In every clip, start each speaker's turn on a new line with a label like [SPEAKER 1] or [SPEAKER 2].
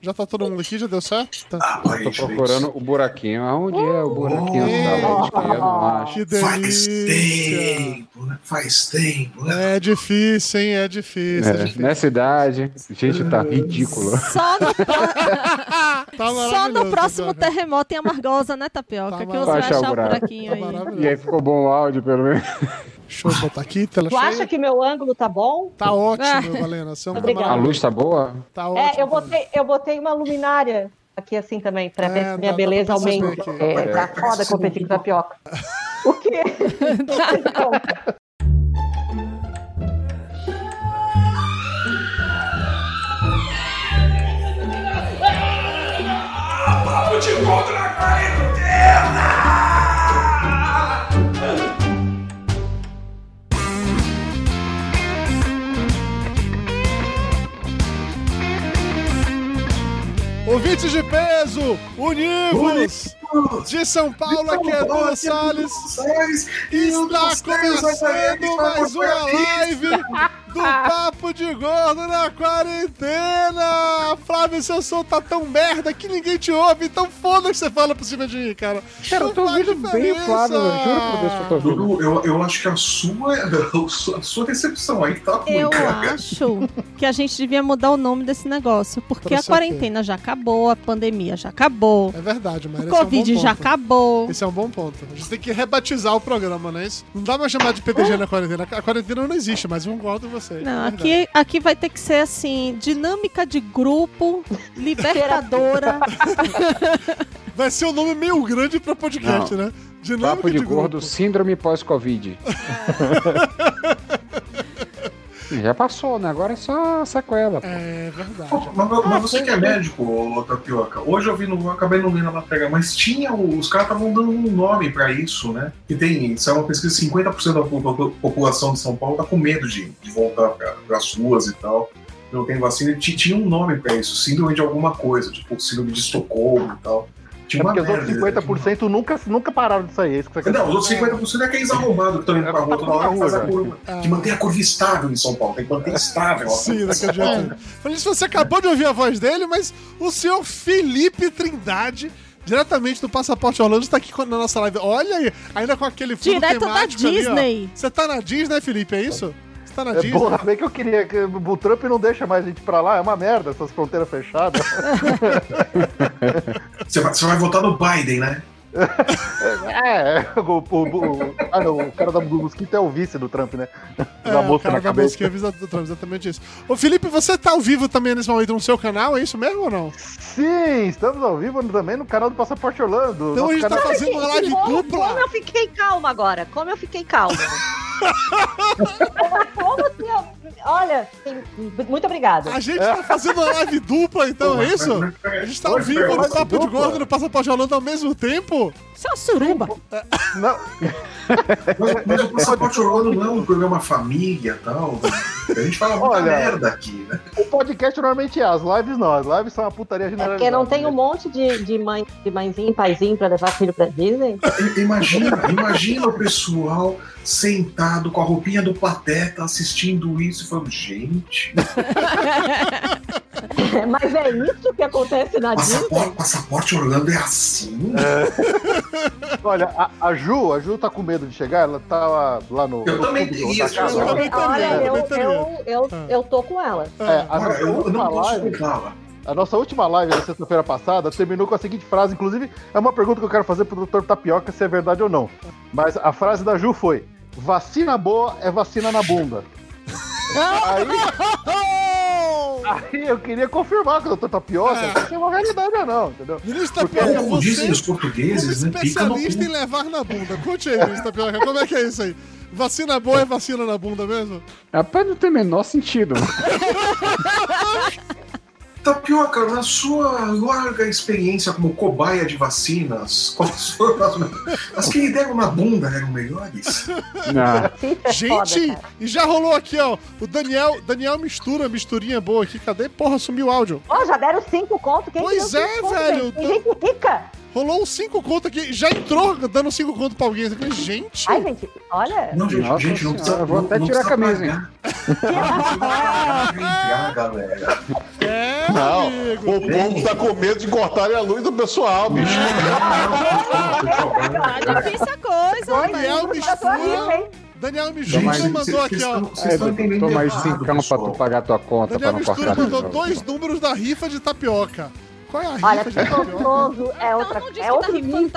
[SPEAKER 1] Já tá todo mundo aqui? Já deu certo? Tá.
[SPEAKER 2] Ah, aí,
[SPEAKER 3] Tô procurando o buraquinho. Aonde é o buraquinho
[SPEAKER 1] Oh!
[SPEAKER 3] da parede? Eu não acho.
[SPEAKER 1] Que
[SPEAKER 2] Tipo, Faz
[SPEAKER 1] delícia!
[SPEAKER 2] tempo, né? Faz tempo, né?
[SPEAKER 1] É difícil, hein? É difícil. É.
[SPEAKER 3] É, nessa idade, gente, tá ridículo.
[SPEAKER 4] Só no,
[SPEAKER 1] Tá
[SPEAKER 4] só no
[SPEAKER 1] maravilhoso,
[SPEAKER 4] próximo
[SPEAKER 1] Eduardo.
[SPEAKER 4] terremoto em Amargosa, né, Tapioca?
[SPEAKER 1] Tá
[SPEAKER 4] que você
[SPEAKER 1] maravilhoso.
[SPEAKER 4] vai achar
[SPEAKER 3] Vai achar
[SPEAKER 4] o
[SPEAKER 3] o buraco.
[SPEAKER 4] buraquinho
[SPEAKER 1] Tá
[SPEAKER 4] aí.
[SPEAKER 1] maravilhoso.
[SPEAKER 3] E aí ficou bom o áudio, pelo menos.
[SPEAKER 1] Deixa eu botar aqui, tela
[SPEAKER 5] Tu acha
[SPEAKER 1] cheia.
[SPEAKER 5] que meu ângulo tá bom?
[SPEAKER 1] Tá ótimo, Valena. Seu tá
[SPEAKER 5] Obrigada.
[SPEAKER 3] A
[SPEAKER 1] maravilhoso.
[SPEAKER 3] luz tá boa?
[SPEAKER 1] Tá ótimo.
[SPEAKER 5] É, eu botei, eu botei uma luminária aqui assim também, pra ver
[SPEAKER 1] É,
[SPEAKER 5] se minha
[SPEAKER 1] dá-
[SPEAKER 5] beleza
[SPEAKER 1] dá pra perceber
[SPEAKER 5] aumenta.
[SPEAKER 1] aqui.
[SPEAKER 5] É, tá foda competir com tapioca. O quê? Então,
[SPEAKER 2] Papo de volta na quarentena!
[SPEAKER 1] Ouvintes de peso, univos! De São Paulo, aqui é Duda Salles. Está começando mais uma live do Papo de Gordo na Quarentena! Flávio, seu som tá tão merda que ninguém te ouve, então foda que você fala por cima de mim, cara.
[SPEAKER 3] Cara, eu tô
[SPEAKER 1] Não faz
[SPEAKER 3] ouvindo bem o
[SPEAKER 1] diferença.
[SPEAKER 3] Flávio, eu juro por Deus que eu tô ouvindo.
[SPEAKER 2] Dudu, eu, eu acho que a sua, a sua recepção aí que tá ruim,
[SPEAKER 4] Eu
[SPEAKER 2] cara.
[SPEAKER 4] acho que a gente devia mudar o nome desse negócio, porque
[SPEAKER 1] Pra
[SPEAKER 4] a
[SPEAKER 1] ser o quê?
[SPEAKER 4] quarentena já acabou, a pandemia já acabou,
[SPEAKER 1] É verdade, mas
[SPEAKER 4] o
[SPEAKER 1] esse é um
[SPEAKER 4] Covid
[SPEAKER 1] bom
[SPEAKER 4] já
[SPEAKER 1] ponto.
[SPEAKER 4] acabou.
[SPEAKER 1] Esse é um bom ponto. A gente tem que rebatizar o programa, não é isso? Não dá mais chamar de PTG na quarentena. A quarentena não existe, mas um gordo em você.
[SPEAKER 4] Não,
[SPEAKER 1] É verdade.
[SPEAKER 4] aqui, aqui vai ter que ser assim, dinâmica de grupo, libertadora.
[SPEAKER 1] Vai ser um nome meio grande pra podcast, né? Dinâmica
[SPEAKER 3] Papo de gordo,
[SPEAKER 1] grupo.
[SPEAKER 3] síndrome pós-Covid. Já passou, né? Agora é só sequela.
[SPEAKER 1] É verdade.
[SPEAKER 2] Pô, Mas, mas você que é médico, ô, Tapioca, hoje eu vi, no, eu acabei não lendo a matéria, mas tinha, o- os caras estavam dando um nome pra isso, né? Que tem, isso é uma pesquisa, 50% da po- po- população de São Paulo tá com medo de, de voltar pra, pras ruas e tal, não tem vacina, e ti- tinha um nome pra isso, síndrome de alguma coisa, tipo síndrome de Estocolmo e tal. Tinha
[SPEAKER 6] É
[SPEAKER 2] uma
[SPEAKER 6] porque os outros
[SPEAKER 2] merda, né? Tinha
[SPEAKER 6] 50% nunca, nunca pararam de sair. É isso que você quer dizer.
[SPEAKER 2] Não, os outros 50% é aqueles arrombados que estão indo pra rua toda hora e faz a curva.
[SPEAKER 1] Ah.
[SPEAKER 2] Que mantém a curva estável em São Paulo, tem que manter estável. a
[SPEAKER 1] Sim, né?
[SPEAKER 2] curva.
[SPEAKER 1] daquele jeito. Falei isso, você acabou de ouvir a voz dele, mas o senhor Felipe Trindade, diretamente do Passaporte Orlando, está aqui com- na nossa live. Olha aí, ainda com aquele fundo
[SPEAKER 4] Direto da
[SPEAKER 1] temático ali, ó.
[SPEAKER 4] Disney.
[SPEAKER 1] Você tá na Disney, Felipe, é isso? Você tá na
[SPEAKER 6] É
[SPEAKER 1] Disney?
[SPEAKER 6] porra, bem que eu queria. que O Trump não deixa mais a gente pra lá, é uma merda essas fronteiras fechadas.
[SPEAKER 2] Você vai, você vai votar no Biden, né?
[SPEAKER 6] é, o, o, o- ah, não, o cara da do Mosquito é o vice do Trump, né? Da
[SPEAKER 1] É, o
[SPEAKER 6] mosca
[SPEAKER 1] cara
[SPEAKER 6] na
[SPEAKER 1] da
[SPEAKER 6] cabeça.
[SPEAKER 1] música, avisa do Trump, exatamente isso. Ô, Felipe, você tá ao vivo também nesse momento no seu canal, é isso mesmo ou não?
[SPEAKER 6] Sim, estamos ao vivo também no canal do Passaporte Orlando.
[SPEAKER 1] Então a gente
[SPEAKER 6] Nosso
[SPEAKER 1] tá
[SPEAKER 6] canal-
[SPEAKER 1] fazendo uma live
[SPEAKER 5] como, como
[SPEAKER 1] dupla.
[SPEAKER 5] eu fiquei calma agora? Como eu fiquei calma? como assim? eu- Olha, tem- muito obrigada.
[SPEAKER 1] A gente tá fazendo uma live dupla, então, é isso? A gente tá ao vivo no
[SPEAKER 6] mas-
[SPEAKER 1] Papo de
[SPEAKER 6] é, dupla.
[SPEAKER 1] Gordo e no Passaporte Orlando ao mesmo tempo?
[SPEAKER 4] Isso é uma suruba.
[SPEAKER 6] Não,
[SPEAKER 2] Mas, mas o Passaporte Orlando não é um programa família e tal. né? A gente fala muita
[SPEAKER 6] Olha.
[SPEAKER 2] merda aqui, né?
[SPEAKER 6] o podcast normalmente é, as lives não. As lives são uma putaria
[SPEAKER 5] É
[SPEAKER 1] Ah,
[SPEAKER 6] generalizada.
[SPEAKER 5] porque não tem um monte de, de, mãe, de mãezinho, paizinho pra levar filho pra Disney?
[SPEAKER 2] I- Imagina, imagina o pessoal sentado com a roupinha do Pateta assistindo isso e falando, gente,
[SPEAKER 5] Mas é isso que acontece na Disney?
[SPEAKER 2] passaporte, passaporte Orlando é assim?
[SPEAKER 6] Olha, a, a Ju, a Ju tá com medo de chegar, ela tá lá, lá no. tá
[SPEAKER 2] Eu
[SPEAKER 6] no
[SPEAKER 2] também
[SPEAKER 6] clube
[SPEAKER 2] tenho
[SPEAKER 6] da
[SPEAKER 2] isso,
[SPEAKER 6] casa
[SPEAKER 1] eu
[SPEAKER 6] lá.
[SPEAKER 1] também tenho.
[SPEAKER 5] Olha, eu, eu,
[SPEAKER 1] Comentário.
[SPEAKER 5] eu,
[SPEAKER 1] Ah.
[SPEAKER 5] eu tô com ela.
[SPEAKER 6] É, a
[SPEAKER 2] Olha,
[SPEAKER 6] nossa
[SPEAKER 2] eu, eu
[SPEAKER 6] última
[SPEAKER 2] não posso né?
[SPEAKER 6] live,
[SPEAKER 2] falar.
[SPEAKER 6] a nossa última live da sexta-feira passada terminou com a seguinte frase, inclusive é uma pergunta que eu quero fazer pro Dr. Tapioca se é verdade ou não. Mas a frase da Ju foi: vacina boa é vacina na bunda. aí, aí eu queria confirmar com o Dr. Tapioca se é uma realidade ou não, entendeu?
[SPEAKER 1] Ministro
[SPEAKER 6] Porque
[SPEAKER 1] Tapioca,
[SPEAKER 2] Como dizem os
[SPEAKER 1] você como
[SPEAKER 2] portugueses, né? Pica no
[SPEAKER 1] especialista em
[SPEAKER 2] cu.
[SPEAKER 1] levar na bunda. Conte aí, ministro Tapioca, como é que é isso aí? Vacina boa é vacina na bunda mesmo?
[SPEAKER 3] Rapaz, não tem o menor sentido.
[SPEAKER 2] Tapioca, na sua larga experiência como cobaia de vacinas, quais foram as, as que lhe deram na bunda eram melhores?
[SPEAKER 3] Não.
[SPEAKER 5] Sim, é
[SPEAKER 1] Gente,
[SPEAKER 5] foda, cara.
[SPEAKER 1] e já rolou aqui, ó. O Daniel, Daniel mistura, misturinha boa aqui. Cadê? Porra, sumiu o áudio.
[SPEAKER 5] Ó, já deram cinco conto. Quem que
[SPEAKER 1] Pois
[SPEAKER 5] deu
[SPEAKER 1] é,
[SPEAKER 5] cinco conto,
[SPEAKER 1] velho,
[SPEAKER 5] Gente? Tem gente rica.
[SPEAKER 1] Rolou uns 5 conto aqui, já entrou dando 5 conto pra alguém. Eu falei, gente,
[SPEAKER 5] Ai, gente, olha.
[SPEAKER 2] Não, gente,
[SPEAKER 3] Nossa
[SPEAKER 2] gente, não precisa.
[SPEAKER 3] senhora, eu vou
[SPEAKER 2] não-
[SPEAKER 3] até
[SPEAKER 2] não
[SPEAKER 3] tirar a
[SPEAKER 2] precisa
[SPEAKER 3] camisa, hein?
[SPEAKER 2] pagar. Não precisa pagar, galera.
[SPEAKER 1] é,
[SPEAKER 7] Não,
[SPEAKER 1] amigo.
[SPEAKER 7] o povo tá com medo de cortarem a luz do pessoal, bicho.
[SPEAKER 4] Tá difícil a coisa,
[SPEAKER 1] Daniel
[SPEAKER 5] Eu tô
[SPEAKER 4] rapaz.
[SPEAKER 5] rica,
[SPEAKER 1] Mistura,
[SPEAKER 5] hein?
[SPEAKER 1] Daniel Mistura
[SPEAKER 2] Gente,
[SPEAKER 3] mais-
[SPEAKER 2] vocês-
[SPEAKER 1] mandou
[SPEAKER 2] vocês
[SPEAKER 1] aqui, ó.
[SPEAKER 2] estão- vocês estão entendendo
[SPEAKER 3] Toma É, mais
[SPEAKER 2] errado,
[SPEAKER 3] cincão pra
[SPEAKER 2] pessoal.
[SPEAKER 3] tu pagar tua conta pra
[SPEAKER 1] Daniel
[SPEAKER 3] não
[SPEAKER 1] Mistura
[SPEAKER 3] cortar.
[SPEAKER 1] mandou dois números da rifa de tapioca. Qual é a rifa
[SPEAKER 5] Olha,
[SPEAKER 1] de tapioca?
[SPEAKER 5] gostoso é outra,
[SPEAKER 4] não disse
[SPEAKER 5] é
[SPEAKER 4] que tá
[SPEAKER 5] outro
[SPEAKER 4] rifando
[SPEAKER 5] nível, né?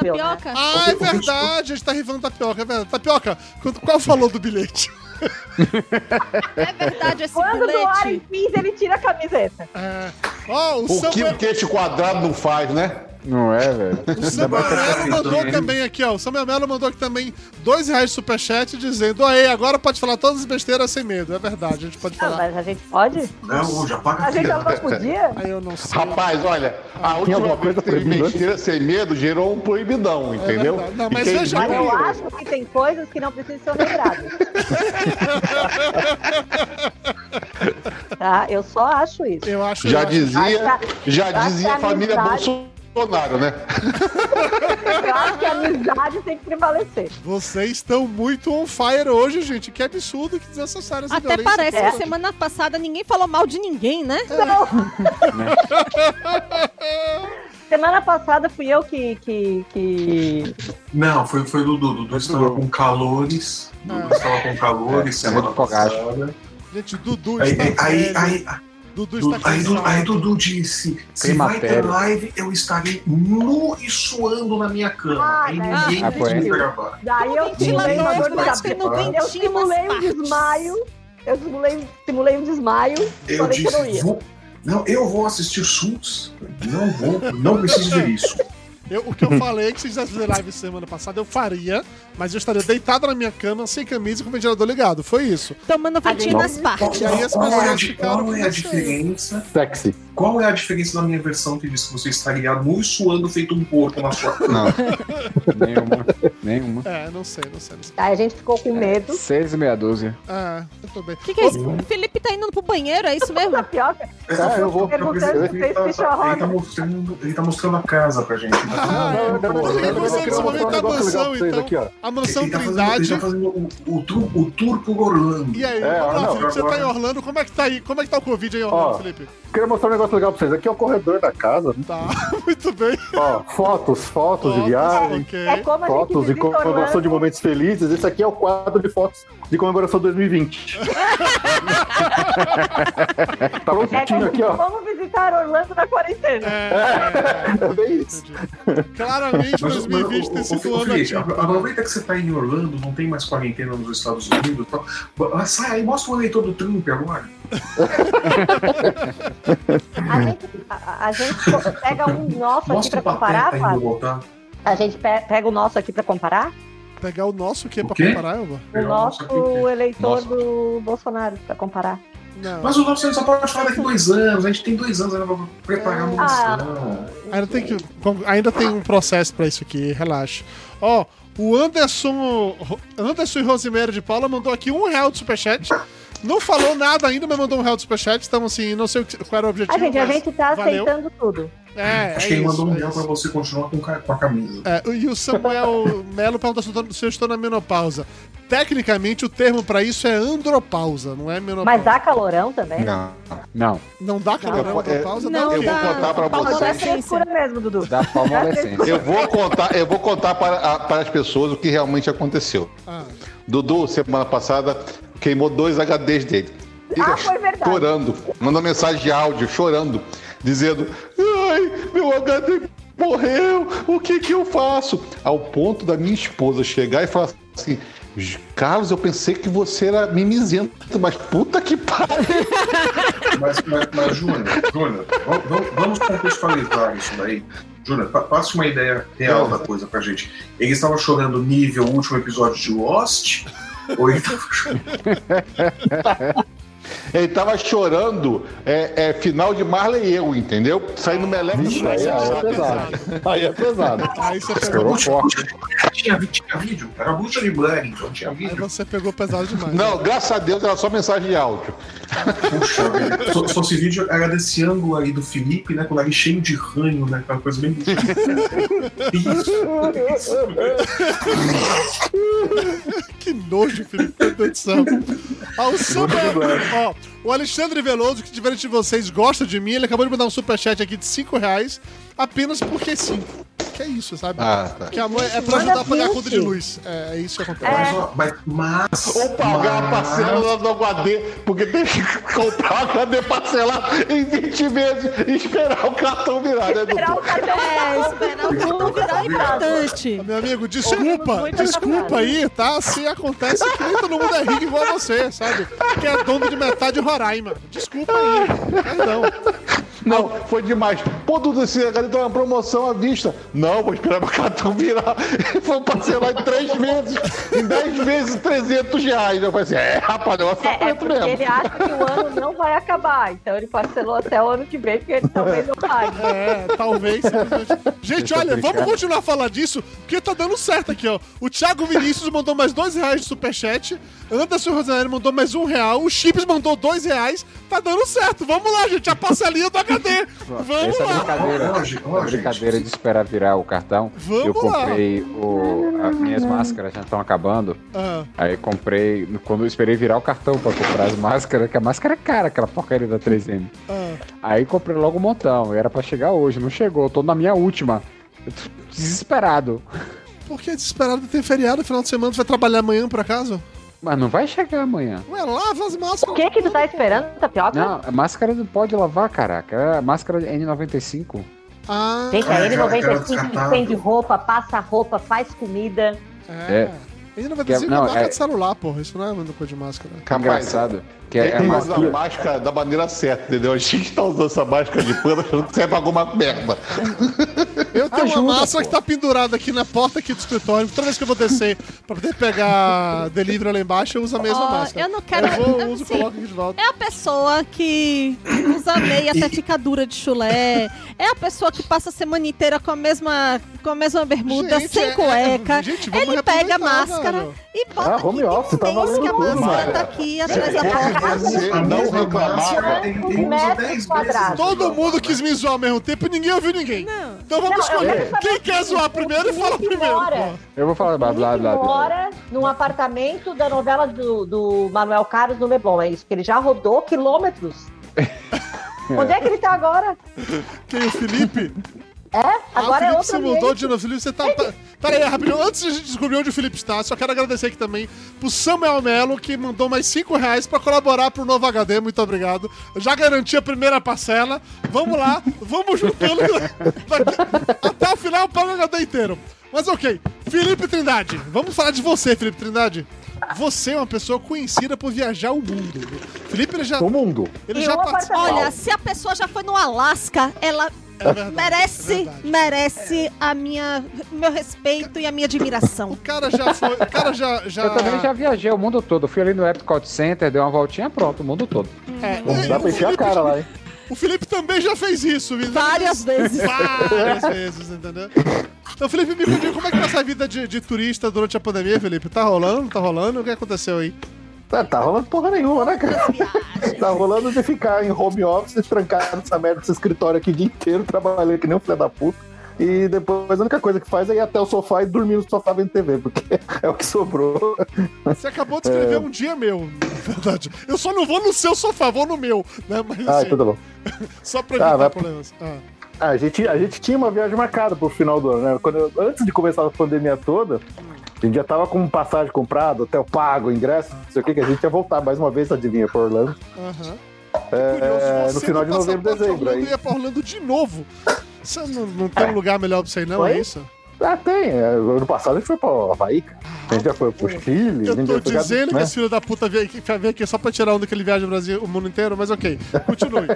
[SPEAKER 4] tapioca?
[SPEAKER 1] Ah, é verdade, a gente tá rifando tapioca, é verdade. Tapioca, quanto- qual falou do bilhete?
[SPEAKER 4] É verdade esse
[SPEAKER 5] Quando doarem
[SPEAKER 4] bilhete.
[SPEAKER 5] 15, ele tira a camiseta.
[SPEAKER 1] É. Ó, o
[SPEAKER 7] O que
[SPEAKER 1] Samuel
[SPEAKER 7] o queixo quadrado não faz, né?
[SPEAKER 3] Não é, velho?
[SPEAKER 1] O Samuel
[SPEAKER 2] Ainda mais
[SPEAKER 1] Melo
[SPEAKER 2] que tá
[SPEAKER 1] mandou
[SPEAKER 2] feito,
[SPEAKER 1] também aqui, ó. O Samuel Melo mandou aqui também dois reais de superchat dizendo: Aê, agora pode falar todas as besteiras sem medo. É verdade, a gente pode
[SPEAKER 4] Tá
[SPEAKER 5] Não,
[SPEAKER 1] falar.
[SPEAKER 5] Ah, mas a gente pode?
[SPEAKER 2] Não, já paga
[SPEAKER 5] A gente
[SPEAKER 2] filha.
[SPEAKER 5] já
[SPEAKER 3] tá-
[SPEAKER 5] não podia?
[SPEAKER 1] Aí Ah, eu não sei.
[SPEAKER 7] Rapaz, olha, a última
[SPEAKER 6] alguma
[SPEAKER 7] vez
[SPEAKER 6] coisa
[SPEAKER 7] que teve
[SPEAKER 6] proibida?
[SPEAKER 7] besteira sem medo gerou um proibidão, entendeu?
[SPEAKER 1] É verdade. Não, mas
[SPEAKER 7] E quem
[SPEAKER 1] veja
[SPEAKER 7] viu,
[SPEAKER 5] Mas eu acho que tem coisas que não precisam ser lembradas. tá? Eu só acho isso.
[SPEAKER 1] Eu acho
[SPEAKER 7] já
[SPEAKER 1] eu acho-
[SPEAKER 7] dizia,
[SPEAKER 5] Acho que-
[SPEAKER 7] já
[SPEAKER 5] acho que
[SPEAKER 7] dizia
[SPEAKER 5] a
[SPEAKER 7] a família
[SPEAKER 5] amizade-
[SPEAKER 7] Bolsonaro, né?
[SPEAKER 5] Eu acho que a amizade tem que prevalecer.
[SPEAKER 1] Vocês estão muito on fire hoje, gente. Que absurdo que desnecessário essa
[SPEAKER 4] Até
[SPEAKER 1] violência
[SPEAKER 4] parece
[SPEAKER 1] toda.
[SPEAKER 4] que semana passada ninguém falou mal de ninguém, né?
[SPEAKER 1] É.
[SPEAKER 5] Semana passada fui eu que. que, que...
[SPEAKER 2] Não, foi, foi do Dudu. Dudu estava com calores. Dudu estava com calores
[SPEAKER 3] É, é
[SPEAKER 2] semana
[SPEAKER 3] muito fogado.
[SPEAKER 2] passada.
[SPEAKER 1] Gente, Dudu
[SPEAKER 2] Aí,
[SPEAKER 1] está.
[SPEAKER 2] aí, aí,
[SPEAKER 1] tá velho. tá
[SPEAKER 2] aí,
[SPEAKER 1] Dudu
[SPEAKER 2] Du-
[SPEAKER 1] está
[SPEAKER 2] aí, Du-
[SPEAKER 1] cansado.
[SPEAKER 2] aí Dudu disse: se
[SPEAKER 3] Clima
[SPEAKER 2] vai ter
[SPEAKER 3] sério.
[SPEAKER 2] live, eu estarei nu e suando na minha cama.
[SPEAKER 5] Ah,
[SPEAKER 2] Aí
[SPEAKER 5] né?
[SPEAKER 2] ninguém
[SPEAKER 3] Ah,
[SPEAKER 2] quis
[SPEAKER 3] foi.
[SPEAKER 2] me gravar.
[SPEAKER 5] Daí eu simulei uma dor
[SPEAKER 4] ventilador
[SPEAKER 5] de
[SPEAKER 4] bate
[SPEAKER 5] cabeça.
[SPEAKER 4] no
[SPEAKER 2] Eu
[SPEAKER 5] Eu
[SPEAKER 4] dentinho
[SPEAKER 5] simulei um
[SPEAKER 4] nas partes.
[SPEAKER 5] desmaio. Eu simulei, simulei um desmaio.
[SPEAKER 2] Eu
[SPEAKER 5] Falei que eu não
[SPEAKER 2] disse:
[SPEAKER 5] ia.
[SPEAKER 2] vou, não, eu vou assistir SUS. Não vou, não preciso de isso.
[SPEAKER 1] Eu- o que eu falei é que se quisesse fazer live semana passada, eu faria, mas eu estaria deitado na minha cama, sem camisa e com o ventilador ligado. Foi isso.
[SPEAKER 4] Tomando ventinho nas
[SPEAKER 2] Qual,
[SPEAKER 4] partes.
[SPEAKER 1] E aí as
[SPEAKER 2] qual é a,
[SPEAKER 1] pessoas
[SPEAKER 2] di-
[SPEAKER 1] ficaram
[SPEAKER 2] qual é a
[SPEAKER 1] com isso aí.
[SPEAKER 2] diferença?
[SPEAKER 3] Sexy.
[SPEAKER 2] Qual é a diferença da minha versão que diz que você estaria nu e suando feito um porco na sua cama?
[SPEAKER 3] Não. Nenhuma. Nenhuma.
[SPEAKER 1] É, não sei, não sei. Não sei.
[SPEAKER 5] Aí a gente ficou com medo.
[SPEAKER 3] Seis e meia dúzia.
[SPEAKER 1] Ah, eu tô bem.
[SPEAKER 4] O que, que é isso? O Felipe tá indo pro banheiro, é isso mesmo?
[SPEAKER 5] Tapioca.
[SPEAKER 6] Ah, eu vou.
[SPEAKER 5] Perguntando se fez ficha
[SPEAKER 2] tá Ele tá
[SPEAKER 5] roda.
[SPEAKER 2] mostrando, ele tá mostrando a casa pra gente. Ele tá falando,
[SPEAKER 6] Não, não, não,
[SPEAKER 1] Ah,
[SPEAKER 6] não,
[SPEAKER 1] Mas
[SPEAKER 6] não,
[SPEAKER 1] ele
[SPEAKER 6] não, não,
[SPEAKER 1] consegue
[SPEAKER 6] não,
[SPEAKER 1] se movimentar
[SPEAKER 6] não, não,
[SPEAKER 1] a mansão,
[SPEAKER 6] não, não,
[SPEAKER 1] então.
[SPEAKER 6] aqui, ó.
[SPEAKER 1] A
[SPEAKER 2] ele
[SPEAKER 1] mansão
[SPEAKER 2] tá fazendo, ele
[SPEAKER 1] Trindade.
[SPEAKER 2] tá fazendo o, o, tour, o tour por Orlando.
[SPEAKER 1] E aí,
[SPEAKER 6] É,
[SPEAKER 1] vamos lá,
[SPEAKER 6] não,
[SPEAKER 1] Felipe, você tá
[SPEAKER 2] agora-
[SPEAKER 1] em Orlando, como é que tá aí? Como é que tá o Covid aí, em Orlando,
[SPEAKER 6] Ó.
[SPEAKER 1] Felipe?
[SPEAKER 6] Queria mostrar um negócio legal pra vocês. Aqui é o corredor da casa.
[SPEAKER 1] Tá, muito bem.
[SPEAKER 6] Ó, fotos, fotos de
[SPEAKER 1] Fotos,
[SPEAKER 6] viagem.
[SPEAKER 1] ok.
[SPEAKER 5] É como a gente
[SPEAKER 6] Fotos de
[SPEAKER 5] visita
[SPEAKER 6] comemoração
[SPEAKER 5] Orlando.
[SPEAKER 6] de momentos felizes. Esse aqui é o quadro de fotos de comemoração 2020. tá
[SPEAKER 5] É
[SPEAKER 6] prontinho
[SPEAKER 5] como,
[SPEAKER 6] aqui, ó.
[SPEAKER 5] como visitar Orlando na quarentena.
[SPEAKER 1] É,
[SPEAKER 6] É bem isso.
[SPEAKER 1] entendi. Claramente
[SPEAKER 2] Mas, mas,
[SPEAKER 1] 2020 tem
[SPEAKER 2] ô,
[SPEAKER 1] sido
[SPEAKER 2] ô,
[SPEAKER 1] um ano
[SPEAKER 2] Felipe,
[SPEAKER 1] atípico.
[SPEAKER 2] aproveita que é você tá em Orlando, não tem mais quarentena nos Estados Unidos. Tá? Ba- Sai aí, mostra o eleitor do Trump agora.
[SPEAKER 5] A gente, a- a gente co- pega um nosso aqui
[SPEAKER 2] Mostra
[SPEAKER 5] pra
[SPEAKER 2] o tá, Pateta
[SPEAKER 5] comparar,
[SPEAKER 2] indo
[SPEAKER 5] Fábio?
[SPEAKER 2] voltar.
[SPEAKER 5] A gente pe- pega o nosso aqui pra comparar?
[SPEAKER 1] Pegar o nosso o quê
[SPEAKER 2] O
[SPEAKER 1] pra
[SPEAKER 2] quê?
[SPEAKER 1] comparar, Elba?
[SPEAKER 5] O
[SPEAKER 2] Eu
[SPEAKER 5] nosso
[SPEAKER 2] não sei o que
[SPEAKER 5] eleitor
[SPEAKER 7] Nossa.
[SPEAKER 5] do Bolsonaro pra comparar.
[SPEAKER 1] Não.
[SPEAKER 2] Mas o nosso ele só pode falar daqui dois anos, a gente tem dois anos ainda pra preparar a
[SPEAKER 5] Ah.
[SPEAKER 2] munição.
[SPEAKER 1] Ainda tem, que, com- ainda tem um processo pra isso aqui, relaxa. Ó, o Anderson, Ro- Anderson e Rosimero de Paula mandou aqui um real de superchat. Não falou nada ainda, mas mandou um real de superchat. Então, assim, não sei o que- qual era o objetivo.
[SPEAKER 5] A gente, a
[SPEAKER 1] mas
[SPEAKER 5] gente tá
[SPEAKER 1] valeu.
[SPEAKER 5] aceitando tudo.
[SPEAKER 1] É,
[SPEAKER 2] Acho
[SPEAKER 1] é
[SPEAKER 2] que ele
[SPEAKER 1] isso,
[SPEAKER 2] mandou um
[SPEAKER 1] é
[SPEAKER 2] mel
[SPEAKER 1] isso.
[SPEAKER 2] pra você continuar com, ca- com a camisa.
[SPEAKER 1] É, e o Samuel Melo pergunta se eu tô- se eu estou na menopausa. Tecnicamente, o termo pra isso é andropausa, não é menopausa.
[SPEAKER 5] Mas dá calorão também?
[SPEAKER 3] Não. Não.
[SPEAKER 1] Não dá calorão,
[SPEAKER 7] Não, é-
[SPEAKER 1] andropausa?
[SPEAKER 4] não,
[SPEAKER 1] dá o
[SPEAKER 7] Eu
[SPEAKER 1] quê?
[SPEAKER 7] vou
[SPEAKER 4] dá.
[SPEAKER 7] contar pra
[SPEAKER 5] Mas
[SPEAKER 4] Palma
[SPEAKER 5] é
[SPEAKER 7] vocês.
[SPEAKER 4] adolescência.
[SPEAKER 5] frescura mesmo, Dudu.
[SPEAKER 3] Dá
[SPEAKER 1] É
[SPEAKER 3] palmolescência.
[SPEAKER 7] Eu vou contar, eu vou contar para, a- para as pessoas o que realmente aconteceu.
[SPEAKER 1] Ah,
[SPEAKER 7] Dudu, semana passada, queimou dois HDs dele. Ele
[SPEAKER 5] Ah, foi verdade.
[SPEAKER 7] Chorando. Mandou mensagem de áudio, chorando, dizendo: Ai, meu HD morreu, o que que eu faço? Ao ponto da minha esposa chegar e falar assim. Carlos, eu pensei que você era mimizento, mas puta que pariu.
[SPEAKER 2] Mas, mas, mas Júnior, Júnior, vamos- vamos, vamos contextualizar isso daí. Júnior, pa- passa uma ideia real da coisa pra gente. Ele estava chorando nível último episódio de Lost? Ou ele estava chorando...
[SPEAKER 7] Ele tava chorando é, é, final de Marley e eu, entendeu? Saindo meleca.
[SPEAKER 6] Vixe, aí, aí é pesado. Aí é pesado.
[SPEAKER 1] Aí você pegou,
[SPEAKER 7] Chorou forte.
[SPEAKER 2] Tinha, vi- tinha vídeo, era bucha de Blair, então tinha
[SPEAKER 1] aí
[SPEAKER 2] vídeo.
[SPEAKER 1] você pegou pesado demais.
[SPEAKER 7] Não, graças a Deus era só mensagem de áudio.
[SPEAKER 2] Puxa, velho. Se- Se fosse vídeo, era desse ângulo aí do Felipe, né? Com o nariz cheio de ranho, né? Aquela coisa bem. Isso.
[SPEAKER 1] Que nojo, Felipe, meu Deus do céu. Ah, o super- Ó, o Alexandre Veloso, que diferente de vocês, gosta de mim, ele acabou de mandar um superchat aqui de 5 reais, apenas porque sim. Que é isso, sabe?
[SPEAKER 7] Ah, tá.
[SPEAKER 1] Que amor é pra
[SPEAKER 5] Manda
[SPEAKER 1] ajudar a pagar a
[SPEAKER 5] vinte.
[SPEAKER 1] conta de luz. É, é isso que acontece.
[SPEAKER 2] Mas, ó, mas, mas.
[SPEAKER 7] Ou pagar a
[SPEAKER 2] mas-
[SPEAKER 7] parcela lá do HD, porque tem que comprar o HD parcelado em 20 meses e esperar o cartão virar, né,
[SPEAKER 5] Esperar o
[SPEAKER 7] doutor?
[SPEAKER 5] cartão
[SPEAKER 4] É,
[SPEAKER 5] né?
[SPEAKER 4] esperar o mundo virar importante.
[SPEAKER 1] Meu amigo, desculpa,
[SPEAKER 5] muita
[SPEAKER 1] desculpa aí, tá? Se acontece que nem todo mundo é rico igual a você, sabe? Que é dono de metade de Roraima. Desculpa aí. Perdão.
[SPEAKER 7] Não, foi demais. Pô, Dudu, esse HD tá uma promoção à vista. Não, vou esperar meu cartão virar. Foi parcelar em 3 meses, em 10 vezes 300 reais. Eu falei assim, é, rapaz, o negócio tá
[SPEAKER 5] É, é
[SPEAKER 7] preto
[SPEAKER 5] porque ele
[SPEAKER 7] mesmo.
[SPEAKER 5] acha que o ano não vai acabar. Então ele parcelou até o ano que vem, porque ele também não né? pague.
[SPEAKER 1] É, talvez. simplesmente. Gente,
[SPEAKER 7] Deixa eu
[SPEAKER 1] olha,
[SPEAKER 7] brincar.
[SPEAKER 1] vamos continuar a falar disso, porque tá dando certo aqui, ó. O Thiago Vinícius mandou mais dois reais de superchat. Anderson Rosanério mandou mais um real. O Chips mandou dois reais. Tá dando certo. Vamos lá, gente. A parcelinha do HD. Vamos
[SPEAKER 3] Essa é
[SPEAKER 1] lá.
[SPEAKER 3] brincadeira,
[SPEAKER 2] Ó, gente, ó,
[SPEAKER 3] essa
[SPEAKER 2] gente.
[SPEAKER 3] brincadeira de esperar virar o cartão, eu
[SPEAKER 1] Vamos lá.
[SPEAKER 3] comprei o, as minhas máscaras, já estão acabando.
[SPEAKER 1] Ah,
[SPEAKER 3] Aí comprei, quando eu esperei virar o cartão pra comprar as máscaras, que a máscara é cara, aquela porcaria da 3M.
[SPEAKER 1] ah.
[SPEAKER 3] Aí comprei logo um montão, era pra chegar hoje, não chegou, eu tô na minha última. Eu tô desesperado.
[SPEAKER 1] Por que desesperado tem feriado? Final de semana tu vai trabalhar amanhã, por acaso?
[SPEAKER 3] Mas não vai chegar amanhã.
[SPEAKER 1] Ué, lava as
[SPEAKER 5] O
[SPEAKER 1] máscaras.
[SPEAKER 5] que que tu tá esperando, Tapioca?
[SPEAKER 3] Não, a máscara não pode lavar, caraca. É A máscara N95.
[SPEAKER 1] Ah,
[SPEAKER 5] Gente, a
[SPEAKER 2] Ah, já- já
[SPEAKER 5] N95
[SPEAKER 2] descartava.
[SPEAKER 5] estende roupa, passa roupa, faz comida.
[SPEAKER 1] é.
[SPEAKER 3] É.
[SPEAKER 1] Ele não vai dizer que é
[SPEAKER 3] Não,
[SPEAKER 1] marca
[SPEAKER 3] é-
[SPEAKER 1] de celular, porra. Isso não é uma coisa de máscara.
[SPEAKER 3] Engraçado. Que é, é
[SPEAKER 7] Ele
[SPEAKER 3] a
[SPEAKER 7] usa a
[SPEAKER 3] máscara.
[SPEAKER 7] máscara da maneira certa, entendeu? A gente tá usando essa máscara de pano achando que serve pra alguma merda.
[SPEAKER 1] Eu tenho
[SPEAKER 3] Ajuda,
[SPEAKER 1] uma máscara
[SPEAKER 3] pô.
[SPEAKER 1] que tá pendurada aqui na porta aqui do escritório. Toda vez que eu vou descer pra poder pegar delivery lá embaixo, eu uso a mesma
[SPEAKER 4] Ó,
[SPEAKER 1] máscara.
[SPEAKER 4] eu não quero-
[SPEAKER 1] Eu vou,
[SPEAKER 4] eu-
[SPEAKER 1] uso,
[SPEAKER 4] assim,
[SPEAKER 1] coloco aqui de volta.
[SPEAKER 4] É a pessoa que usa meia até ficar dura de chulé. É a pessoa que passa a semana inteira com a mesma, com a mesma bermuda,
[SPEAKER 1] Gente,
[SPEAKER 4] sem
[SPEAKER 1] é-
[SPEAKER 4] cueca.
[SPEAKER 1] é- gente, vamos
[SPEAKER 4] Ele pega a
[SPEAKER 1] reaproveitar,
[SPEAKER 4] máscara
[SPEAKER 1] mano.
[SPEAKER 4] e bota
[SPEAKER 6] Ah,
[SPEAKER 4] aqui.
[SPEAKER 6] home office, tá
[SPEAKER 4] imenso
[SPEAKER 6] valendo
[SPEAKER 4] que a
[SPEAKER 6] tudo,
[SPEAKER 4] máscara
[SPEAKER 6] mano. É.
[SPEAKER 4] tá aqui atrás da
[SPEAKER 2] Quer
[SPEAKER 4] porta.
[SPEAKER 2] dizer, a
[SPEAKER 7] Não
[SPEAKER 2] mesma
[SPEAKER 7] reclamava.
[SPEAKER 2] máscara tem- tem- usa 10
[SPEAKER 5] metros
[SPEAKER 2] vezes.
[SPEAKER 5] quadrados.
[SPEAKER 1] Todo mundo quis me zoar ao mesmo tempo e ninguém ouviu ninguém.
[SPEAKER 4] Não.
[SPEAKER 1] Então vamos
[SPEAKER 5] Não, eu
[SPEAKER 1] escolher.
[SPEAKER 5] quero saber
[SPEAKER 1] Quem quer
[SPEAKER 5] assim,
[SPEAKER 1] zoar
[SPEAKER 5] o
[SPEAKER 1] primeiro e fala
[SPEAKER 5] Felipe
[SPEAKER 1] primeiro.
[SPEAKER 5] mora.
[SPEAKER 1] pô.
[SPEAKER 3] Eu vou falar blá blá blá.
[SPEAKER 5] Ele
[SPEAKER 3] blá.
[SPEAKER 5] mora num apartamento da novela do, do Manuel Carlos no Leblon, é isso, que ele já rodou quilômetros. Onde é que ele tá agora?
[SPEAKER 1] Quem? O Felipe?
[SPEAKER 5] É?
[SPEAKER 1] Ah, o
[SPEAKER 5] Agora é
[SPEAKER 1] Felipe
[SPEAKER 5] outro
[SPEAKER 1] se mudou
[SPEAKER 5] ambiente.
[SPEAKER 1] de novo. Felipe, você tá. tá... Pera aí, rapidinho. Antes de a gente descobrir onde o Felipe está, só quero agradecer aqui também pro Samuel Melo, que mandou mais 5 reais pra colaborar pro novo HD. Muito obrigado. Eu já garanti a primeira parcela. Vamos lá, vamos juntando daqui- até o final para o HD inteiro. Mas ok, Felipe Trindade, vamos falar de você, Felipe Trindade. Você é uma pessoa conhecida por viajar o mundo. Felipe ele já,
[SPEAKER 6] O mundo.
[SPEAKER 1] ele
[SPEAKER 5] E
[SPEAKER 1] já
[SPEAKER 5] o
[SPEAKER 1] participou.
[SPEAKER 4] Olha, se a pessoa já foi no Alasca, ela
[SPEAKER 1] É verdade, é
[SPEAKER 4] merece,
[SPEAKER 1] verdade.
[SPEAKER 4] merece a minha, meu respeito e a minha
[SPEAKER 1] O
[SPEAKER 4] admiração.
[SPEAKER 1] cara já foi. O cara já. já...
[SPEAKER 3] Eu também já viajei o mundo todo. Eu Fui ali no Epcot Center, dei uma voltinha, pronto, o mundo todo.
[SPEAKER 1] É,
[SPEAKER 6] Dá pra encher a cara lá, hein?
[SPEAKER 1] O Felipe também já fez isso. viu?
[SPEAKER 4] Várias vezes.
[SPEAKER 1] Várias vezes, entendeu? Então, Felipe, me contigo, como é que tá essa vida de, de turista durante a pandemia, Felipe? Tá rolando, não tá rolando? O que aconteceu aí?
[SPEAKER 6] Tá, tá rolando porra nenhuma, né, cara? Tá rolando de ficar em home office, trancado nessa merda desse escritório aqui o dia inteiro, trabalhando que nem um filho da puta. E depois a única coisa que faz é ir até o sofá e dormir no sofá vendo TV, porque é o que sobrou.
[SPEAKER 1] Você acabou de
[SPEAKER 6] É.
[SPEAKER 1] escrever um dia meu, na verdade. Eu só não vou no seu sofá, vou no meu, né? Mas
[SPEAKER 6] Ah,
[SPEAKER 1] assim,
[SPEAKER 6] tudo bom.
[SPEAKER 1] só pra
[SPEAKER 6] tá,
[SPEAKER 1] evitar
[SPEAKER 6] vai-
[SPEAKER 1] problemas. Ah.
[SPEAKER 6] A gente, a gente tinha uma viagem marcada pro final do ano, né? Quando eu- antes de começar a pandemia toda, a gente já tava com passagem comprada, hotel pago, ingresso, não sei o que, que a gente ia voltar mais uma vez, adivinha, pra Orlando.
[SPEAKER 1] Aham.
[SPEAKER 6] É,
[SPEAKER 1] Curioso,
[SPEAKER 6] no
[SPEAKER 1] você
[SPEAKER 6] final de
[SPEAKER 1] com
[SPEAKER 6] novembro,
[SPEAKER 1] passaporte
[SPEAKER 6] dezembro.
[SPEAKER 1] Orlando
[SPEAKER 6] Aí.
[SPEAKER 1] ia pra Orlando de novo. Você não, não tem um lugar melhor pra você, não? É
[SPEAKER 6] Oi?
[SPEAKER 1] isso?
[SPEAKER 6] Ah, tem. é, Ano passado a gente foi pra Havaí, cara. A gente já foi pro Chile. a
[SPEAKER 1] Eu
[SPEAKER 6] gente
[SPEAKER 1] tô
[SPEAKER 6] já foi pra-
[SPEAKER 1] dizendo que
[SPEAKER 6] né?
[SPEAKER 1] esse filho da puta veio aqui, veio aqui só pra tirar onda que ele viaja o, Brasil, o mundo inteiro, mas ok, continue.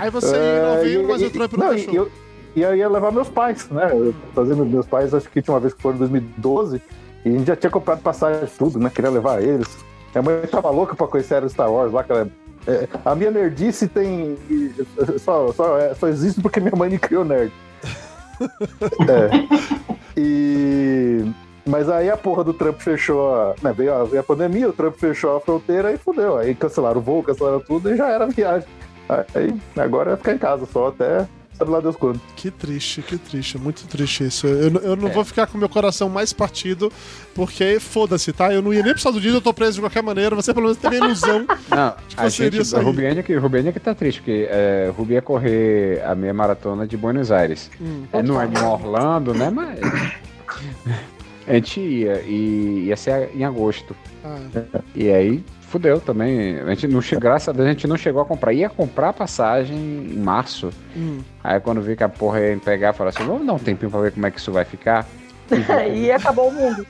[SPEAKER 1] Aí você ia em
[SPEAKER 6] É,
[SPEAKER 1] novembro,
[SPEAKER 6] e-
[SPEAKER 1] mas
[SPEAKER 6] e-
[SPEAKER 1] eu trouxe pro
[SPEAKER 6] não,
[SPEAKER 1] cachorro.
[SPEAKER 6] E eu, e eu ia levar meus pais, né? Eu Fazer meus- meus pais, acho que tinha uma vez que foram em 2012, e a gente já tinha comprado passagem tudo, né? Queria levar eles. Minha mãe tava louca pra conhecer a Star Wars lá, que ela é É, a minha nerdice tem. Só, só, é, só existe porque minha mãe me criou nerd. É. E. Mas aí a porra do Trump fechou a. Né, veio, a veio a pandemia, o Trump fechou a fronteira e fudeu. Aí cancelaram o voo, cancelaram tudo e já era a viagem. Aí agora é ficar em casa só até sabe lá Deus quando.
[SPEAKER 1] Que triste, que triste, muito triste isso. Eu, n- eu não vou ficar com meu coração mais partido, porque foda-se, tá? Eu não ia nem pros Estados Unidos, eu tô preso de qualquer maneira, você pelo menos teve a ilusão.
[SPEAKER 3] Não, a
[SPEAKER 1] Tipo seria
[SPEAKER 3] gente,
[SPEAKER 1] isso
[SPEAKER 3] a
[SPEAKER 1] aí.
[SPEAKER 3] Rubiane é que, Rubiane é que tá triste, porque é, Rubi ia correr a meia maratona de Buenos Aires.
[SPEAKER 1] Hum.
[SPEAKER 3] É, não é em Orlando, né? Mas. A gente ia, e ia ser em agosto.
[SPEAKER 1] Ah,
[SPEAKER 3] E aí, fudeu também. A gente não, che- graças a Deus, a gente não chegou a comprar. Ia comprar a passagem em março.
[SPEAKER 1] hum.
[SPEAKER 3] Aí quando vi que a porra ia pegar, falou assim, vamos dar um tempinho pra ver como é que isso vai ficar.
[SPEAKER 5] e acabou o mundo.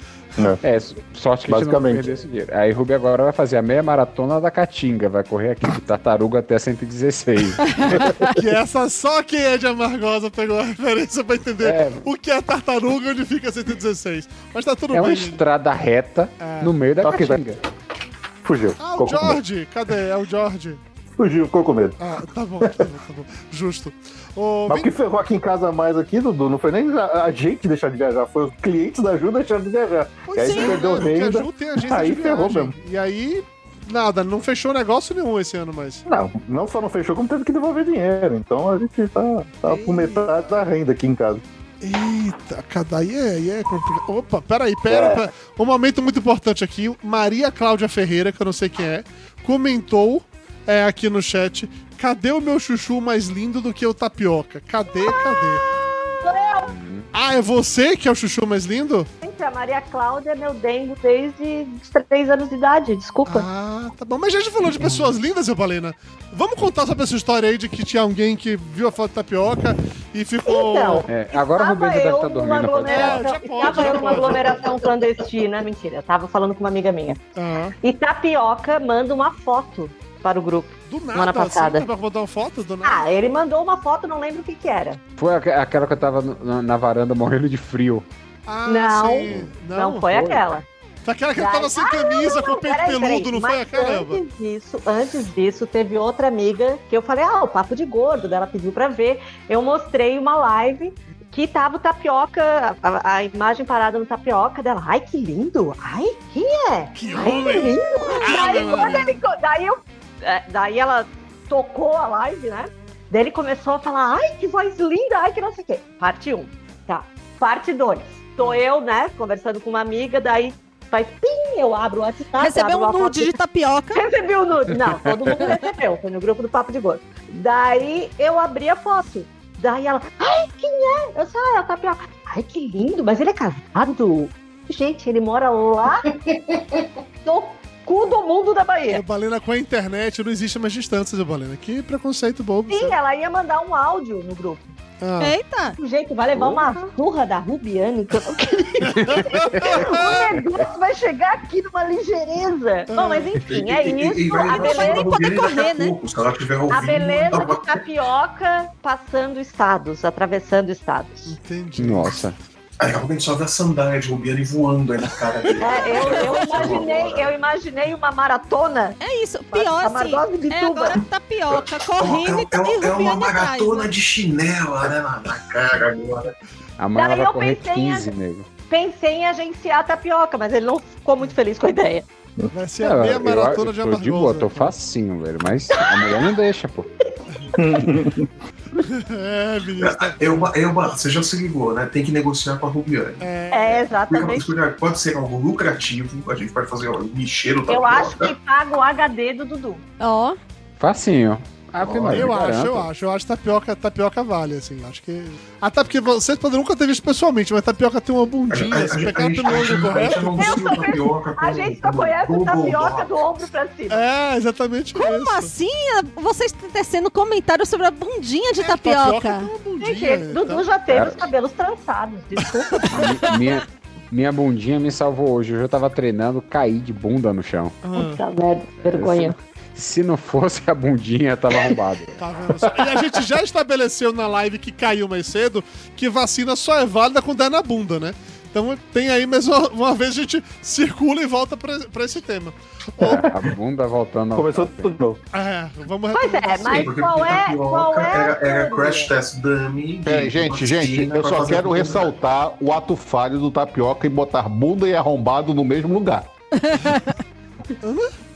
[SPEAKER 3] É, s- sorte que a gente não
[SPEAKER 6] Basicamente.
[SPEAKER 3] perdeu esse dinheiro. Aí Rubi agora vai fazer a meia maratona da Caatinga, vai correr aqui de Tartaruga até 116.
[SPEAKER 1] Que essa só quem é de Amargosa pegou a referência pra entender
[SPEAKER 3] É.
[SPEAKER 1] o que é tartaruga e onde fica 116. Mas tá tudo
[SPEAKER 3] É uma
[SPEAKER 1] bem.
[SPEAKER 3] estrada reta
[SPEAKER 5] É.
[SPEAKER 1] Ah.
[SPEAKER 3] no meio da
[SPEAKER 6] Ok, vai.
[SPEAKER 3] Caatinga.
[SPEAKER 6] Fugiu.
[SPEAKER 1] Ah,
[SPEAKER 6] Ficou
[SPEAKER 1] o
[SPEAKER 6] com medo.
[SPEAKER 1] George! Cadê? É o George.
[SPEAKER 6] Fugiu, ficou com medo.
[SPEAKER 1] Ah, tá bom, tá bom, tá bom. Justo. Ô,
[SPEAKER 6] Mas o
[SPEAKER 1] vem...
[SPEAKER 6] que ferrou aqui em casa mais aqui, Dudu, não foi nem a, a gente deixar de viajar, foi os clientes da Ju deixar de viajar.
[SPEAKER 1] Pois
[SPEAKER 6] E aí
[SPEAKER 1] é,
[SPEAKER 6] você perdeu
[SPEAKER 1] cara, porque
[SPEAKER 7] né,
[SPEAKER 1] a
[SPEAKER 6] renda.
[SPEAKER 1] Ju tem agência
[SPEAKER 6] Aí
[SPEAKER 1] de
[SPEAKER 6] ferrou
[SPEAKER 1] viagem. E aí, nada, não fechou negócio nenhum esse ano mais.
[SPEAKER 6] Não, não só não fechou, como teve que devolver dinheiro. Então a gente tá, tá
[SPEAKER 1] Ei.
[SPEAKER 6] com metade da renda aqui em casa.
[SPEAKER 1] Eita, cada aí é, aí é complicado. Opa, peraí, pera,
[SPEAKER 6] É.
[SPEAKER 1] pera. Um momento muito importante aqui. Maria Cláudia Ferreira, que eu não sei quem é, comentou é, aqui no chat: cadê o meu chuchu mais lindo do que o tapioca? Cadê, cadê? Ah, é você que é o chuchu mais lindo?
[SPEAKER 5] Gente, a Maria Cláudia é meu dengo desde os três anos de idade, desculpa.
[SPEAKER 1] Ah, tá bom. Mas a gente falou de pessoas lindas, seu Balena. Vamos contar sobre essa história aí de que tinha alguém que viu a foto de tapioca e ficou.
[SPEAKER 5] Então,
[SPEAKER 3] É, agora o
[SPEAKER 5] Tava
[SPEAKER 3] Rubiane deve
[SPEAKER 5] eu
[SPEAKER 3] estar
[SPEAKER 5] numa
[SPEAKER 3] dormindo. pode falar.
[SPEAKER 5] aglomeração,
[SPEAKER 1] Ah, É, já pode,
[SPEAKER 5] tava
[SPEAKER 1] já
[SPEAKER 5] eu numa
[SPEAKER 1] pode.
[SPEAKER 5] aglomeração clandestina, mentira, eu tava falando com uma amiga minha.
[SPEAKER 1] Ah,
[SPEAKER 5] E Tapioca manda uma foto para o grupo.
[SPEAKER 1] do nada,
[SPEAKER 5] Semana passada.
[SPEAKER 1] assim, pra botar uma foto do nada.
[SPEAKER 5] Ah, ele mandou uma foto, não lembro o que que era.
[SPEAKER 3] Foi aque- aquela que eu tava no- na, na varanda morrendo de frio.
[SPEAKER 1] Ah,
[SPEAKER 5] Não.
[SPEAKER 1] sim.
[SPEAKER 5] Não, foi, Ah,
[SPEAKER 3] foi.
[SPEAKER 5] aquela.
[SPEAKER 1] Foi aquela que
[SPEAKER 5] Vai.
[SPEAKER 1] tava sem camisa, com o peito
[SPEAKER 5] Peraí,
[SPEAKER 1] peludo,
[SPEAKER 5] peraí,
[SPEAKER 1] não
[SPEAKER 5] mas
[SPEAKER 1] foi aquela? Elba?
[SPEAKER 5] Antes disso, antes disso, teve outra amiga que eu falei, ah, o papo de gordo, daí ela pediu pra ver. Eu mostrei uma live que tava o tapioca, a, a imagem parada no tapioca dela. Ai, que lindo! Ai, quem é?
[SPEAKER 1] Que
[SPEAKER 5] Ai, que
[SPEAKER 1] homem! Ah,
[SPEAKER 5] lindo! Daí,
[SPEAKER 1] meu
[SPEAKER 5] quando ele, co- daí, eu, é, daí ela tocou a live, né? Daí ele começou a falar, ai, que voz linda, ai, que não sei o quê. Parte 1, um, tá. Parte 2, tô eu, né, conversando com uma amiga, daí faz pim, eu abro o WhatsApp.
[SPEAKER 4] Recebeu
[SPEAKER 5] abro
[SPEAKER 4] um
[SPEAKER 5] uma foto
[SPEAKER 4] nude de tapioca.
[SPEAKER 5] Recebeu o nude. Não, todo mundo recebeu. Foi no grupo do Papo de Gordo. Daí eu abri a foto. Daí ela, ai, quem é? Eu sou ela, tapioca. Ai, que lindo, mas ele é casado. Gente, ele mora lá no cu do mundo da Bahia.
[SPEAKER 1] A Balena com a internet não existe mais distância, seu Balena. Que preconceito
[SPEAKER 4] É
[SPEAKER 1] bobo.
[SPEAKER 5] Sim,
[SPEAKER 1] sabe?
[SPEAKER 5] ela ia mandar um áudio no grupo.
[SPEAKER 1] Ah.
[SPEAKER 4] Eita!
[SPEAKER 5] Gente, vai levar uma surra da Rubiane que eu não queria. o negócio vai chegar aqui numa ligeireza. Bom, mas enfim, é isso.
[SPEAKER 2] vai
[SPEAKER 5] A
[SPEAKER 2] levar só
[SPEAKER 5] beleza
[SPEAKER 2] da
[SPEAKER 4] nem
[SPEAKER 2] Rubiane
[SPEAKER 4] poder
[SPEAKER 2] daqui a
[SPEAKER 4] correr, né?
[SPEAKER 2] pouco, Se ela tiver ouvindo,
[SPEAKER 5] A beleza
[SPEAKER 2] ela vai-
[SPEAKER 5] de tapioca passando estados, atravessando estados.
[SPEAKER 1] Entendi.
[SPEAKER 3] Nossa.
[SPEAKER 2] Aí alguém só da sandália de Rubiane voando aí na cara dele.
[SPEAKER 5] É, eu, eu imaginei, eu imaginei uma maratona.
[SPEAKER 4] É isso, pior
[SPEAKER 5] A
[SPEAKER 4] assim.
[SPEAKER 5] Mardose de
[SPEAKER 4] É um,
[SPEAKER 5] Bituba.
[SPEAKER 4] agora tapioca, correndo e
[SPEAKER 2] é, uma- é uma-
[SPEAKER 4] e
[SPEAKER 2] é uma
[SPEAKER 4] rubiando atrás. né?
[SPEAKER 2] maratona de chinela, né? Na, na cara agora.
[SPEAKER 3] Amanhã ela
[SPEAKER 5] Daí
[SPEAKER 3] vai
[SPEAKER 5] eu
[SPEAKER 3] correr
[SPEAKER 5] pensei em-
[SPEAKER 3] 15, nego.
[SPEAKER 5] Pensei em agenciar a tapioca, mas ele não ficou muito feliz com a ideia.
[SPEAKER 1] Vai ser a
[SPEAKER 3] Eu,
[SPEAKER 1] meia maratona
[SPEAKER 3] eu,
[SPEAKER 1] de né?
[SPEAKER 3] tô de boa,
[SPEAKER 1] Amargosa.
[SPEAKER 3] tô facinho, velho. Mas a mulher não deixa, pô.
[SPEAKER 1] É, menino. tá-
[SPEAKER 2] É uma, é uma, você já se ligou, né? Tem que negociar com a Rubiane.
[SPEAKER 5] É,
[SPEAKER 2] Porque
[SPEAKER 5] exatamente.
[SPEAKER 2] Pode ser algo lucrativo, a gente pode fazer um lixeiro
[SPEAKER 5] Eu acho que paga o HD do Dudu.
[SPEAKER 4] Ó,
[SPEAKER 3] Facinho. Ah, filho,
[SPEAKER 2] Olha,
[SPEAKER 3] eu
[SPEAKER 1] Eu acho,
[SPEAKER 3] garanto.
[SPEAKER 1] eu acho, eu acho tapioca, tapioca vale, assim, acho que... Até porque você pode nunca ter visto pessoalmente, mas tapioca tem uma
[SPEAKER 2] A gente, a,
[SPEAKER 1] bundinha,
[SPEAKER 2] gente, a,
[SPEAKER 1] se
[SPEAKER 2] gente,
[SPEAKER 1] pegar pelo olho
[SPEAKER 2] a gente
[SPEAKER 1] correto...
[SPEAKER 2] anuncia
[SPEAKER 5] Eu só
[SPEAKER 2] o tapioca
[SPEAKER 5] A
[SPEAKER 2] com-
[SPEAKER 5] gente só
[SPEAKER 2] com
[SPEAKER 5] conhece o
[SPEAKER 2] Google
[SPEAKER 5] tapioca
[SPEAKER 2] Docs.
[SPEAKER 5] do ombro pra cima.
[SPEAKER 1] É, exatamente isso.
[SPEAKER 4] como assim? Vocês estão tecendo comentários sobre a bundinha de
[SPEAKER 1] É, tapioca
[SPEAKER 4] tapioca.
[SPEAKER 1] tem uma bundinha. Tá-
[SPEAKER 5] Gente,
[SPEAKER 1] então.
[SPEAKER 5] Dudu já teve
[SPEAKER 3] Cara.
[SPEAKER 5] os cabelos trançados. Desculpa.
[SPEAKER 3] Mi- Minha, minha bundinha me salvou hoje. Hoje eu tava treinando, caí de bunda no chão.
[SPEAKER 1] Ah.
[SPEAKER 5] Puta merda, vergonha.
[SPEAKER 3] Se não fosse a bundinha, eu tava arrombado.
[SPEAKER 1] Tá vendo só? E a gente já estabeleceu na live que caiu mais cedo que vacina só é válida quando é na bunda, né? Então tem aí mais uma, uma vez a gente circula e volta pra, pra esse tema.
[SPEAKER 3] É, a bunda voltando. ao
[SPEAKER 6] Começou
[SPEAKER 2] tá
[SPEAKER 3] café.
[SPEAKER 6] tudo de novo.
[SPEAKER 1] É, vamos
[SPEAKER 5] Pois é,
[SPEAKER 1] retomar.
[SPEAKER 5] mas
[SPEAKER 2] Porque
[SPEAKER 5] qual é, qual é a
[SPEAKER 2] era, era
[SPEAKER 5] teoria?
[SPEAKER 2] crash test
[SPEAKER 1] É,
[SPEAKER 2] dummy. de
[SPEAKER 7] Peraí, É, gente, gente,
[SPEAKER 2] vacina
[SPEAKER 7] eu
[SPEAKER 2] pra
[SPEAKER 7] só
[SPEAKER 2] fazer
[SPEAKER 7] quero
[SPEAKER 2] tudo, né?
[SPEAKER 7] ressaltar o ato falho do tapioca em botar bunda e arrombado no mesmo lugar.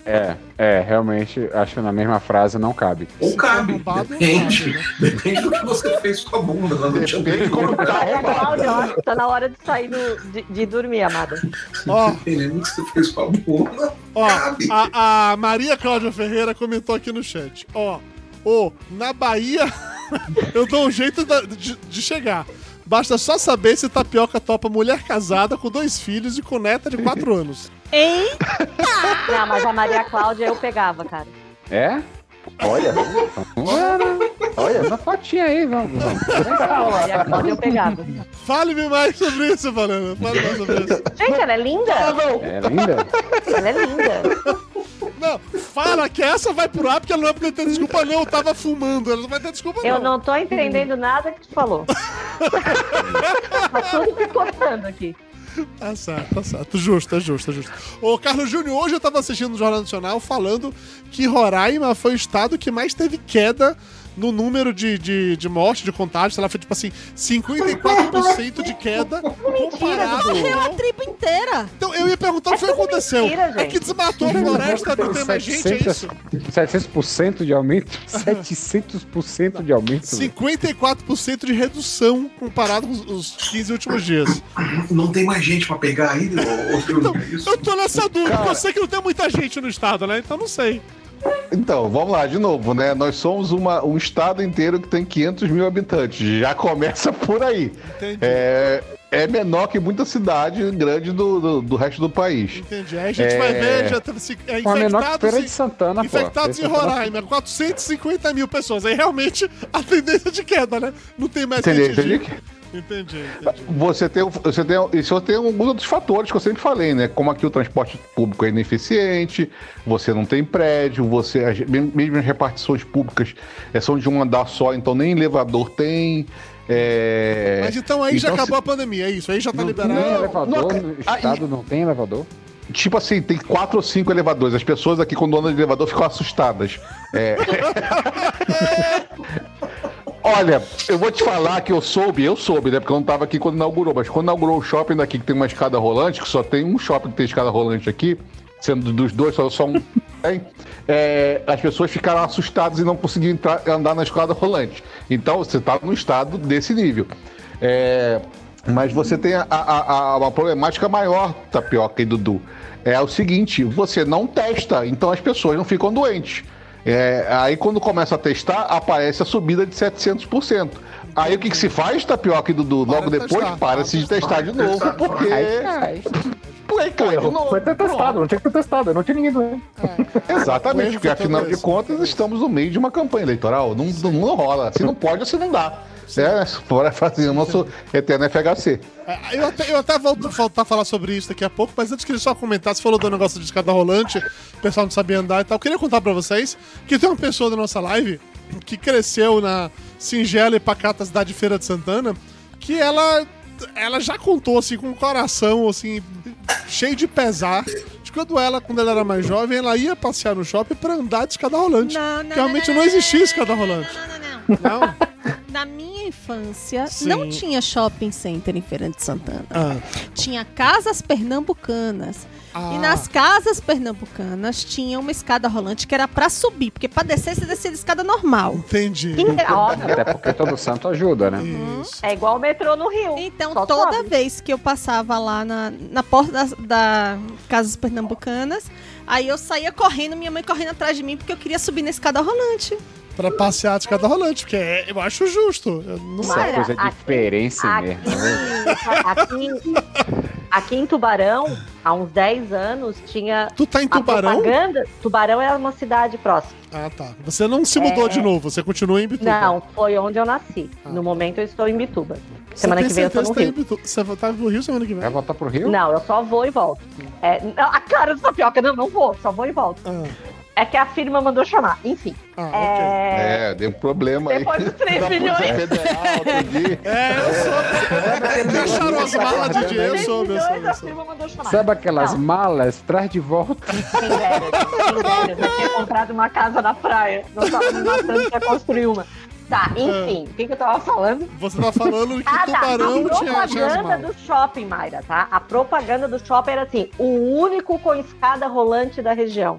[SPEAKER 3] É, é, realmente, acho que na mesma frase não cabe.
[SPEAKER 2] Ou cabe,
[SPEAKER 1] Arrombado,
[SPEAKER 2] depende.
[SPEAKER 1] cabe, né?
[SPEAKER 2] Depende do que você fez com a bunda. Ela não tinha
[SPEAKER 7] Depende de como
[SPEAKER 2] bunda.
[SPEAKER 7] tá
[SPEAKER 5] É,
[SPEAKER 7] arrombado.
[SPEAKER 5] Cláudio, ó, tá na hora de sair do, de, de dormir, amada.
[SPEAKER 1] Ó,
[SPEAKER 2] Dependendo do que você fez com a bunda,
[SPEAKER 1] Ó,
[SPEAKER 2] Cabe.
[SPEAKER 1] a, a Maria Cláudia Ferreira comentou aqui no chat. Ó, ô, na Bahia eu dou um jeito da- de, de chegar. Basta só saber se tapioca topa mulher casada com dois filhos e com neta de quatro anos.
[SPEAKER 4] Hein?
[SPEAKER 5] Não, mas a Maria Cláudia eu pegava, cara.
[SPEAKER 3] É? Olha, vambora. Olha, uma fotinha aí, vamos. vamos.
[SPEAKER 5] A Maria Cláudia eu pegava.
[SPEAKER 1] Fale-me mais sobre isso, Valena. Fale mais sobre isso.
[SPEAKER 5] Gente, ela é linda.
[SPEAKER 3] É linda?
[SPEAKER 5] Ela é linda.
[SPEAKER 1] Não, fala que essa vai pro ar porque ela não vai poder ter desculpa, não. Eu tava fumando. Ela não vai ter desculpa,
[SPEAKER 5] Eu
[SPEAKER 1] não.
[SPEAKER 5] não tô entendendo nada que tu falou. tá tudo picotando aqui.
[SPEAKER 1] Tá certo, tá certo. Justo, é justo, é justo. Ô, Carlos Júnior, hoje eu tava assistindo o Jornal Nacional falando que Roraima foi o estado que mais teve queda no número de, de, de mortes, de contágio. Sei lá, foi tipo assim, 54% de queda comparado...
[SPEAKER 4] Morreu a tribo inteira.
[SPEAKER 1] Então eu ia perguntar o que foi que aconteceu.
[SPEAKER 5] mentira,
[SPEAKER 1] É
[SPEAKER 5] gente.
[SPEAKER 1] que desmatou a floresta, não tem mais gente, é isso?
[SPEAKER 3] 700% de aumento? 700% de aumento?
[SPEAKER 1] 54% de redução comparado com os os 15 últimos dias.
[SPEAKER 2] não tem mais gente pra pegar aí, ô, ô, Bruno, é isso?
[SPEAKER 1] Eu tô nessa dúvida, porque eu sei que não tem muita gente no estado, né? Então não sei.
[SPEAKER 7] Então, vamos lá, de novo, né? Nós somos uma- um estado inteiro que tem 500 mil habitantes. Já começa por aí.
[SPEAKER 1] Entendi.
[SPEAKER 7] É, é menor que muita cidade grande do, do, do resto do país.
[SPEAKER 1] Entendi. Aí a gente
[SPEAKER 7] É.
[SPEAKER 1] vai ver, já tá, se, é
[SPEAKER 3] Com a menor que
[SPEAKER 1] infectados,
[SPEAKER 3] Feira
[SPEAKER 1] em,
[SPEAKER 3] de Santana, pô.
[SPEAKER 1] infectados em
[SPEAKER 3] Feira de Santana-
[SPEAKER 1] Roraima, É 450 mil pessoas. Aí realmente a tendência de queda, né? Não tem mais
[SPEAKER 7] Entendeu?
[SPEAKER 1] gente.
[SPEAKER 7] Entendi.
[SPEAKER 1] Entendi, entendi.
[SPEAKER 7] Você tem, você tem, isso tem alguns outros fatores que eu sempre falei, né? Como aqui o transporte público é ineficiente, você não tem prédio, você as- me- mesmo as repartições públicas eh, são de um andar só, então nem elevador tem. é,
[SPEAKER 1] Mas então aí já
[SPEAKER 7] Então,
[SPEAKER 1] acabou a pandemia, é isso. Aí já tá
[SPEAKER 3] Não tem
[SPEAKER 1] liberado.
[SPEAKER 3] elevador,
[SPEAKER 7] não-
[SPEAKER 3] no
[SPEAKER 8] Ah,
[SPEAKER 3] estado não tem elevador.
[SPEAKER 7] Tipo assim, tem quatro ou cinco elevadores. As pessoas aqui quando andam de elevador ficam assustadas. É. Olha, eu vou te falar que eu soube, eu soube, né? Porque eu não tava aqui quando inaugurou, mas quando inaugurou o shopping daqui que tem uma escada rolante, que só tem um shopping que tem escada rolante aqui, sendo dos dois, só, só um tem, é, as pessoas ficaram assustadas e não conseguiam entrar- andar na escada rolante. Então você tá num estado desse nível. É, mas você tem a, a- a- uma problemática maior, Tapioca e Dudu. É o seguinte, você não testa, então as pessoas não ficam doentes. É, aí quando começa a testar, aparece a subida de 700%. Aí o que, que se faz, Tapioca e Dudu?
[SPEAKER 1] Para
[SPEAKER 7] Logo
[SPEAKER 1] de
[SPEAKER 7] depois,
[SPEAKER 1] testar.
[SPEAKER 7] para-se de testar de novo,
[SPEAKER 2] testar,
[SPEAKER 7] porque... Play, cai de novo.
[SPEAKER 8] É, Foi até testado, não tinha que ter testado, não tinha ninguém doente.
[SPEAKER 7] Exatamente, porque
[SPEAKER 1] Erro que eu
[SPEAKER 7] afinal
[SPEAKER 1] tô
[SPEAKER 7] de
[SPEAKER 1] desse.
[SPEAKER 7] contas estamos no meio de uma campanha eleitoral. Não, não, não rola. Se não pode, se não dá. É, fora fazer o nosso eterno FHC.
[SPEAKER 1] É, Eu até, eu até volto voltar a falar sobre isso daqui a pouco, mas antes queria só comentar, você falou do negócio de escada rolante, o pessoal não sabia andar e tal. Eu queria contar pra vocês que tem uma pessoa da nossa live que cresceu na singela e pacata cidade de Feira de Santana, que ela, ela já contou, assim, com o coração, assim, cheio de pesar, de quando ela, quando ela era mais jovem, ela ia passear no shopping pra andar de escada rolante.
[SPEAKER 4] Não, não.
[SPEAKER 1] que realmente
[SPEAKER 4] não,
[SPEAKER 1] não
[SPEAKER 4] não,
[SPEAKER 1] existia
[SPEAKER 4] não,
[SPEAKER 1] escada
[SPEAKER 4] não,
[SPEAKER 1] rolante.
[SPEAKER 4] Não, não, não, não.
[SPEAKER 1] Não?
[SPEAKER 4] Na minha infância,
[SPEAKER 1] Sim.
[SPEAKER 4] não tinha shopping center em Feira de Santana.
[SPEAKER 1] Ah.
[SPEAKER 4] Tinha casas pernambucanas. E
[SPEAKER 1] Ah.
[SPEAKER 4] nas casas pernambucanas tinha uma escada rolante que era pra subir, porque pra descer você descia de escada normal.
[SPEAKER 1] Entendi.
[SPEAKER 5] Quem- Óbvio.
[SPEAKER 3] Até porque todo santo ajuda, né?
[SPEAKER 4] Uhum.
[SPEAKER 1] Isso.
[SPEAKER 5] É igual o metrô no Rio.
[SPEAKER 4] Então,
[SPEAKER 5] Só
[SPEAKER 4] toda
[SPEAKER 5] sobe.
[SPEAKER 4] vez que eu passava lá na, na porta das da Casas Pernambucanas, aí eu saía correndo, minha mãe correndo atrás de mim, porque eu queria subir na escada rolante.
[SPEAKER 1] Pra passear de escada rolante, porque é- eu acho justo. Eu não
[SPEAKER 3] Essa
[SPEAKER 5] Mas-
[SPEAKER 3] é coisa de
[SPEAKER 5] aqui-
[SPEAKER 3] diferença
[SPEAKER 5] Aqui,
[SPEAKER 3] mesmo.
[SPEAKER 5] aqui, aqui em Tubarão, há uns 10 anos, tinha
[SPEAKER 1] Tu tá em
[SPEAKER 5] a
[SPEAKER 1] Tubarão?
[SPEAKER 5] propaganda. Tubarão é uma cidade próxima.
[SPEAKER 1] Ah, tá. Você não se mudou
[SPEAKER 5] É.
[SPEAKER 1] de novo, você continua em Bituba.
[SPEAKER 5] Não, foi onde eu nasci.
[SPEAKER 1] Ah.
[SPEAKER 5] No momento eu estou em Bituba.
[SPEAKER 1] Você
[SPEAKER 5] semana
[SPEAKER 1] tem
[SPEAKER 5] que vem eu tô
[SPEAKER 1] certeza
[SPEAKER 5] no
[SPEAKER 1] que tá
[SPEAKER 5] Rio.
[SPEAKER 1] em Bituba? Você vai tá no Rio semana que vem?
[SPEAKER 3] Vai voltar pro Rio?
[SPEAKER 5] Não, eu só vou e volto. É, não, a cara do tapioca, não, não vou, só vou e volto.
[SPEAKER 1] Ah,
[SPEAKER 5] É que a firma mandou chamar. Enfim.
[SPEAKER 1] Ah, ok.
[SPEAKER 5] É...
[SPEAKER 7] É, deu um problema aí.
[SPEAKER 5] Depois um é. dos 3
[SPEAKER 7] Da Polícia
[SPEAKER 5] milhões.
[SPEAKER 7] Federal, outro dia.
[SPEAKER 1] É, eu soube.
[SPEAKER 2] Então,
[SPEAKER 1] Deixaram as malas de dinheiro, eu
[SPEAKER 5] 3
[SPEAKER 1] soube, eu
[SPEAKER 5] milhões
[SPEAKER 1] soube. Eu
[SPEAKER 5] a
[SPEAKER 1] soube.
[SPEAKER 5] firma mandou chamar.
[SPEAKER 3] Sabe aquelas
[SPEAKER 5] Não,
[SPEAKER 3] malas? Traz de volta.
[SPEAKER 5] Quem dera, gente, quem dera. Eu já tinha comprado uma casa na praia. Não tava me matando pra construir uma. Tá,
[SPEAKER 1] Ah.
[SPEAKER 5] enfim. O que, que eu tava falando?
[SPEAKER 1] Você tá falando que o
[SPEAKER 5] Ah, tá. A
[SPEAKER 1] tubarão tinha, tinha as
[SPEAKER 5] propaganda
[SPEAKER 1] malas.
[SPEAKER 5] do shopping, Mayra, tá? A propaganda do shopping era assim: o único com escada rolante da região.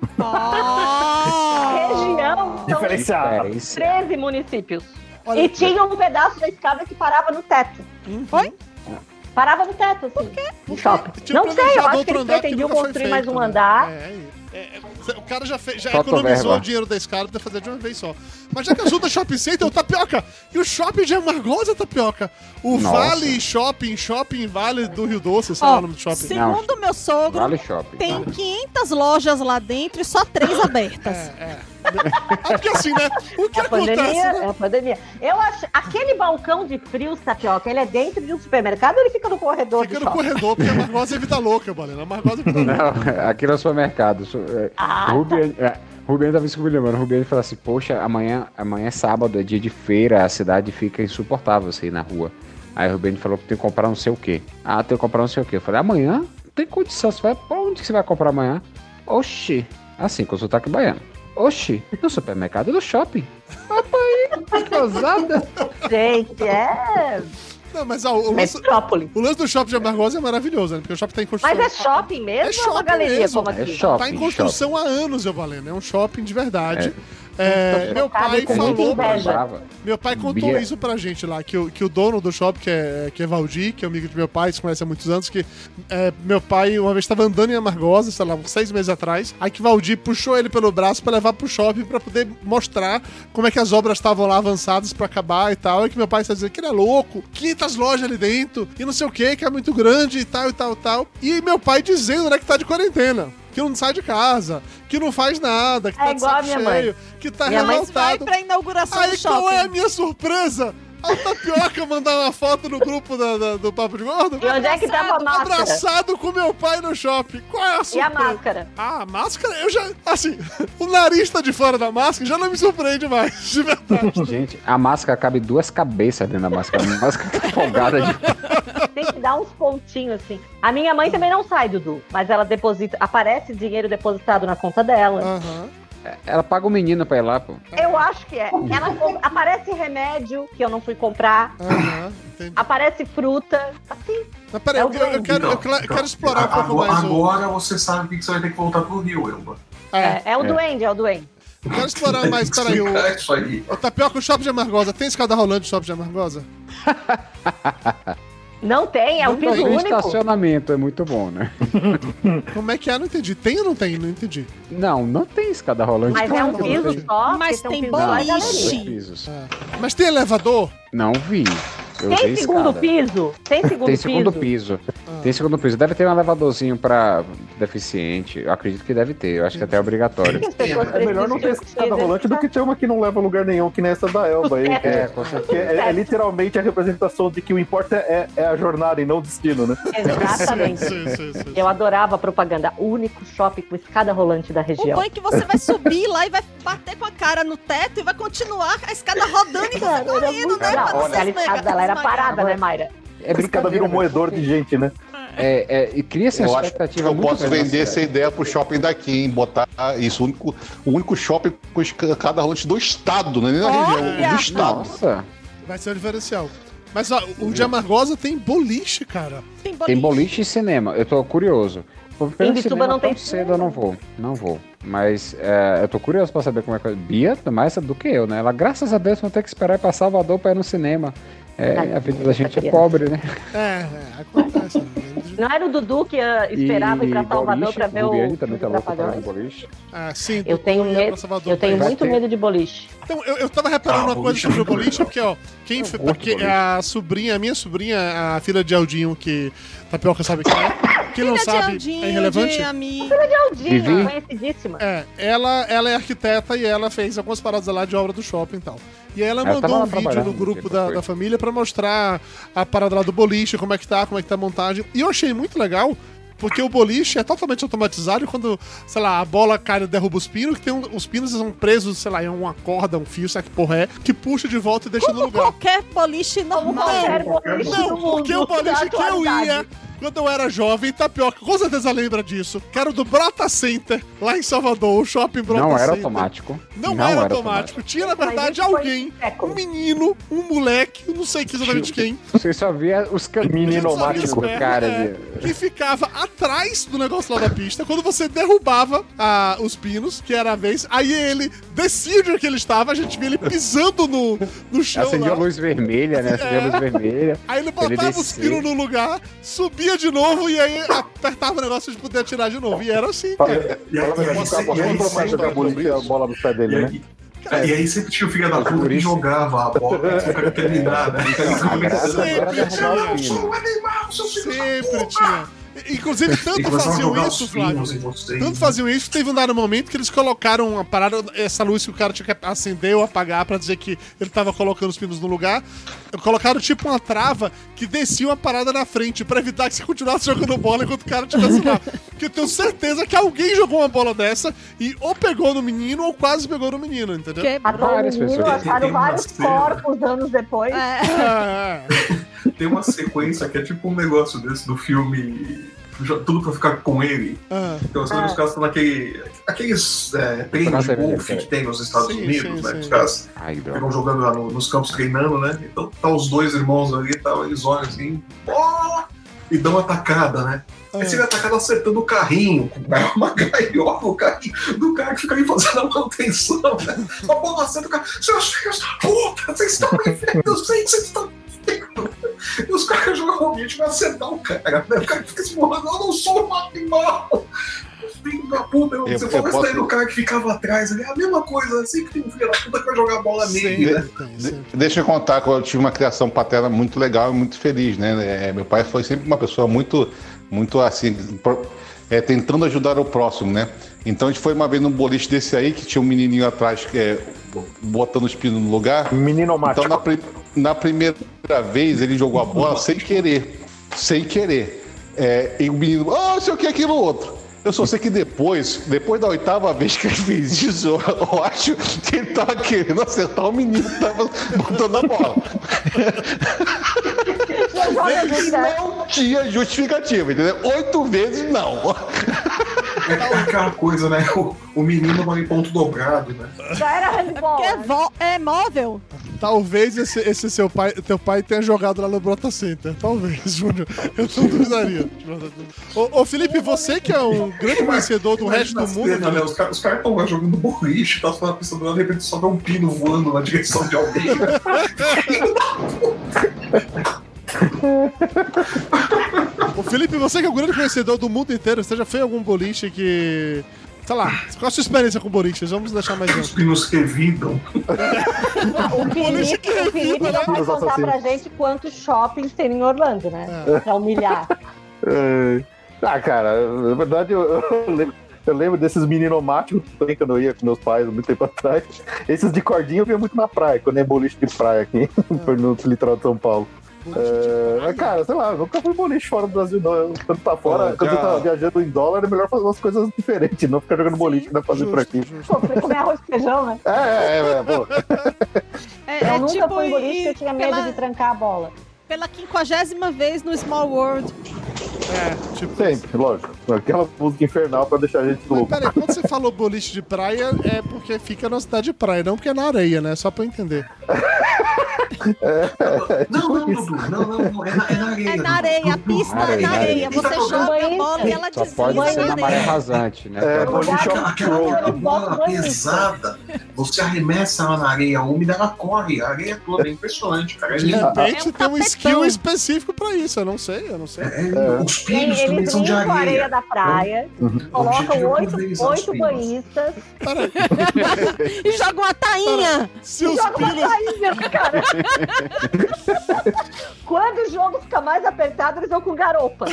[SPEAKER 5] Região são
[SPEAKER 8] Diferenciado.
[SPEAKER 3] Diferença.
[SPEAKER 5] 13 municípios.
[SPEAKER 1] Olha- Uhum.
[SPEAKER 5] E tinha um pedaço da escada que parava no teto.
[SPEAKER 4] Oi?
[SPEAKER 5] Parava no teto, assim. Por quê? No shopping.
[SPEAKER 1] Tinha
[SPEAKER 5] não sei, eu
[SPEAKER 1] planejado
[SPEAKER 5] acho que
[SPEAKER 1] outro
[SPEAKER 5] eles
[SPEAKER 1] andar que
[SPEAKER 5] pretendiam
[SPEAKER 1] nunca foi
[SPEAKER 5] construir
[SPEAKER 1] feito,
[SPEAKER 5] mais um
[SPEAKER 1] né?
[SPEAKER 5] andar.
[SPEAKER 1] É, é, é, o cara já, fez, já
[SPEAKER 3] Falta
[SPEAKER 1] economizou
[SPEAKER 3] verba.
[SPEAKER 1] o dinheiro da escada pra fazer de uma vez só. Mas já que ajuda Shopping Center, o Tapioca! E o Shopping de Amargosa, Tapioca! O
[SPEAKER 3] Nossa.
[SPEAKER 1] Vale Shopping, Shopping Vale do Rio Doce, sei lá o
[SPEAKER 4] Ó,
[SPEAKER 1] nome do shopping.
[SPEAKER 4] segundo meu sogro,
[SPEAKER 3] Vale shopping.
[SPEAKER 4] tem 500 lojas lá dentro e só três abertas.
[SPEAKER 1] É, é. É porque assim, né? O que
[SPEAKER 5] É a pandemia,
[SPEAKER 1] acontece? né?
[SPEAKER 5] é a pandemia. Eu acho, aquele balcão de frios, tapioca, ele é dentro de um supermercado ou ele fica no corredor
[SPEAKER 1] Fica
[SPEAKER 5] do
[SPEAKER 1] no
[SPEAKER 5] shopping?
[SPEAKER 1] corredor, porque a Amargosa é vida louca, Balena. A Amargosa é vida louca.
[SPEAKER 3] Não, aqui no supermercado. su- é,
[SPEAKER 5] Ah,
[SPEAKER 3] Ruben, é, Ruben tava escolhendo, mano. Ruben falou assim: Poxa, amanhã, amanhã é sábado, é dia de feira, a cidade fica insuportável você ir na rua. Aí o Ruben falou que tem que comprar não sei o quê. Ah, tem que comprar não sei o quê. Eu falei: Amanhã? Não tem condição. Você vai pra onde que você vai comprar amanhã? Oxi. Assim, com sotaque baiano. Oxi, no supermercado do shopping. Opa aí, que ousada.
[SPEAKER 5] Gente, é
[SPEAKER 1] Não, mas ó, o, lance,
[SPEAKER 5] metrópole.
[SPEAKER 1] o lance do shopping de Amargosa é maravilhoso, né? Porque o shopping tá em construção.
[SPEAKER 5] Mas é shopping mesmo
[SPEAKER 1] É
[SPEAKER 5] ou é uma
[SPEAKER 1] shopping
[SPEAKER 5] galeria
[SPEAKER 1] mesmo.
[SPEAKER 5] como
[SPEAKER 3] É
[SPEAKER 5] aqui?
[SPEAKER 3] shopping.
[SPEAKER 1] tá em construção há anos, eu valendo. É um shopping de verdade. É,
[SPEAKER 5] Tô
[SPEAKER 1] meu
[SPEAKER 5] chocada
[SPEAKER 1] pai
[SPEAKER 5] e com muita
[SPEAKER 1] falou.
[SPEAKER 5] inveja.
[SPEAKER 3] Brava.
[SPEAKER 1] Meu pai contou
[SPEAKER 3] Bia.
[SPEAKER 1] isso pra gente lá, que o, que o dono do shopping, que é, que é Valdir, que é amigo de meu pai, se conhece há muitos anos, que é, meu pai uma vez tava andando em Amargosa, sei lá, uns seis meses atrás, aí que Valdir puxou ele pelo braço pra levar pro shopping pra poder mostrar como é que as obras estavam lá avançadas pra acabar e tal, e que meu pai está dizendo que ele é louco, 500 lojas ali dentro, e não sei o que, que é muito grande e tal, e tal, e tal. E meu pai dizendo, né, que tá de quarentena. Que não sai de casa, que não faz nada, que
[SPEAKER 5] É
[SPEAKER 1] tá de
[SPEAKER 5] igual
[SPEAKER 1] saco
[SPEAKER 5] a minha mãe.
[SPEAKER 1] cheio, que tá
[SPEAKER 5] Minha mãe
[SPEAKER 4] Mas vai
[SPEAKER 1] revoltado.
[SPEAKER 4] pra inauguração do
[SPEAKER 1] Aí qual é a
[SPEAKER 4] shopping.
[SPEAKER 1] minha surpresa? A tapioca mandar uma foto no grupo da- da- do Papo de Gordo?
[SPEAKER 5] E onde é que tava a
[SPEAKER 1] um
[SPEAKER 5] máscara?
[SPEAKER 1] Abraçado com meu pai no shopping. Qual é a
[SPEAKER 5] E a
[SPEAKER 1] surpresa?
[SPEAKER 5] máscara?
[SPEAKER 1] Ah, a máscara? Eu já. Assim, o nariz tá de fora da máscara já não me surpreende mais, de verdade.
[SPEAKER 3] Gente, a máscara cabe duas cabeças dentro da máscara. A máscara tá folgada de
[SPEAKER 5] Tem que dar uns pontinhos assim. A minha mãe também não sai, Dudu, mas ela deposita, aparece dinheiro depositado na conta dela.
[SPEAKER 1] Aham.
[SPEAKER 3] Ela paga o menino pra ir lá, pô.
[SPEAKER 5] Eu acho que é. Ela com- aparece remédio que eu não fui comprar,
[SPEAKER 1] Aham. entendi.
[SPEAKER 5] aparece fruta, assim.
[SPEAKER 1] Mas peraí,
[SPEAKER 5] É o
[SPEAKER 1] eu, eu
[SPEAKER 5] grande.
[SPEAKER 1] quero, eu
[SPEAKER 2] Então,
[SPEAKER 1] cla-
[SPEAKER 2] então,
[SPEAKER 1] quero explorar um pouco
[SPEAKER 2] agora,
[SPEAKER 1] mais o.
[SPEAKER 2] Agora você sabe que você vai ter que voltar pro Rio, Elba.
[SPEAKER 1] É,
[SPEAKER 5] É, é o
[SPEAKER 3] É.
[SPEAKER 5] duende, é o duende.
[SPEAKER 1] eu quero explorar mais,
[SPEAKER 2] Tem que
[SPEAKER 1] peraí, o.
[SPEAKER 2] explicar isso aí.
[SPEAKER 1] O tapioca, o shopping de Amargosa. Tem escada rolante no shopping de Amargosa?
[SPEAKER 5] Não tem, é um
[SPEAKER 3] Nunca
[SPEAKER 5] piso
[SPEAKER 3] vi
[SPEAKER 5] único.
[SPEAKER 3] Então, estacionamento, é muito bom, né?
[SPEAKER 1] Como é que é? Não entendi. Tem ou não tem? Não entendi.
[SPEAKER 3] Não, não tem escada rolante.
[SPEAKER 5] Mas é um
[SPEAKER 1] Não,
[SPEAKER 5] piso
[SPEAKER 1] tem.
[SPEAKER 5] só.
[SPEAKER 4] Mas
[SPEAKER 5] porque
[SPEAKER 4] tem
[SPEAKER 5] um piso
[SPEAKER 3] Não,
[SPEAKER 5] só e
[SPEAKER 4] boliche.
[SPEAKER 5] galeria.
[SPEAKER 3] dois pisos.
[SPEAKER 1] Mas tem elevador?
[SPEAKER 3] Não vi. Eu usei
[SPEAKER 5] Tem segundo
[SPEAKER 3] escada.
[SPEAKER 5] piso? Tem segundo
[SPEAKER 3] Tem
[SPEAKER 5] piso? Ah.
[SPEAKER 3] segundo piso. Tem segundo piso. Deve ter um elevadorzinho pra deficiente. Eu acredito que deve ter. Eu acho que até é obrigatório.
[SPEAKER 5] As pessoas
[SPEAKER 8] É melhor não ter
[SPEAKER 5] precisam
[SPEAKER 8] escada rolante do que ter uma que não leva a lugar nenhum, que nem essa da Elba aí. que é, que é- é literalmente a representação de que o importa é, é a jornada e não o destino, né?
[SPEAKER 6] É
[SPEAKER 5] Exatamente.
[SPEAKER 1] Sim, sim, sim, sim.
[SPEAKER 5] Eu adorava a propaganda. O único shopping com escada rolante da
[SPEAKER 4] O
[SPEAKER 5] região.
[SPEAKER 4] bom é que você vai subir lá e vai bater com a cara no teto e vai continuar a escada rodando e você
[SPEAKER 5] Cara, era
[SPEAKER 4] correndo,
[SPEAKER 5] muito
[SPEAKER 4] né?
[SPEAKER 5] legal.
[SPEAKER 4] pra não
[SPEAKER 5] Olha,
[SPEAKER 4] ser
[SPEAKER 5] a escada dela era
[SPEAKER 4] esmagado.
[SPEAKER 5] parada, né, Mayra?
[SPEAKER 3] É
[SPEAKER 8] Esse cara vira
[SPEAKER 3] brincadeira.
[SPEAKER 8] um moedor de gente, né?
[SPEAKER 3] É, é, e cria-se
[SPEAKER 7] Eu
[SPEAKER 3] uma
[SPEAKER 7] acho que
[SPEAKER 3] expectativa
[SPEAKER 7] eu
[SPEAKER 3] muito
[SPEAKER 7] posso
[SPEAKER 3] grande na
[SPEAKER 7] vender essa
[SPEAKER 3] cidade.
[SPEAKER 7] ideia pro shopping daqui, hein? Botar isso, o único, o único shopping com escada rolante do estado, né? Nem na
[SPEAKER 4] Olha!
[SPEAKER 7] região, do estado.
[SPEAKER 3] Nossa,
[SPEAKER 1] Vai ser o diferencial. Mas ó, o de Amargosa tem boliche, cara.
[SPEAKER 4] Tem boliche.
[SPEAKER 3] tem boliche e cinema. Eu tô curioso. Pô, pelo
[SPEAKER 5] Em Bituba
[SPEAKER 3] cinema
[SPEAKER 5] não
[SPEAKER 3] tão
[SPEAKER 5] tem
[SPEAKER 3] cedo, eu não vou. Não vou. Mas é, eu tô curioso pra saber como é que. Bia tá mais do que eu, né? Ela, graças a Deus, não ter que esperar ir pra Salvador pra ir no cinema. É,
[SPEAKER 5] Tadinha
[SPEAKER 3] a vida da
[SPEAKER 5] dessa
[SPEAKER 3] gente é
[SPEAKER 5] criança.
[SPEAKER 3] pobre, né?
[SPEAKER 1] É, é acontece. né?
[SPEAKER 5] Não era o Dudu que ah, esperava ir pra Salvador
[SPEAKER 3] boliche,
[SPEAKER 5] pra ver o.
[SPEAKER 3] Rubiane também tá
[SPEAKER 5] os
[SPEAKER 3] louco pra ver
[SPEAKER 5] Trapalhões?
[SPEAKER 3] o boliche.
[SPEAKER 1] Ah, sim,
[SPEAKER 5] Eu
[SPEAKER 1] tu-
[SPEAKER 5] tenho
[SPEAKER 1] tu ia
[SPEAKER 5] medo-
[SPEAKER 1] pra Salvador
[SPEAKER 5] Eu tenho
[SPEAKER 1] pra isso.
[SPEAKER 3] Vai
[SPEAKER 5] muito
[SPEAKER 3] ter.
[SPEAKER 5] medo de boliche.
[SPEAKER 1] Então, eu, eu tava reparando
[SPEAKER 2] Ah,
[SPEAKER 1] uma coisa
[SPEAKER 2] boliche é
[SPEAKER 1] sobre o
[SPEAKER 2] muito
[SPEAKER 1] boliche,
[SPEAKER 2] legal. É um
[SPEAKER 1] porque, ó, quem foi,
[SPEAKER 3] curto
[SPEAKER 1] porque
[SPEAKER 3] boliche.
[SPEAKER 1] a sobrinha, a minha sobrinha, a filha de Aldinho, que Tapioca sabe quem é, quem não
[SPEAKER 4] Filha de
[SPEAKER 1] sabe,
[SPEAKER 4] Aldinho,
[SPEAKER 1] é irrelevante.
[SPEAKER 4] de amigo.
[SPEAKER 1] Então,
[SPEAKER 5] Claudinha,
[SPEAKER 3] Vivi?
[SPEAKER 5] conhecidíssima.
[SPEAKER 1] É, ela, ela é arquiteta e ela fez algumas paradas lá de obra do shopping e tal. E aí ela,
[SPEAKER 3] Ela tava
[SPEAKER 1] mandou
[SPEAKER 3] lá
[SPEAKER 1] um vídeo
[SPEAKER 3] trabalhando
[SPEAKER 1] no
[SPEAKER 3] no
[SPEAKER 1] grupo
[SPEAKER 3] dia que
[SPEAKER 1] da,
[SPEAKER 3] foi.
[SPEAKER 1] da família pra mostrar a parada lá do boliche, como é que tá, como é que tá a montagem. E eu achei muito legal Porque o boliche é totalmente automatizado e quando, sei lá, a bola cai e derruba os pinos, que tem um- os pinos são presos, sei lá, em uma corda, um fio, sabe que porra é, que puxa de volta e deixa no
[SPEAKER 4] Como
[SPEAKER 1] lugar.
[SPEAKER 4] qualquer boliche
[SPEAKER 5] Como
[SPEAKER 4] normal.
[SPEAKER 5] qualquer boliche
[SPEAKER 1] Não,
[SPEAKER 5] do mundo.
[SPEAKER 1] porque o boliche
[SPEAKER 5] da
[SPEAKER 1] que eu
[SPEAKER 5] atualidade.
[SPEAKER 1] ia quando eu era jovem, Tapioca, com certeza lembra disso, que era o do Brota Center, lá em Salvador, o shopping Brota
[SPEAKER 3] Não
[SPEAKER 1] Center.
[SPEAKER 3] era automático.
[SPEAKER 1] Não, era, automático. Tinha, na verdade,
[SPEAKER 5] Mas isso foi
[SPEAKER 1] alguém,
[SPEAKER 5] um
[SPEAKER 1] um
[SPEAKER 5] século.
[SPEAKER 1] menino, um moleque, eu não sei exatamente quem,
[SPEAKER 3] Você só via os caminhos
[SPEAKER 1] Menino
[SPEAKER 3] automáticos
[SPEAKER 1] mágico.
[SPEAKER 3] do cara.
[SPEAKER 1] É.
[SPEAKER 3] de-
[SPEAKER 1] que ficava atrás do negócio lá da pista. Quando você derrubava ah, os pinos, que era a vez, aí ele descia de onde ele estava, a gente via ele pisando no, no chão
[SPEAKER 3] Acendia a
[SPEAKER 1] lá.
[SPEAKER 3] luz vermelha, né? Acendia a luz vermelha.
[SPEAKER 1] Aí ele botava os
[SPEAKER 3] descia.
[SPEAKER 1] pinos no lugar, subia de novo e aí apertava o negócio de poder tirar de novo. E era assim, cara.
[SPEAKER 2] E aí, e
[SPEAKER 8] tá,
[SPEAKER 2] aí,
[SPEAKER 6] Você-
[SPEAKER 2] e aí,
[SPEAKER 6] você-
[SPEAKER 2] sempre-
[SPEAKER 6] jogar boliche, tá a bola no pé
[SPEAKER 2] e
[SPEAKER 6] dele, né?
[SPEAKER 2] aí- e aí sempre tinha o filho da puta que jogava a bola pra terminar, né?
[SPEAKER 1] Sempre
[SPEAKER 3] derrubar o
[SPEAKER 1] tinha.
[SPEAKER 3] pino.
[SPEAKER 2] Sou um animal, seu filho da
[SPEAKER 1] Sempre tinha. Inclusive,
[SPEAKER 2] E
[SPEAKER 1] tanto
[SPEAKER 2] começaram a
[SPEAKER 1] faziam
[SPEAKER 2] jogar
[SPEAKER 1] isso,
[SPEAKER 2] os
[SPEAKER 1] Flávio.
[SPEAKER 2] pinos em vocês. né?
[SPEAKER 1] Tanto faziam isso que teve um dado momento que eles colocaram uma parada, essa luz que o cara tinha que acender ou apagar pra dizer que ele tava colocando os pinos no lugar. Colocaram tipo uma trava que descia uma parada na frente pra evitar que você continuasse jogando bola enquanto o cara estivesse lá. Porque eu tenho certeza que alguém jogou uma bola dessa e ou pegou no menino ou quase pegou no menino, entendeu?
[SPEAKER 4] Que-
[SPEAKER 5] Mataram
[SPEAKER 3] Várias
[SPEAKER 5] o menino,
[SPEAKER 3] pessoas.
[SPEAKER 5] acharam
[SPEAKER 2] Tem uma
[SPEAKER 5] vários
[SPEAKER 2] cena.
[SPEAKER 5] corpos anos depois.
[SPEAKER 4] É,
[SPEAKER 1] Ah, é.
[SPEAKER 2] Tem uma sequência que é tipo um negócio desse do filme. jo- Tudo pra ficar com ele.
[SPEAKER 1] Ah,
[SPEAKER 2] Então, assim, os caras estão naquele. Aqueles é, treinos
[SPEAKER 3] Nossa,
[SPEAKER 2] de
[SPEAKER 3] é verdade,
[SPEAKER 2] golfe
[SPEAKER 3] cara.
[SPEAKER 2] que tem nos Estados
[SPEAKER 1] Sim,
[SPEAKER 2] Unidos,
[SPEAKER 1] sim,
[SPEAKER 2] né?
[SPEAKER 1] sim.
[SPEAKER 2] Os caras
[SPEAKER 3] Ai, droga.
[SPEAKER 2] ficam jogando lá no- nos campos treinando, né? Então tá os dois irmãos ali e tal, eles olham assim, bola! E dão uma atacada, né?
[SPEAKER 1] É.
[SPEAKER 2] Aí você vê a atacada acertando o carrinho, com uma gaiola, o carrinho do cara que fica ali fazendo a manutenção, né? A bola acerta o cara, seus filhos da puta, vocês estão me vendo, eu sei que vocês estão me vendo. E os caras jogam o objetivo vai acertar o cara, né? O cara fica se morrendo, eu não sou um animal! Filho da puta, eu-
[SPEAKER 7] Eu-
[SPEAKER 2] você
[SPEAKER 7] eu
[SPEAKER 2] falou isso daí
[SPEAKER 7] posso-
[SPEAKER 2] do cara que ficava atrás, ele é a mesma coisa, sempre tem um filho da puta que vai jogar a bola nele, né?
[SPEAKER 1] sempre tem,
[SPEAKER 7] De-
[SPEAKER 1] sempre.
[SPEAKER 7] Deixa eu contar que eu tive uma criação paterna muito legal e muito feliz, né? É, meu pai foi sempre uma pessoa muito, muito assim, pro- é, tentando ajudar o próximo, né? Então a gente foi uma vez num boliche desse aí que tinha um menininho atrás que é, botando os pinos no lugar.
[SPEAKER 8] Menino mágico.
[SPEAKER 7] Então na, pri- na primeira vez ele jogou a bola sem querer, sem querer. É, e o menino, ah, não sei o que, aquilo outro. Eu só sei que depois, depois da oitava vez que ele fez isso, eu, eu acho que ele tava querendo acertar o menino que tava botando a bola.
[SPEAKER 5] Mas olha, gente, né?
[SPEAKER 7] Não tinha justificativa, entendeu? Oito vezes não.
[SPEAKER 2] É aquela coisa, né? O, o menino vai em ponto dobrado, né?
[SPEAKER 5] já era handball.
[SPEAKER 4] porque é, vo- é móvel.
[SPEAKER 1] Talvez esse, esse seu pai, teu pai tenha jogado lá no Brota Center. Talvez, Júnior. Eu não duvidaria. Ô, ô, Felipe, você que é um grande conhecedor do resto do
[SPEAKER 2] Imagina
[SPEAKER 1] mundo.
[SPEAKER 2] a cena, né? Os caras estão lá jogando boliche, tá falando pensando, de repente só vê um pino voando na direção de alguém.
[SPEAKER 1] Ô, Felipe, você que é um grande conhecedor do mundo inteiro, você já foi em algum boliche que. Sei lá, qual a sua experiência com boliches? Vamos deixar mais
[SPEAKER 2] Os
[SPEAKER 1] um.
[SPEAKER 2] pinos revidam.
[SPEAKER 1] O boliche que
[SPEAKER 5] O Felipe
[SPEAKER 1] revida,
[SPEAKER 5] não
[SPEAKER 1] né?
[SPEAKER 5] vai
[SPEAKER 8] Os
[SPEAKER 5] contar
[SPEAKER 8] assassinos.
[SPEAKER 5] pra gente quantos shoppings tem em Orlando, né? Pra humilhar.
[SPEAKER 8] É. Ah, cara, na verdade eu, eu lembro. Eu lembro desses meninomáticos também, quando eu ia com meus pais muito tempo atrás. Esses de cordinha eu via muito na praia, quando é boliche de praia aqui, no litoral de São Paulo. É, mas, cara, sei lá, eu nunca fui boliche fora do Brasil, não. Eu, quando tá fora,
[SPEAKER 7] Ah,
[SPEAKER 8] quando eu
[SPEAKER 7] já.
[SPEAKER 8] tava viajando em dólar, é melhor fazer umas coisas diferentes, não ficar jogando boliche que dá pra fazer por aqui.
[SPEAKER 5] Pô, pra comer arroz e feijão, né?
[SPEAKER 8] É, é, é, é, pô.
[SPEAKER 4] É,
[SPEAKER 5] Eu
[SPEAKER 4] é
[SPEAKER 5] nunca
[SPEAKER 4] tipo
[SPEAKER 5] fui em boliche porque eu
[SPEAKER 4] ir
[SPEAKER 5] tinha medo de
[SPEAKER 4] pela,
[SPEAKER 5] trancar a bola.
[SPEAKER 4] pela quinquagésima vez no Small World.
[SPEAKER 1] É, tipo.
[SPEAKER 8] Sempre, lógico. Aquela música infernal pra deixar a gente
[SPEAKER 1] Mas
[SPEAKER 8] louco.
[SPEAKER 1] peraí, quando você falou boliche de praia, é porque fica na cidade de praia, não porque é na areia, né? Só pra eu entender.
[SPEAKER 2] Não, não, Dudu, não, não, não, é na, é na areia.
[SPEAKER 4] É
[SPEAKER 2] Dudu.
[SPEAKER 4] na areia, a pista é na areia. Você joga a bola e ela
[SPEAKER 3] Só pode
[SPEAKER 4] desliza
[SPEAKER 3] ser
[SPEAKER 4] na
[SPEAKER 3] na maré
[SPEAKER 4] areia.
[SPEAKER 3] rasante, né?
[SPEAKER 8] É,
[SPEAKER 3] Só-
[SPEAKER 8] boliche
[SPEAKER 5] Lugar
[SPEAKER 8] off-road.
[SPEAKER 2] Aquela, aquela bola pesada, você arremessa ela na areia úmida, ela corre, a areia toda, é impressionante, cara. É
[SPEAKER 1] De
[SPEAKER 8] Ah,
[SPEAKER 1] repente
[SPEAKER 2] lindo.
[SPEAKER 4] É um
[SPEAKER 1] tem um
[SPEAKER 4] tapetão.
[SPEAKER 1] skill específico pra isso, eu não sei, eu não sei.
[SPEAKER 2] É lindo. Os pinos
[SPEAKER 5] Ele
[SPEAKER 2] também são de
[SPEAKER 5] brinca com a areia
[SPEAKER 2] areia.
[SPEAKER 5] da praia, colocam
[SPEAKER 2] Objetivo é
[SPEAKER 5] oito,
[SPEAKER 2] pulverizar os
[SPEAKER 5] oito
[SPEAKER 2] pinos.
[SPEAKER 5] banhistas
[SPEAKER 1] Peraí,
[SPEAKER 4] E joga uma tainha.
[SPEAKER 1] se
[SPEAKER 5] e
[SPEAKER 1] os
[SPEAKER 5] jogam uma
[SPEAKER 1] pinos.
[SPEAKER 5] saída, cara. Quando o jogo fica mais apertado, eles vão com garopa.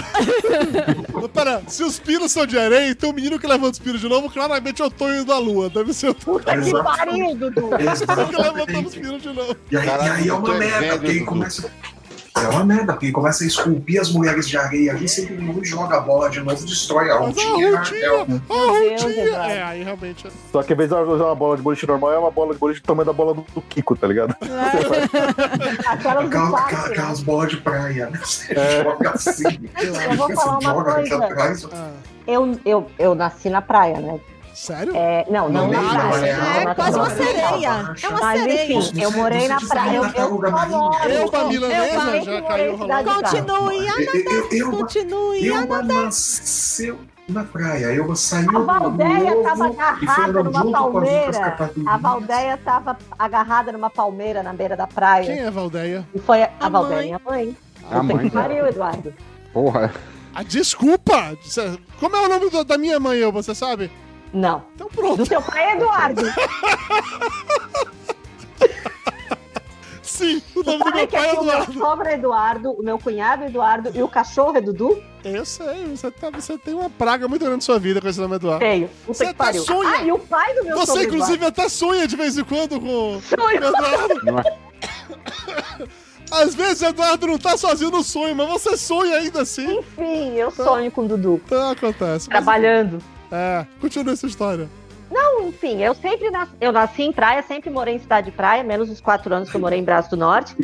[SPEAKER 1] Pera, se os pinos são de areia, então o menino que levanta os pinos de novo, claramente é o Tonho da Lua. Deve ser o Tonho
[SPEAKER 5] Puta que
[SPEAKER 2] Exato.
[SPEAKER 5] pariu, Dudu.
[SPEAKER 1] que levantando os
[SPEAKER 2] Exatamente.
[SPEAKER 1] pinos de novo.
[SPEAKER 2] E aí, e aí é uma
[SPEAKER 7] Caralho, tu é
[SPEAKER 2] merda,
[SPEAKER 7] velho,
[SPEAKER 2] porque aí
[SPEAKER 7] Dudu.
[SPEAKER 2] começa. É uma merda, porque começa a esculpir as mulheres de areia ali, sempre um joga a bola de novo, destrói a
[SPEAKER 1] Mas é a
[SPEAKER 2] altinha.
[SPEAKER 1] rotinha, a
[SPEAKER 5] Deus,
[SPEAKER 1] rotinha.
[SPEAKER 5] Eduardo.
[SPEAKER 1] É, aí realmente. é-
[SPEAKER 8] Só que em vez de ela usar uma bola de boliche normal, é uma bola de boliche do tamanho da bola do, do Kiko, tá ligado?
[SPEAKER 5] Aquelas do
[SPEAKER 2] Aquela- aquela-
[SPEAKER 5] parque.
[SPEAKER 2] Aquelas bolas de praia, né? Você
[SPEAKER 4] É.
[SPEAKER 2] joga assim,
[SPEAKER 5] Eu vou falar
[SPEAKER 2] você
[SPEAKER 5] uma
[SPEAKER 2] joga aqui
[SPEAKER 5] coisa.
[SPEAKER 2] atrás.
[SPEAKER 1] Ah,
[SPEAKER 5] Eu, eu, eu nasci na praia, né?
[SPEAKER 1] sério?
[SPEAKER 5] É, não, não,
[SPEAKER 2] Não,
[SPEAKER 5] na
[SPEAKER 2] não,
[SPEAKER 5] praia.
[SPEAKER 2] não,
[SPEAKER 5] não,
[SPEAKER 4] É
[SPEAKER 5] na
[SPEAKER 4] quase uma
[SPEAKER 5] praia.
[SPEAKER 4] sereia. É uma
[SPEAKER 5] Mas
[SPEAKER 4] sereia.
[SPEAKER 5] enfim, eu morei na praia. Eu, eu adoro.
[SPEAKER 1] Eu, pra
[SPEAKER 4] eu
[SPEAKER 1] milanesa,
[SPEAKER 4] também
[SPEAKER 1] já
[SPEAKER 5] morei
[SPEAKER 1] caiu
[SPEAKER 5] em
[SPEAKER 1] rolando.
[SPEAKER 5] cidade
[SPEAKER 4] Continue,
[SPEAKER 2] Eu, eu, eu,
[SPEAKER 4] continue. Ah,
[SPEAKER 2] eu, nasceu na praia, eu saí
[SPEAKER 5] A Valdeia tava agarrada numa palmeira. A
[SPEAKER 2] Valdeia.
[SPEAKER 5] Valdeia tava agarrada numa palmeira na beira da praia.
[SPEAKER 1] Quem é Valdeia?
[SPEAKER 5] E foi a, a
[SPEAKER 4] A
[SPEAKER 5] Valdeia,
[SPEAKER 4] mãe.
[SPEAKER 5] minha mãe.
[SPEAKER 3] A mãe dela.
[SPEAKER 5] Pariu, Eduardo.
[SPEAKER 3] Porra.
[SPEAKER 1] Ah, desculpa! Cê- Como é o nome do- da minha mãe, eu, você sabe?
[SPEAKER 5] Não.
[SPEAKER 1] Então pronto.
[SPEAKER 5] Do teu pai, Eduardo.
[SPEAKER 1] Sim, o nome do
[SPEAKER 5] Sabe
[SPEAKER 1] meu
[SPEAKER 5] que
[SPEAKER 1] pai é
[SPEAKER 5] aqui o meu
[SPEAKER 1] Eduardo.
[SPEAKER 5] sogro é Eduardo, o meu cunhado é Eduardo e o cachorro é Dudu?
[SPEAKER 1] Eu sei, você, tá- você tem uma praga muito grande na sua vida com esse nome Eduardo.
[SPEAKER 5] Tenho. Puta
[SPEAKER 1] Você
[SPEAKER 5] que
[SPEAKER 1] tá
[SPEAKER 5] pariu.
[SPEAKER 1] sonha.
[SPEAKER 5] Ah, e o pai do meu sogro
[SPEAKER 1] Você,
[SPEAKER 5] é
[SPEAKER 1] inclusive, até sonha de vez em quando com
[SPEAKER 5] Eduardo. Sonho.
[SPEAKER 1] o Eduardo.
[SPEAKER 3] Não é?
[SPEAKER 1] Às vezes o Eduardo não tá sozinho no sonho, mas você sonha ainda assim.
[SPEAKER 5] Enfim, eu sonho com o Dudu.
[SPEAKER 1] Então acontece. Mas-
[SPEAKER 5] Trabalhando.
[SPEAKER 1] É, continua essa história.
[SPEAKER 5] Enfim, eu sempre nas... eu nasci em praia, sempre morei em cidade de praia, menos os quatro anos que eu morei em Braço do Norte.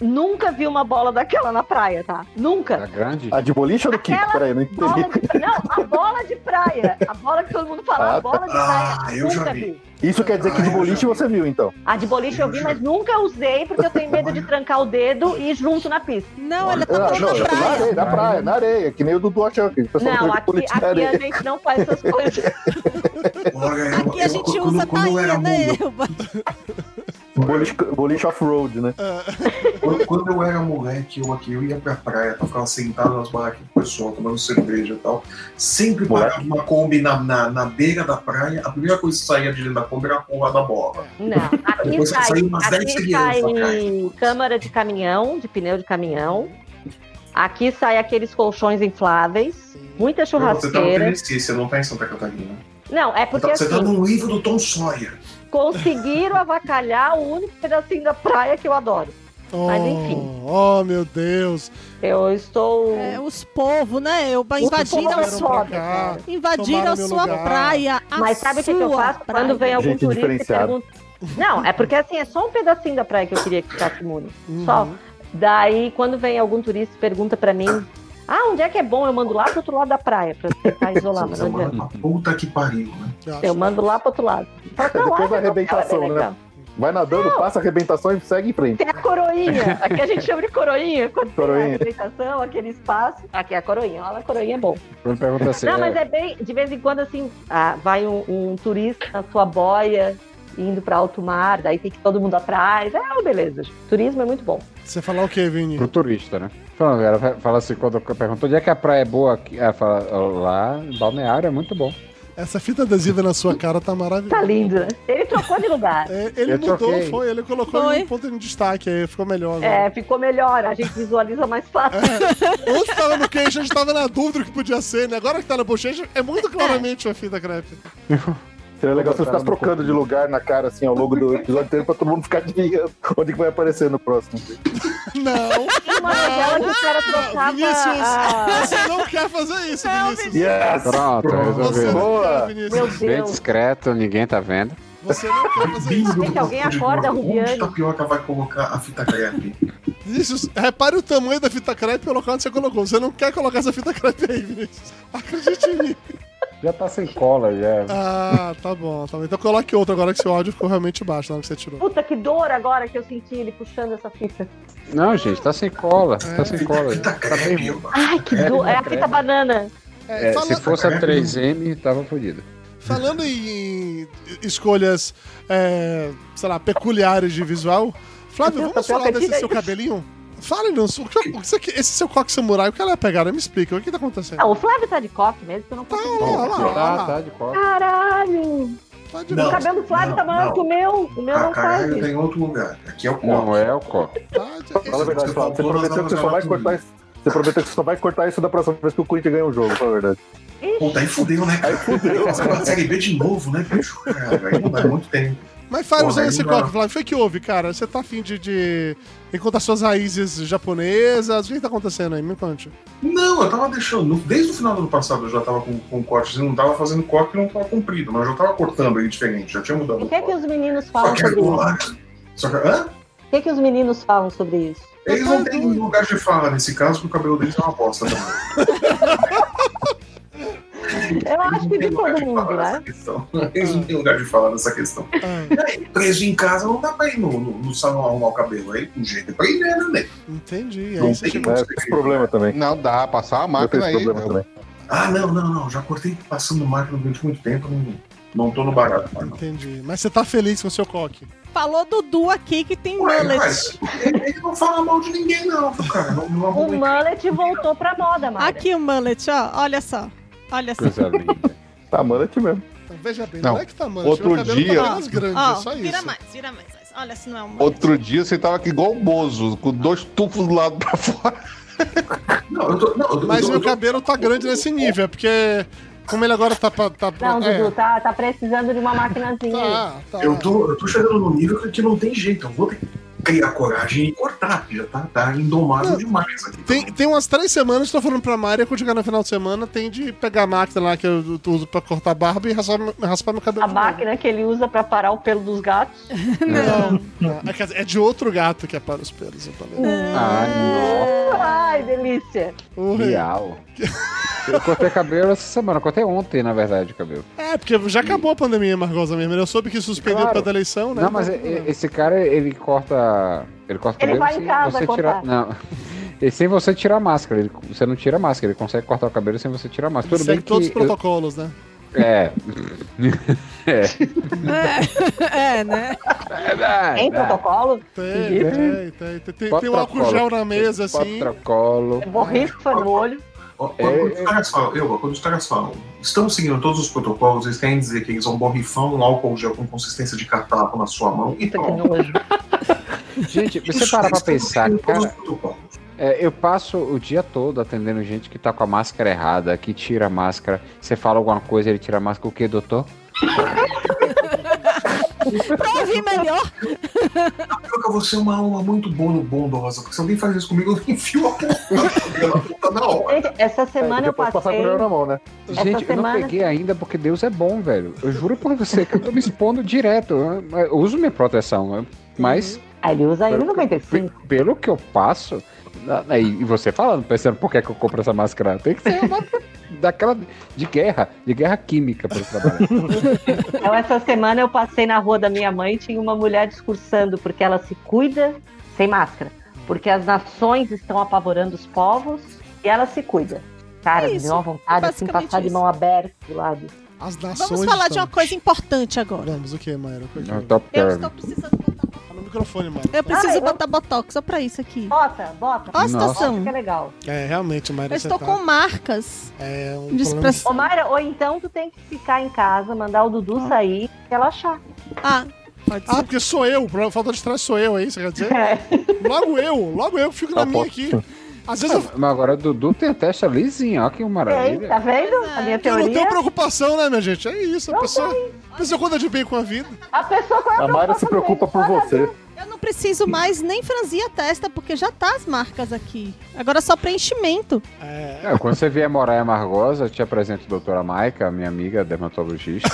[SPEAKER 5] Nunca vi uma bola daquela na praia, tá? Nunca.
[SPEAKER 3] Tá grande?
[SPEAKER 8] A de boliche ou do Kiko?
[SPEAKER 5] Aquela
[SPEAKER 8] Peraí, não
[SPEAKER 5] Bola
[SPEAKER 8] entendi.
[SPEAKER 5] de... Não, a bola de praia. A bola que todo mundo fala, a bola de praia.
[SPEAKER 2] Ah, eu já
[SPEAKER 5] Nunca
[SPEAKER 2] vi.
[SPEAKER 5] vi.
[SPEAKER 8] Isso quer dizer que de boliche você viu, então.
[SPEAKER 5] A de boliche eu vi, mas nunca usei, porque eu tenho medo de trancar o dedo e ir junto na pista.
[SPEAKER 4] Não, ele tá
[SPEAKER 8] Ah,
[SPEAKER 4] todo
[SPEAKER 8] não,
[SPEAKER 4] na
[SPEAKER 8] na
[SPEAKER 4] praia.
[SPEAKER 8] areia, na praia, na areia, que nem o Dudu achou que o pessoal
[SPEAKER 5] Não,
[SPEAKER 8] joga
[SPEAKER 5] aqui,
[SPEAKER 8] boliche na
[SPEAKER 5] aqui
[SPEAKER 8] areia.
[SPEAKER 5] a gente não faz essas coisas.
[SPEAKER 2] Olha,
[SPEAKER 4] Aqui a gente usa tainha, né, Elba?
[SPEAKER 5] é-
[SPEAKER 8] Boliche, boliche off-road, né?
[SPEAKER 2] Quando, quando eu era moleque, eu aqui, eu ia pra praia, eu ficava sentado nas barraquinhas com o pessoal, tomando cerveja e tal. Sempre
[SPEAKER 8] Moleque.
[SPEAKER 2] parava uma Kombi na, na, na beira da praia, a primeira coisa que saía de dentro da Kombi era a porra da bola.
[SPEAKER 5] Não, aqui
[SPEAKER 2] Depois que
[SPEAKER 5] sai,
[SPEAKER 2] saiu umas dez
[SPEAKER 5] aqui sai
[SPEAKER 2] crianças, cara.
[SPEAKER 5] câmara de caminhão, de pneu de caminhão. Aqui sai aqueles colchões infláveis, muita
[SPEAKER 2] Você tá no
[SPEAKER 5] churrasqueira.
[SPEAKER 2] Tennessee, você não tá em Santa Catarina.
[SPEAKER 5] Não, é porque
[SPEAKER 2] você tá
[SPEAKER 5] assim,
[SPEAKER 2] num livro do Tom Sawyer.
[SPEAKER 5] conseguiram avacalhar o único pedacinho da praia que eu adoro.
[SPEAKER 1] Oh,
[SPEAKER 5] Mas enfim.
[SPEAKER 1] Oh, meu Deus.
[SPEAKER 5] Eu estou.
[SPEAKER 4] É, os povos, né, Elba?
[SPEAKER 5] Os
[SPEAKER 4] Invadiram,
[SPEAKER 5] povos
[SPEAKER 1] Vieram
[SPEAKER 5] só,
[SPEAKER 1] pra
[SPEAKER 5] né,
[SPEAKER 1] cá.
[SPEAKER 5] cara?
[SPEAKER 4] invadiram
[SPEAKER 1] Tomaram
[SPEAKER 4] a
[SPEAKER 1] meu
[SPEAKER 4] sua
[SPEAKER 1] lugar.
[SPEAKER 4] praia. A
[SPEAKER 5] Mas sabe o que, que eu
[SPEAKER 4] sua
[SPEAKER 5] faço
[SPEAKER 4] praia.
[SPEAKER 5] quando vem algum
[SPEAKER 8] Gente
[SPEAKER 5] turista e
[SPEAKER 8] diferenciada.
[SPEAKER 5] pergunta. Não, é porque assim, é só um pedacinho da praia que eu queria que ficasse imune.
[SPEAKER 1] Uhum.
[SPEAKER 5] Só. Daí, quando vem algum turista e pergunta pra mim, ah, onde é que é bom? Eu mando lá pro outro lado da praia, pra tentar isolar, mas
[SPEAKER 2] Você
[SPEAKER 8] é
[SPEAKER 5] não
[SPEAKER 2] mora
[SPEAKER 5] adianta.
[SPEAKER 2] na puta que pariu, né?
[SPEAKER 1] Eu acho.
[SPEAKER 5] Eu mando lá pro outro lado. Pra cá,
[SPEAKER 8] Depois da
[SPEAKER 5] lá,
[SPEAKER 8] arrebentação,
[SPEAKER 5] cara, é
[SPEAKER 8] né?
[SPEAKER 5] legal.
[SPEAKER 8] Vai nadando, passa a arrebentação e segue em frente.
[SPEAKER 5] Tem a coroinha. Aqui a gente chama de coroinha. Quando tem a
[SPEAKER 8] Coroinha.
[SPEAKER 5] arrebentação, aquele espaço. Aqui é a coroinha. Lá na coroinha é bom.
[SPEAKER 3] Quando pergunta assim,
[SPEAKER 5] Não, mas
[SPEAKER 3] é,
[SPEAKER 5] é bem. De vez em quando, assim, ah, vai um, um turista na sua boia. Indo pra alto mar, daí tem que todo mundo atrás. É uma beleza. Turismo é muito bom.
[SPEAKER 1] Você falar o quê, Vini?
[SPEAKER 3] pro turista, né? Fala, galera, fala assim, quando pergunta onde é que a praia é boa aqui, ela fala, "Ó, lá, em balneário é muito bom.
[SPEAKER 1] Essa fita adesiva na sua cara tá maravilhosa.
[SPEAKER 5] Tá lindo, né? Ele trocou de lugar.
[SPEAKER 1] É, ele
[SPEAKER 3] Eu
[SPEAKER 1] mudou,
[SPEAKER 3] troquei.
[SPEAKER 1] foi, ele colocou
[SPEAKER 4] Foi.
[SPEAKER 1] um ponto em destaque aí, ficou melhor. né? agora.
[SPEAKER 5] É, ficou melhor. A gente visualiza mais fácil. É.
[SPEAKER 1] Antes tava no queixo, a gente tava na dúvida do que podia ser, né? Agora que tá na bochecha, é muito claramente uma fita crepe.
[SPEAKER 8] Seria É legal se eu
[SPEAKER 3] botar
[SPEAKER 8] ficasse
[SPEAKER 3] no
[SPEAKER 8] trocando de lugar na cara, assim, ao longo do episódio inteiro, pra todo mundo ficar adivinhando onde que vai aparecer no próximo.
[SPEAKER 1] Não,
[SPEAKER 5] Tinha uma novela que o cara
[SPEAKER 1] Ah, Vinícius.
[SPEAKER 5] trocava.
[SPEAKER 1] você não quer fazer isso,
[SPEAKER 5] É um
[SPEAKER 1] Vinícius.
[SPEAKER 8] Yes!
[SPEAKER 3] Pronto,
[SPEAKER 2] Pronto.
[SPEAKER 1] Você
[SPEAKER 3] resolveu.
[SPEAKER 1] não
[SPEAKER 8] Boa.
[SPEAKER 1] quer,
[SPEAKER 5] Ah, meu
[SPEAKER 1] Vinícius.
[SPEAKER 3] Bem
[SPEAKER 5] Deus.
[SPEAKER 3] discreto, ninguém tá vendo.
[SPEAKER 1] Você não quer fazer isso.
[SPEAKER 5] Tem que alguém acorda,
[SPEAKER 2] Onde
[SPEAKER 5] Rubiane.
[SPEAKER 2] tapioca vai colocar a fita crepe?
[SPEAKER 1] Vinícius, repare o tamanho da fita crepe e o local onde você colocou. Você não quer colocar essa fita crepe aí, Vinícius. Acredite em mim.
[SPEAKER 3] Já tá sem cola, já.
[SPEAKER 1] Ah, tá bom, tá bom. Então coloque outro agora que seu áudio ficou realmente baixo na hora que você tirou.
[SPEAKER 5] Puta, que dor agora que eu senti ele puxando essa fita.
[SPEAKER 3] Não, gente, tá sem cola, tá
[SPEAKER 1] É.
[SPEAKER 3] sem cola.
[SPEAKER 2] Fita
[SPEAKER 3] Tá
[SPEAKER 2] crepe,
[SPEAKER 3] bem
[SPEAKER 2] eu acho.
[SPEAKER 5] Ai, que dor. É a fita banana.
[SPEAKER 1] É,
[SPEAKER 3] É,
[SPEAKER 1] fala-
[SPEAKER 3] se fosse a 3M, tava fodido.
[SPEAKER 1] Falando em escolhas, é, sei lá, peculiares de visual, Flávio,
[SPEAKER 5] Meu Deus,
[SPEAKER 1] vamos
[SPEAKER 5] papel
[SPEAKER 1] falar
[SPEAKER 5] catinga
[SPEAKER 1] desse seu
[SPEAKER 5] aí.
[SPEAKER 1] cabelinho? Fala, não, o que- o que isso aqui- esse seu coque samurai, o que ela é pegada? Me explica, o que tá acontecendo?
[SPEAKER 5] Ah, o Flávio tá de coque mesmo, que eu não
[SPEAKER 1] Tá,
[SPEAKER 5] consigo.
[SPEAKER 1] olha lá, olha lá, olha
[SPEAKER 3] Tá,
[SPEAKER 1] lá.
[SPEAKER 3] tá de cola.
[SPEAKER 5] Caralho!
[SPEAKER 1] Tá de
[SPEAKER 5] O
[SPEAKER 2] Não,
[SPEAKER 1] boa,
[SPEAKER 5] cabelo do Flávio
[SPEAKER 2] não,
[SPEAKER 5] tá maior
[SPEAKER 2] não.
[SPEAKER 5] que o meu. O meu
[SPEAKER 2] Ah,
[SPEAKER 5] não faz
[SPEAKER 2] caralho,
[SPEAKER 5] isso.
[SPEAKER 2] tem outro lugar. Aqui é o copo.
[SPEAKER 3] Não é o copo.
[SPEAKER 1] tá de-
[SPEAKER 8] Fala a verdade, Flávio. Você prometeu que você só vai cortar isso. Você prometeu que você só vai cortar isso da próxima vez que o Corinthians ganha um jogo, fala a verdade.
[SPEAKER 5] Ixi,
[SPEAKER 2] um tá Puta, aí fudeu, né, cara? Aí fudeu. Série B de novo, né, bicho? Cara, aí não dá muito tempo.
[SPEAKER 1] Mas fala
[SPEAKER 2] Porra,
[SPEAKER 1] usando esse
[SPEAKER 2] aí
[SPEAKER 1] copo,
[SPEAKER 2] não.
[SPEAKER 1] Flávio, foi que houve, cara? Você tá afim de, de encontrar suas raízes japonesas? O que que tá acontecendo aí? Me conte.
[SPEAKER 2] Não, eu tava deixando. Desde o final do ano passado eu já tava com, com cortes. Eu não tava fazendo corte que não tava comprido, mas eu já tava cortando ele diferente, já tinha mudado.
[SPEAKER 5] O
[SPEAKER 2] o
[SPEAKER 5] que é que
[SPEAKER 2] corte.
[SPEAKER 5] os meninos
[SPEAKER 2] Só
[SPEAKER 5] falam
[SPEAKER 2] que
[SPEAKER 5] sobre isso?
[SPEAKER 2] agora. Só que. Hã?
[SPEAKER 5] O que é que os meninos falam sobre isso?
[SPEAKER 2] Eles não têm lugar de fala nesse caso, porque o cabelo deles é uma bosta também.
[SPEAKER 5] Eu acho que de
[SPEAKER 2] Eles não têm lugar
[SPEAKER 5] todo
[SPEAKER 2] um de
[SPEAKER 5] mundo,
[SPEAKER 2] fala nessa
[SPEAKER 5] né?
[SPEAKER 2] questão. Eles não têm lugar de falar nessa questão.
[SPEAKER 1] Ah,
[SPEAKER 2] Preso em casa, não dá pra ir no, no- no salão arrumar o cabelo. Aí, um jeito é pra ir, né, né?
[SPEAKER 1] entendi.
[SPEAKER 2] Não
[SPEAKER 1] Aí você
[SPEAKER 2] tem
[SPEAKER 1] chegou.
[SPEAKER 8] É, eu tenho esse problema também.
[SPEAKER 7] Não dá, passar a
[SPEAKER 8] Eu tenho
[SPEAKER 7] máquina
[SPEAKER 8] esse
[SPEAKER 7] aí.
[SPEAKER 8] problema também.
[SPEAKER 2] Ah, não, não, não. Já cortei passando máquina durante muito tempo. Não, não tô no barato. mais, não.
[SPEAKER 1] Entendi. Mas você tá feliz com o seu coque.
[SPEAKER 4] Falou Dudu aqui que tem
[SPEAKER 2] Ué,
[SPEAKER 4] mullet.
[SPEAKER 2] mas ele ele não fala mal de ninguém, não, cara. Não, não
[SPEAKER 5] O
[SPEAKER 2] arruma
[SPEAKER 5] mullet voltou pra moda, Mário.
[SPEAKER 4] Aqui o mullet, ó. Olha só. Olha só.
[SPEAKER 3] Coisa linda.
[SPEAKER 8] Tá, mullet mesmo.
[SPEAKER 1] Então, veja bem, não,
[SPEAKER 7] Não.
[SPEAKER 1] é que tá mancha.
[SPEAKER 7] Outro
[SPEAKER 1] o cabelo
[SPEAKER 7] dia-
[SPEAKER 1] Tá mais grande, é só
[SPEAKER 4] Ó,
[SPEAKER 1] isso.
[SPEAKER 4] vira mais, vira mais. Olha se não é um mullet.
[SPEAKER 7] Outro dia você tava aqui igual o Bozo, com dois tufos do lado pra fora.
[SPEAKER 2] Não, eu tô. Não, eu tô-
[SPEAKER 1] Mas
[SPEAKER 2] eu
[SPEAKER 1] meu
[SPEAKER 2] tô-
[SPEAKER 1] cabelo tá grande nesse nível, é porque como ele agora tá... pra- tá pra-
[SPEAKER 5] Não,
[SPEAKER 1] é,
[SPEAKER 5] Dudu, tá, tá precisando de uma maquinazinha. aí.
[SPEAKER 1] tá, tá.
[SPEAKER 2] Eu tô, eu tô chegando num nível que- que não tem jeito. Eu vou ter que criar coragem e cortar, porque já tá, tá indomável
[SPEAKER 1] Não,
[SPEAKER 2] demais aqui. Então,
[SPEAKER 1] Tem, tem umas três semanas que eu tô falando pra Maria quando chegar no final de semana, tem de pegar a máquina lá que eu uso pra cortar a barba e raspar, raspar meu cabelo.
[SPEAKER 5] A
[SPEAKER 1] de novo.
[SPEAKER 5] máquina que ele usa pra parar o pelo dos gatos.
[SPEAKER 1] Não. não. É, quer dizer, é de outro gato que é para os pelos, eu falei.
[SPEAKER 3] Ai, nossa.
[SPEAKER 5] Ai, delícia.
[SPEAKER 1] Ui.
[SPEAKER 3] Real. Eu cortei cabelo essa semana, cortei ontem, na verdade, o cabelo.
[SPEAKER 1] É, porque já acabou a pandemia, Margosa mesmo. Eu soube que suspendeu
[SPEAKER 3] Claro.
[SPEAKER 1] para da eleição, né?
[SPEAKER 3] Não, mas é,
[SPEAKER 1] Então,
[SPEAKER 3] e- e- esse cara, ele corta. Ele corta
[SPEAKER 5] Ele
[SPEAKER 3] cabelo
[SPEAKER 5] vai em
[SPEAKER 3] sem
[SPEAKER 5] casa
[SPEAKER 3] você
[SPEAKER 5] cortar.
[SPEAKER 3] tirar. Não. E sem você tirar a máscara. Ele- você não tira a máscara, ele consegue cortar o cabelo sem você tirar a máscara. Tudo
[SPEAKER 1] segue
[SPEAKER 3] bem que.
[SPEAKER 1] todos os
[SPEAKER 3] eu-
[SPEAKER 1] protocolos, né?
[SPEAKER 3] é.
[SPEAKER 4] É, né?
[SPEAKER 5] Tem protocolo?
[SPEAKER 1] Tem, tem, tem. Tem, tem, tem um álcool
[SPEAKER 3] Protocolo.
[SPEAKER 1] gel na mesa, assim.
[SPEAKER 3] Protocolo.
[SPEAKER 5] Borrifa no olho.
[SPEAKER 2] Ó, Quando,
[SPEAKER 3] É,
[SPEAKER 2] os caras falam, eu, quando os caras falam, estão seguindo todos os protocolos, eles querem dizer que eles vão borrifar um álcool gel com consistência de cartapo na sua mão e
[SPEAKER 5] Puta que
[SPEAKER 2] pronto.
[SPEAKER 5] nojo.
[SPEAKER 3] Gente, você
[SPEAKER 2] Isso,
[SPEAKER 3] parar pra
[SPEAKER 2] eles estão
[SPEAKER 3] pensar,
[SPEAKER 2] seguindo todos
[SPEAKER 3] cara.
[SPEAKER 2] os protocolos.
[SPEAKER 3] É, eu passo o dia todo atendendo gente que tá com a máscara errada, que tira a máscara. Você fala alguma coisa, ele tira a máscara. O que, doutor?
[SPEAKER 4] Pra ouvir melhor.
[SPEAKER 2] Troca você é uma alma muito boa no bom, Rosa, porque se alguém faz isso comigo, eu enfio a porta na hora.
[SPEAKER 5] Gente, essa semana É, eu
[SPEAKER 6] depois passar com
[SPEAKER 5] passei.
[SPEAKER 6] o gel na mão, né?
[SPEAKER 3] Gente, eu não
[SPEAKER 5] semana-
[SPEAKER 3] peguei ainda porque Deus é bom, velho. Eu juro por você que eu tô me expondo direto. Eu, eu uso minha proteção, né? mas
[SPEAKER 5] Ah, ele usa M95.
[SPEAKER 3] pe- pelo que eu passo. na- na- E e você falando, pensando por que, que eu compro essa máscara? Tem que ser uma daquela de guerra, de guerra química para trabalhar.
[SPEAKER 5] Então, essa semana eu passei na rua da minha mãe e tinha uma mulher discursando porque ela se cuida sem máscara. Porque as nações estão apavorando os povos e ela se cuida. Cara,
[SPEAKER 4] É
[SPEAKER 5] me
[SPEAKER 4] isso,
[SPEAKER 5] deu uma vontade assim,
[SPEAKER 4] basicamente
[SPEAKER 5] passar de
[SPEAKER 4] isso.
[SPEAKER 5] mão aberta do lado.
[SPEAKER 1] As nações.
[SPEAKER 4] Vamos falar de uma
[SPEAKER 1] estão-
[SPEAKER 4] coisa importante agora.
[SPEAKER 1] Vamos, o que, Mayra? O que é que
[SPEAKER 3] É o
[SPEAKER 1] é?
[SPEAKER 3] Top
[SPEAKER 4] Eu
[SPEAKER 3] Term.
[SPEAKER 4] estou precisando botar. um
[SPEAKER 3] tá.
[SPEAKER 1] Fala No microfone, Mayra.
[SPEAKER 4] Eu preciso
[SPEAKER 5] eu-
[SPEAKER 4] botar botox só pra isso aqui.
[SPEAKER 5] Bota, bota.
[SPEAKER 4] Olha a
[SPEAKER 3] Nossa.
[SPEAKER 5] Bota
[SPEAKER 4] situação.
[SPEAKER 5] que é legal.
[SPEAKER 1] É, realmente, Mayra.
[SPEAKER 4] Eu
[SPEAKER 1] você
[SPEAKER 4] estou
[SPEAKER 1] tá-
[SPEAKER 4] com marcas
[SPEAKER 1] É um
[SPEAKER 4] de
[SPEAKER 1] problema
[SPEAKER 4] expressão.
[SPEAKER 5] Ô, Mayra, ou então tu tem que ficar em casa, mandar o Dudu sair e relaxar.
[SPEAKER 4] Ah, pode
[SPEAKER 1] Ah,
[SPEAKER 4] ser.
[SPEAKER 1] porque sou eu, por falta de trás sou eu, é isso que quer dizer?
[SPEAKER 5] É.
[SPEAKER 1] Logo eu, logo eu que
[SPEAKER 3] Tá
[SPEAKER 1] fico na minha aqui. Às vezes eu,
[SPEAKER 3] Mas agora o Dudu tem a testa lisinha, ó que maravilha.
[SPEAKER 5] Tá vendo?
[SPEAKER 4] Pois é.
[SPEAKER 5] A minha
[SPEAKER 1] eu não tenho
[SPEAKER 5] teoria.
[SPEAKER 1] preocupação, né, minha gente? É isso, a pessoa, a pessoa quando é de bem com a vida.
[SPEAKER 5] A pessoa com
[SPEAKER 8] A Mayra se preocupa por você.
[SPEAKER 4] Eu não preciso mais nem franzir a testa, porque já tá as marcas aqui. Agora é só preenchimento.
[SPEAKER 1] É,
[SPEAKER 3] É, quando você vier morar em Amargosa, eu te apresento a doutora Maica, minha amiga dermatologista.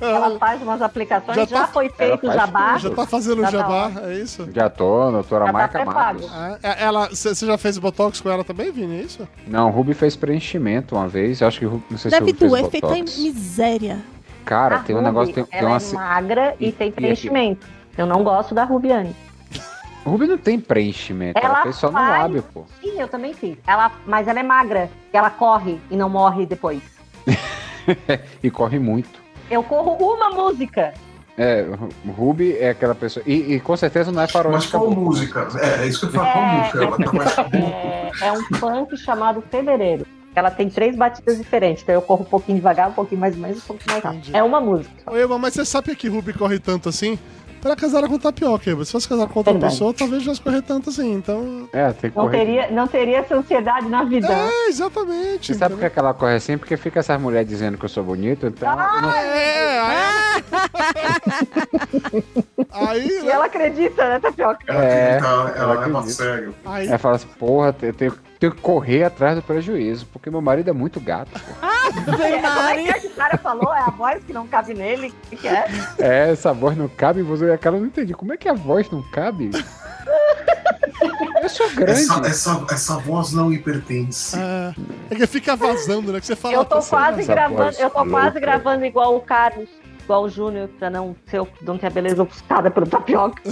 [SPEAKER 5] Ela faz umas aplicações,
[SPEAKER 1] Já
[SPEAKER 5] já,
[SPEAKER 1] tá-
[SPEAKER 5] foi feito o
[SPEAKER 3] faz
[SPEAKER 5] jabá.
[SPEAKER 1] já tá fazendo
[SPEAKER 5] Tá
[SPEAKER 1] jabá, é isso?
[SPEAKER 3] Já tô, doutora
[SPEAKER 5] Já tá
[SPEAKER 3] Maica
[SPEAKER 5] pré-pago.
[SPEAKER 3] Matos.
[SPEAKER 1] Ah, é- ela, você já fez botox com ela também, Vini? É isso?
[SPEAKER 3] Não, Ruby fez preenchimento uma vez, eu acho que Ruby, não sei
[SPEAKER 4] Deve
[SPEAKER 3] se Ruby
[SPEAKER 4] doer,
[SPEAKER 3] fez
[SPEAKER 4] feito em
[SPEAKER 3] botox.
[SPEAKER 4] miséria.
[SPEAKER 3] Cara,
[SPEAKER 5] A
[SPEAKER 3] tem um
[SPEAKER 5] Ruby,
[SPEAKER 3] negócio, tem, tem
[SPEAKER 5] ela
[SPEAKER 3] uma...
[SPEAKER 5] é magra e,
[SPEAKER 3] e- e
[SPEAKER 5] tem
[SPEAKER 3] aqui?
[SPEAKER 5] preenchimento. Eu não gosto da Rubiane.
[SPEAKER 3] Ruby não tem preenchimento, ela,
[SPEAKER 5] Ela
[SPEAKER 3] fez só no
[SPEAKER 5] faz-
[SPEAKER 3] lábio, pô.
[SPEAKER 5] Sim, eu também fiz. Ela, mas ela é magra e ela corre e não morre depois.
[SPEAKER 3] E corre muito.
[SPEAKER 5] Eu corro uma música.
[SPEAKER 3] É, Ru- Ruby é aquela pessoa... E, e com certeza não é faroeste.
[SPEAKER 2] Mas qual
[SPEAKER 3] caboclo.
[SPEAKER 2] música? É, é isso que eu falo, qual
[SPEAKER 5] É.
[SPEAKER 2] música? Ela tá mais
[SPEAKER 5] É, é um funk chamado Fevereiro. Ela tem três batidas diferentes. Então eu corro um pouquinho devagar, um pouquinho mais mais, um pouquinho mais rápido.
[SPEAKER 1] Entendi.
[SPEAKER 5] É uma música.
[SPEAKER 1] Ô, Eva, mas você sabe que Ruby corre tanto assim? Ela casada com tapioca, Eva. Se fosse casada com outra
[SPEAKER 5] Verdade.
[SPEAKER 1] pessoa, talvez já correr tanto assim. Então.
[SPEAKER 3] É, tem que
[SPEAKER 5] Não
[SPEAKER 3] correr.
[SPEAKER 5] teria, não teria essa ansiedade na vida.
[SPEAKER 1] É, exatamente.
[SPEAKER 3] Você sabe por
[SPEAKER 1] entendeu?
[SPEAKER 5] né?
[SPEAKER 3] que que ela
[SPEAKER 5] Ah!
[SPEAKER 3] corre assim? Porque fica essas mulheres dizendo que eu sou bonito, então... eu não-
[SPEAKER 1] É, é, é. Aí,
[SPEAKER 5] E ela acredita, né, Tapioca?
[SPEAKER 2] Ela
[SPEAKER 3] É,
[SPEAKER 2] acredita, ela
[SPEAKER 3] ela
[SPEAKER 2] leva a
[SPEAKER 3] acredita.
[SPEAKER 2] sério.
[SPEAKER 1] aí
[SPEAKER 3] Aí fala assim, porra, eu tenho, tenho que correr atrás do prejuízo, porque meu marido é muito gato.
[SPEAKER 4] Vem, Mari.
[SPEAKER 5] Como é que o cara falou? É a voz que não cabe nele? O que que é?
[SPEAKER 3] É, essa voz não cabe em você. Cara, eu não entendi. Como é que a voz não cabe? Eu sou
[SPEAKER 1] É
[SPEAKER 3] grande.
[SPEAKER 2] Essa, essa, essa voz não me pertence.
[SPEAKER 1] ah, é que fica vazando, né? Que você fala.
[SPEAKER 5] Eu tô
[SPEAKER 1] "Tá
[SPEAKER 5] quase
[SPEAKER 3] essa
[SPEAKER 5] gravando,
[SPEAKER 3] voz
[SPEAKER 5] eu tô
[SPEAKER 3] louca.
[SPEAKER 5] quase gravando igual o Carlos, igual o Júnior, pra não ser o dono que a beleza ofuscada pelo tapioca.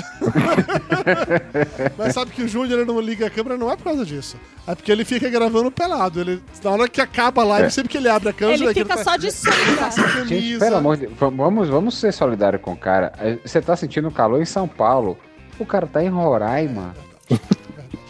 [SPEAKER 1] Mas sabe que o Júnior ele não liga a câmera não é por causa disso. É porque ele fica gravando pelado. Ele, na hora que acaba a live, sempre que ele abre a câmera,
[SPEAKER 4] Ele
[SPEAKER 1] que
[SPEAKER 4] fica
[SPEAKER 1] tá
[SPEAKER 4] só de sunga.
[SPEAKER 1] sem camisa.
[SPEAKER 3] É. Gente, pelo amor de Deus, vamos, vamos ser solidários com o cara. Eh, Você tá sentindo calor em São Paulo. O cara tá em Roraima.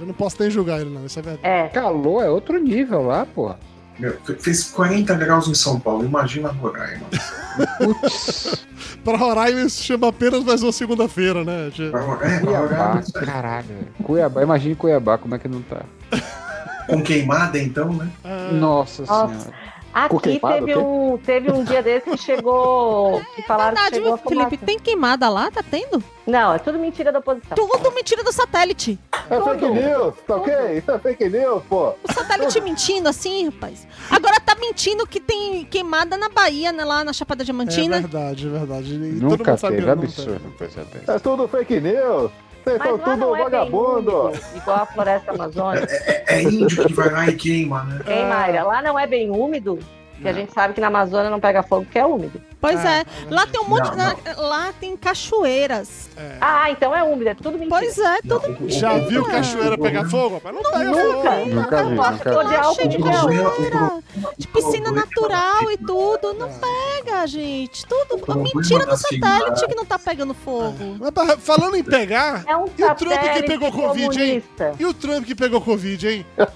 [SPEAKER 1] Eu não posso nem julgar ele, não. Isso é verdade.
[SPEAKER 5] É.
[SPEAKER 3] Calor é outro nível lá, pô.
[SPEAKER 1] Ah.
[SPEAKER 2] Meu, fe- fez 40 graus em São Paulo, imagina Roraima.
[SPEAKER 3] Putz,
[SPEAKER 1] Pra Roraima, isso chama apenas mais uma segunda-feira, né? De-
[SPEAKER 2] Pra Ro- É, pra
[SPEAKER 3] Cuiabá,
[SPEAKER 2] Roraima,
[SPEAKER 3] caralho. Cuiabá, imagine Cuiabá, como é que não tá?
[SPEAKER 2] é, com queimada então, né?
[SPEAKER 1] Ah,
[SPEAKER 3] Nossa
[SPEAKER 5] Nossa.
[SPEAKER 3] senhora.
[SPEAKER 8] Com
[SPEAKER 5] Aqui
[SPEAKER 8] queimado,
[SPEAKER 5] teve
[SPEAKER 8] ok?
[SPEAKER 5] um, teve um dia desse que chegou. Que falaram que
[SPEAKER 4] É Verdade,
[SPEAKER 5] chegou
[SPEAKER 4] meu
[SPEAKER 5] a fumaça.
[SPEAKER 4] Felipe. Tem queimada lá? Tá tendo?
[SPEAKER 5] Não, é tudo mentira da oposição.
[SPEAKER 4] Tudo mentira do satélite.
[SPEAKER 8] É fake news, tá ok? Isso é fake news, pô.
[SPEAKER 4] O satélite mentindo assim, rapaz. Agora tá mentindo que tem queimada na Bahia, né? Lá na Chapada
[SPEAKER 1] é
[SPEAKER 4] Diamantina.
[SPEAKER 1] verdade, é verdade. E todo
[SPEAKER 3] Nunca
[SPEAKER 1] mundo sabe que não
[SPEAKER 3] teve
[SPEAKER 1] tá. né? tem.
[SPEAKER 3] absurdo coisa dessa.
[SPEAKER 8] É tudo fake news. Vocês
[SPEAKER 5] Mas
[SPEAKER 8] são
[SPEAKER 5] lá
[SPEAKER 8] tudo
[SPEAKER 5] não é bem
[SPEAKER 8] vagabundo.
[SPEAKER 5] úmido, igual a floresta amazônica.
[SPEAKER 2] É índio que vai lá e queima, né?
[SPEAKER 5] Ei, Mayra, lá não é bem úmido, que a gente sabe que na Amazônia não pega fogo, porque é úmido.
[SPEAKER 4] Pois
[SPEAKER 1] Ah,
[SPEAKER 4] é. Lá tem um monte.
[SPEAKER 2] Não,
[SPEAKER 4] na- Lá tem cachoeiras.
[SPEAKER 5] Ah, então é úmido, é tudo mentira.
[SPEAKER 4] Pois é,
[SPEAKER 2] Não,
[SPEAKER 4] tudo.
[SPEAKER 2] o- o-
[SPEAKER 1] Já
[SPEAKER 2] o-
[SPEAKER 1] viu
[SPEAKER 2] o-
[SPEAKER 1] cachoeira
[SPEAKER 2] o-
[SPEAKER 1] pegar
[SPEAKER 2] o-
[SPEAKER 1] fogo? Rapaz, não
[SPEAKER 4] é,
[SPEAKER 1] pega
[SPEAKER 5] nunca.
[SPEAKER 1] fogo.
[SPEAKER 3] Nunca vi,
[SPEAKER 4] Lá
[SPEAKER 3] nunca vi.
[SPEAKER 5] de álcool,
[SPEAKER 4] cheio de
[SPEAKER 2] o problema- o
[SPEAKER 4] cachoeira.
[SPEAKER 2] pro-
[SPEAKER 4] de
[SPEAKER 1] Tipo,
[SPEAKER 4] piscina
[SPEAKER 2] o problema-
[SPEAKER 4] natural e tudo. Não pega, gente. Tudo.
[SPEAKER 2] problema
[SPEAKER 4] Mentira do
[SPEAKER 2] da
[SPEAKER 4] satélite
[SPEAKER 2] cidade-
[SPEAKER 4] que não tá pegando fogo.
[SPEAKER 1] Mas pra- falando em pegar,
[SPEAKER 5] É um
[SPEAKER 1] E o Trump que
[SPEAKER 5] satélite
[SPEAKER 1] pegou Covid, hein?
[SPEAKER 5] comunista.
[SPEAKER 1] E o Trump que pegou Covid, hein?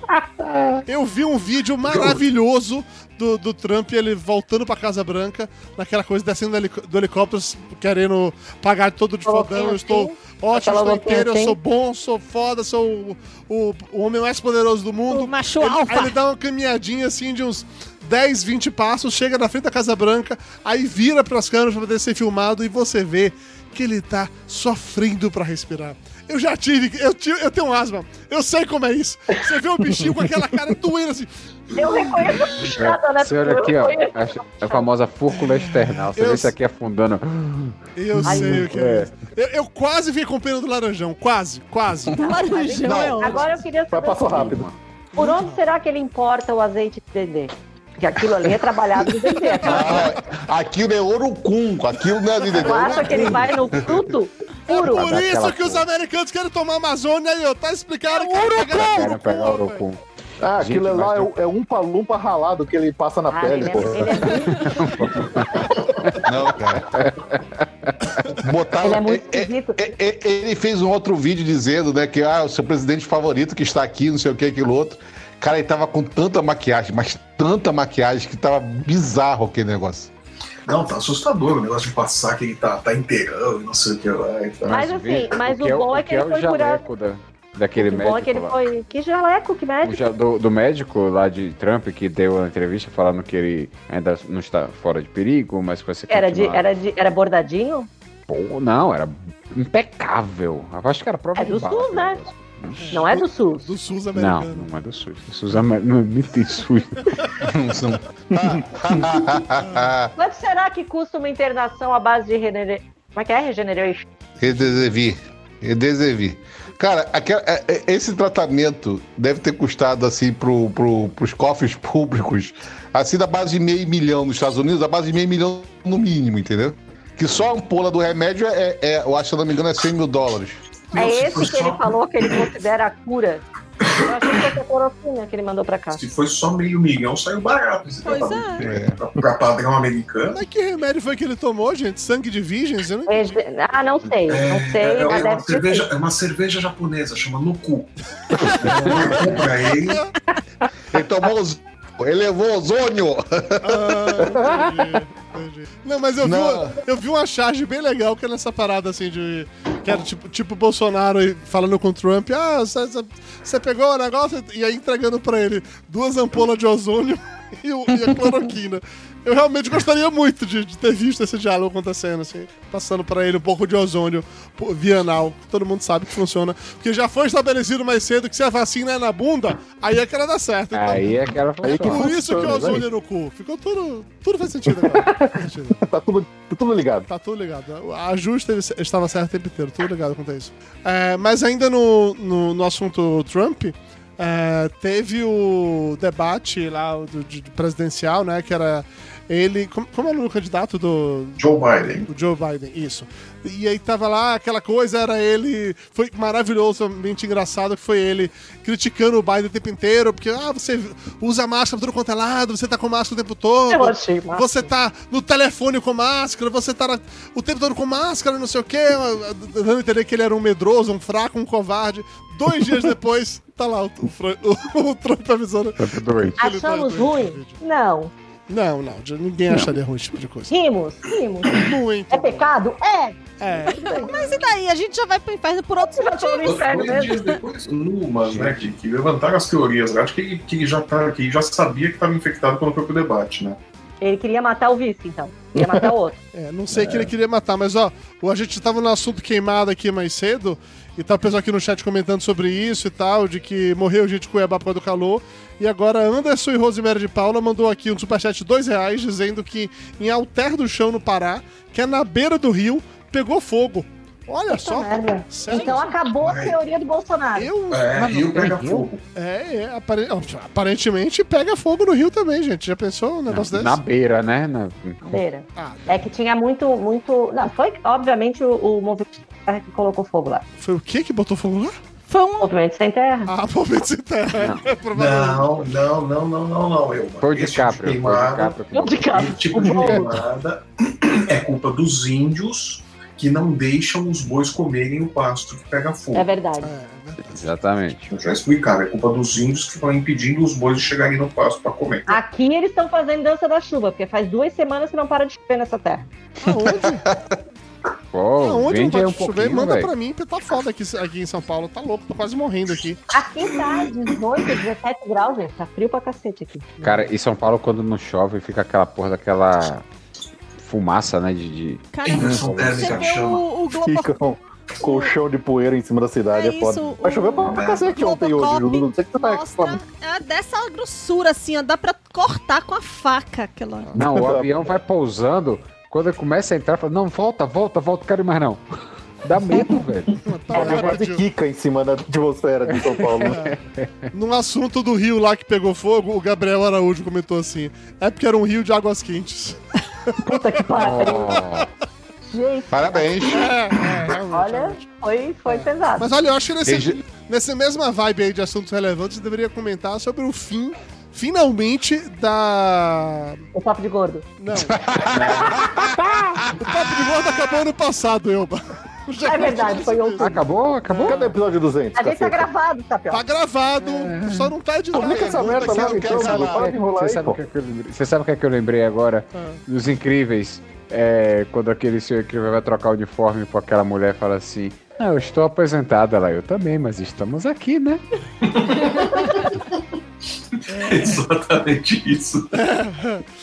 [SPEAKER 1] Eu vi um vídeo maravilhoso do, do Trump, ele voltando pra Casa Branca, naquela coisa, descendo do, helic- do helicóptero, querendo pagar todo de
[SPEAKER 5] Falou
[SPEAKER 1] fodão.
[SPEAKER 5] assim,
[SPEAKER 1] Eu estou
[SPEAKER 5] assim.
[SPEAKER 1] ótimo,
[SPEAKER 5] Aquela
[SPEAKER 1] estou
[SPEAKER 5] roupinha
[SPEAKER 1] inteiro, eu
[SPEAKER 5] assim.
[SPEAKER 1] sou bom, sou foda, sou o, o- o homem mais poderoso do
[SPEAKER 4] O
[SPEAKER 1] mundo.
[SPEAKER 4] macho
[SPEAKER 1] Ele, aí ele
[SPEAKER 4] alfa.
[SPEAKER 1] dá uma caminhadinha assim de uns 10, 20 passos, chega na frente da Casa Branca, aí vira pras câmeras pra poder ser filmado e você vê que ele tá sofrendo pra respirar. Eu já tive, eu, tive, eu tenho asma, eu sei como é isso. Você vê o bichinho com aquela cara doendo assim.
[SPEAKER 5] Eu reconheço a puxada, né?
[SPEAKER 3] Você olha aqui, ó, é
[SPEAKER 5] Eu reconheço.
[SPEAKER 3] a, a famosa fúrcula externa. Você
[SPEAKER 1] Eu
[SPEAKER 3] vê isso aqui afundando.
[SPEAKER 1] Eu
[SPEAKER 5] Ai,
[SPEAKER 1] sei
[SPEAKER 5] meu
[SPEAKER 1] o que é. isso. Eu, eu quase fiquei com pena do laranjão, quase, quase.
[SPEAKER 8] tá-
[SPEAKER 4] Laranjão é ótimo.
[SPEAKER 5] Agora eu queria
[SPEAKER 8] Vai
[SPEAKER 5] saber
[SPEAKER 8] passou rápido.
[SPEAKER 5] por onde será que ele importa o azeite de Dedê? Porque aquilo ali é trabalhado de Dedê.
[SPEAKER 7] Ah, aquilo é orucunco, aquilo não é vida.
[SPEAKER 5] Tu acha que ele vai no fruto
[SPEAKER 1] É
[SPEAKER 5] puro?
[SPEAKER 1] por isso
[SPEAKER 3] Daquela
[SPEAKER 1] que os
[SPEAKER 3] porra.
[SPEAKER 1] americanos querem tomar a Amazônia aí, ó. Tá explicado que
[SPEAKER 3] Quero pegar o
[SPEAKER 1] Urucum.
[SPEAKER 3] urucum.
[SPEAKER 8] Ah,
[SPEAKER 3] Gente,
[SPEAKER 8] aquilo lá
[SPEAKER 3] mas
[SPEAKER 8] é, um- é um palumpa ralado que ele passa na
[SPEAKER 5] Ah, ele
[SPEAKER 8] pele,
[SPEAKER 5] é,
[SPEAKER 8] pô.
[SPEAKER 5] ele é muito
[SPEAKER 7] Não, cara. Botaram,
[SPEAKER 5] Ele é muito
[SPEAKER 7] é- é-
[SPEAKER 5] esquisito.
[SPEAKER 7] é- é- ele fez um outro vídeo dizendo, né, que ah, o seu presidente favorito que está aqui, não sei o que, aquilo outro. Cara, ele tava com tanta maquiagem, mas tanta maquiagem que tava bizarro aquele negócio.
[SPEAKER 2] Não, tá assustador o negócio de passar que ele tá, tá inteirão e não sei o que lá e tal.
[SPEAKER 5] Mas,
[SPEAKER 3] vê
[SPEAKER 5] assim, mas o
[SPEAKER 3] é
[SPEAKER 5] bom é que ele
[SPEAKER 3] o
[SPEAKER 5] foi
[SPEAKER 3] jaleco Da, daquele
[SPEAKER 5] bom
[SPEAKER 3] é, médico
[SPEAKER 5] é que ele
[SPEAKER 3] lá.
[SPEAKER 5] foi. Que jaleco, que
[SPEAKER 3] O
[SPEAKER 5] médico.
[SPEAKER 3] ja- Do, do médico lá de Trump que deu a entrevista falando que ele ainda não está fora de perigo, mas que vai ser
[SPEAKER 5] Era, de,
[SPEAKER 3] continuado.
[SPEAKER 5] era, de, era bordadinho?
[SPEAKER 3] Pô, não, era impecável. Eu acho que era prova
[SPEAKER 5] É
[SPEAKER 3] de
[SPEAKER 5] do
[SPEAKER 3] bala,
[SPEAKER 5] SUS,
[SPEAKER 3] aquele
[SPEAKER 5] né?
[SPEAKER 3] negócio.
[SPEAKER 5] Não é do SUS.
[SPEAKER 1] Do SUS
[SPEAKER 3] Não,
[SPEAKER 1] americano.
[SPEAKER 3] não é do SUS. O SUS amer- não, não tem SUS.
[SPEAKER 5] Ah, Quanto será que custa uma internação à base de regeneration? Como é que é regeneration?
[SPEAKER 7] Redesevi. Redesevi. Cara, aquela- é- é- esse tratamento deve ter custado, assim, pro, pro, pros cofres públicos, assim, da base de meio milhão nos Estados Unidos, da base de meio milhão no mínimo, entendeu? Que só a ampola do remédio é, é- é- eu acho, se eu não me engano, é 100 mil dólares.
[SPEAKER 5] é
[SPEAKER 2] Meu, se foi
[SPEAKER 5] esse que ele
[SPEAKER 2] só-
[SPEAKER 5] falou que ele considera a cura. Eu achei que fosse a clorofina que ele mandou pra cá.
[SPEAKER 2] Se foi só meio milhão, saiu barato esse
[SPEAKER 4] Pois
[SPEAKER 2] tratamento.
[SPEAKER 5] é.
[SPEAKER 2] Pra, pra padrão americano.
[SPEAKER 1] Mas que remédio foi que ele tomou, gente? Sangue de virgens? Eu não
[SPEAKER 5] Rege- Ah, não sei, não sei,
[SPEAKER 2] é,
[SPEAKER 5] mas
[SPEAKER 2] uma
[SPEAKER 5] deve ter
[SPEAKER 2] cerveja,
[SPEAKER 5] sido.
[SPEAKER 2] é uma cerveja japonesa, chama Nuku. Nuku pra ele.
[SPEAKER 7] Ele tomou os... Ele levou ozônio.
[SPEAKER 1] Ah, entendi, entendi. Não, mas eu vi,
[SPEAKER 7] Não.
[SPEAKER 1] eu vi uma charge bem legal que era nessa parada assim de. Que era tipo, tipo Bolsonaro falando com o Trump. Ah, você- você você pegou o negócio e aí entregando pra ele duas ampolas de ozônio e, o- e a cloroquina. Eu realmente gostaria muito de, de ter visto esse diálogo acontecendo, assim, passando pra ele um pouco de ozônio pô, via anal. Todo mundo sabe que funciona. Porque já foi estabelecido mais cedo que se a vacina é na bunda, aí é que ela dá certo. Então,
[SPEAKER 3] Aí é que ela
[SPEAKER 8] Aí que
[SPEAKER 1] por
[SPEAKER 3] funciona.
[SPEAKER 1] isso que o
[SPEAKER 8] funciona,
[SPEAKER 3] né?
[SPEAKER 1] ozônio é no cu. Ficou tudo. Tudo faz sentido agora. Faz sentido.
[SPEAKER 8] Tá tudo, tá tudo ligado.
[SPEAKER 1] Tá tudo ligado. né? A Ju esteve- estava certa o tempo inteiro, tudo ligado quanto a isso. É, mas ainda no, no, no assunto Trump, é, teve o debate lá o do, de- de presidencial, né? Que era ele. Como, como é o nome do candidato do,
[SPEAKER 2] Joe Biden.
[SPEAKER 1] o Joe Biden, isso. E aí tava lá, aquela coisa, era ele. Foi maravilhosamente engraçado que foi ele criticando o Biden o tempo inteiro, porque ah, você usa máscara pra tudo quanto é lado, você tá com máscara o tempo todo.
[SPEAKER 5] Eu achei massa.
[SPEAKER 1] Você tá no telefone com máscara, você tá na- o tempo todo com máscara, não sei o quê, dando a entender que ele era um medroso, um fraco, um covarde. Dois dias depois, tá lá o, o, Fran- o, o Trump avisando.
[SPEAKER 3] Tá tudo bem.
[SPEAKER 1] que ele tá
[SPEAKER 5] Achamos
[SPEAKER 1] doente de
[SPEAKER 5] ruim?
[SPEAKER 1] Covid.
[SPEAKER 5] Não.
[SPEAKER 1] Não, não, de- ninguém acharia ruim esse tipo de coisa.
[SPEAKER 5] Rimos? Rimos.
[SPEAKER 1] Muito.
[SPEAKER 5] É pecado? É.
[SPEAKER 1] É,
[SPEAKER 4] Mas e daí? tá A gente já vai pro inferno por outros
[SPEAKER 5] Você já
[SPEAKER 4] motivos.
[SPEAKER 5] falou no inferno
[SPEAKER 2] Dois
[SPEAKER 5] mesmo.
[SPEAKER 2] dias depois, Numan, né, que, que levantaram as teorias lá, acho que, que, já tá, que já sabia que estava infectado pelo próprio debate, né?
[SPEAKER 5] Ele queria matar o vice, então. Queria matar o outro.
[SPEAKER 1] É, não sei quem ele queria matar, mas ó, a gente tava no assunto queimado aqui mais cedo, e tá o pessoal aqui no chat comentando sobre isso e tal, de que morreu gente de Cuiabá por causa do calor. E agora Anderson e Rosemary de Paula mandou aqui um superchat de dois reais, dizendo que em Alter do Chão, no Pará, que é na beira do rio, pegou fogo. Olha
[SPEAKER 5] Puta
[SPEAKER 1] só,
[SPEAKER 5] merda.
[SPEAKER 1] sério.
[SPEAKER 5] Então acabou a teoria do Bolsonaro.
[SPEAKER 1] eu Ah,
[SPEAKER 2] É,
[SPEAKER 3] Mano,
[SPEAKER 2] e o pega
[SPEAKER 3] eu-
[SPEAKER 2] fogo.
[SPEAKER 1] é, é, apare- aparentemente pega fogo no rio também, gente. Já pensou um negócio desse?
[SPEAKER 3] Na beira, né? Na-
[SPEAKER 5] Beira.
[SPEAKER 1] Ah,
[SPEAKER 5] É que tinha muito, muito. Não, foi obviamente o, o movimento sem terra que colocou fogo lá.
[SPEAKER 1] foi o que que botou fogo lá?
[SPEAKER 4] Foi
[SPEAKER 5] O
[SPEAKER 4] um.
[SPEAKER 5] movimento sem terra.
[SPEAKER 1] Ah, momento sem terra. Provavelmente.
[SPEAKER 2] Não, não, não, não, não, não, eu.
[SPEAKER 3] Foi o
[SPEAKER 2] Esse tipo de
[SPEAKER 3] DiCaprio. Foi o
[SPEAKER 2] queimada-
[SPEAKER 3] DiCaprio.
[SPEAKER 5] Não de casa.
[SPEAKER 2] Esse tipo de queimada é culpa dos índios que não deixam os bois comerem o pasto que pega fogo.
[SPEAKER 5] É verdade.
[SPEAKER 1] É, né?
[SPEAKER 3] Exatamente.
[SPEAKER 2] Eu já explicaram, é culpa dos índios que estão impedindo os bois de chegarem no pasto para comer.
[SPEAKER 5] Aqui eles estão fazendo dança da chuva, porque faz duas semanas que não para de chover nessa terra.
[SPEAKER 1] Aonde?
[SPEAKER 3] Pô,
[SPEAKER 1] Aonde é não
[SPEAKER 3] vende aí
[SPEAKER 1] pode
[SPEAKER 3] um
[SPEAKER 1] chover,
[SPEAKER 3] pouquinho,
[SPEAKER 1] manda
[SPEAKER 3] velho.
[SPEAKER 1] pra mim, porque tá foda aqui, aqui em São Paulo. Tá louco, tô quase morrendo aqui.
[SPEAKER 5] Aqui tá 18, 17 graus, gente. Tá frio pra cacete aqui.
[SPEAKER 3] Cara, em São Paulo, quando não chove, fica aquela porra daquela fumaça, né? De, de-
[SPEAKER 4] Cara,
[SPEAKER 2] Inversão
[SPEAKER 4] você
[SPEAKER 2] térmica que
[SPEAKER 4] vê
[SPEAKER 2] chama.
[SPEAKER 4] o, o Globo.
[SPEAKER 8] Fica um colchão de poeira em cima da cidade,
[SPEAKER 4] É
[SPEAKER 8] é, foda.
[SPEAKER 4] isso,
[SPEAKER 8] Vai chover
[SPEAKER 4] o-
[SPEAKER 8] pra, pra cacete ontem hoje,
[SPEAKER 4] Robocop
[SPEAKER 8] Júlio. Não sei o que você tá
[SPEAKER 4] Mostra,
[SPEAKER 8] reclamando.
[SPEAKER 4] é dessa grossura, assim, ó. Dá pra cortar com a faca aquela.
[SPEAKER 3] Não, o avião vai pousando. Quando ele começa a entrar, fala, não, volta, volta, volta, quero ir mais não. Dá medo, velho.
[SPEAKER 1] Tá
[SPEAKER 8] Alguém quase
[SPEAKER 1] rápido.
[SPEAKER 8] quica em cima da atmosfera de São Paulo.
[SPEAKER 1] Num assunto do rio lá que pegou fogo, o Gabriel Araújo comentou assim: é porque era um rio de águas quentes.
[SPEAKER 5] Puta que pariu.
[SPEAKER 3] Ó,
[SPEAKER 5] Gente,
[SPEAKER 7] Parabéns.
[SPEAKER 1] É, é, realmente.
[SPEAKER 5] olha, foi, foi pesado.
[SPEAKER 1] Mas olha, eu acho que nesse,
[SPEAKER 7] Regi-
[SPEAKER 1] nessa mesma vibe aí de assuntos relevantes, eu deveria comentar sobre o fim, finalmente, da.
[SPEAKER 5] O papo de gordo.
[SPEAKER 1] Não. o Papo de Gordo acabou ano passado, Elba. Já
[SPEAKER 5] É verdade, foi outubro.
[SPEAKER 3] acabou, acabou.
[SPEAKER 8] Cadê o episódio
[SPEAKER 5] A
[SPEAKER 8] 200,
[SPEAKER 5] gente tá
[SPEAKER 8] caceta?
[SPEAKER 5] gravado,
[SPEAKER 1] Tá
[SPEAKER 5] Tapioca.
[SPEAKER 1] gravado,
[SPEAKER 3] É.
[SPEAKER 1] só não tá editado.
[SPEAKER 8] Publica essa merda
[SPEAKER 7] eu
[SPEAKER 8] logo
[SPEAKER 1] é
[SPEAKER 7] quero
[SPEAKER 8] então,
[SPEAKER 7] falar.
[SPEAKER 8] Júlio. Para de enrolar
[SPEAKER 3] Você
[SPEAKER 8] aí,
[SPEAKER 3] sabe,
[SPEAKER 8] pô.
[SPEAKER 3] o que é que eu lembrei- você sabe o que é que eu lembrei agora?
[SPEAKER 1] Ah.
[SPEAKER 3] Dos incríveis. É, quando aquele seu incrível vai trocar o uniforme com aquela mulher fala assim: Ah, eu estou aposentada lá, eu também, mas estamos aqui, né?
[SPEAKER 2] Exatamente isso.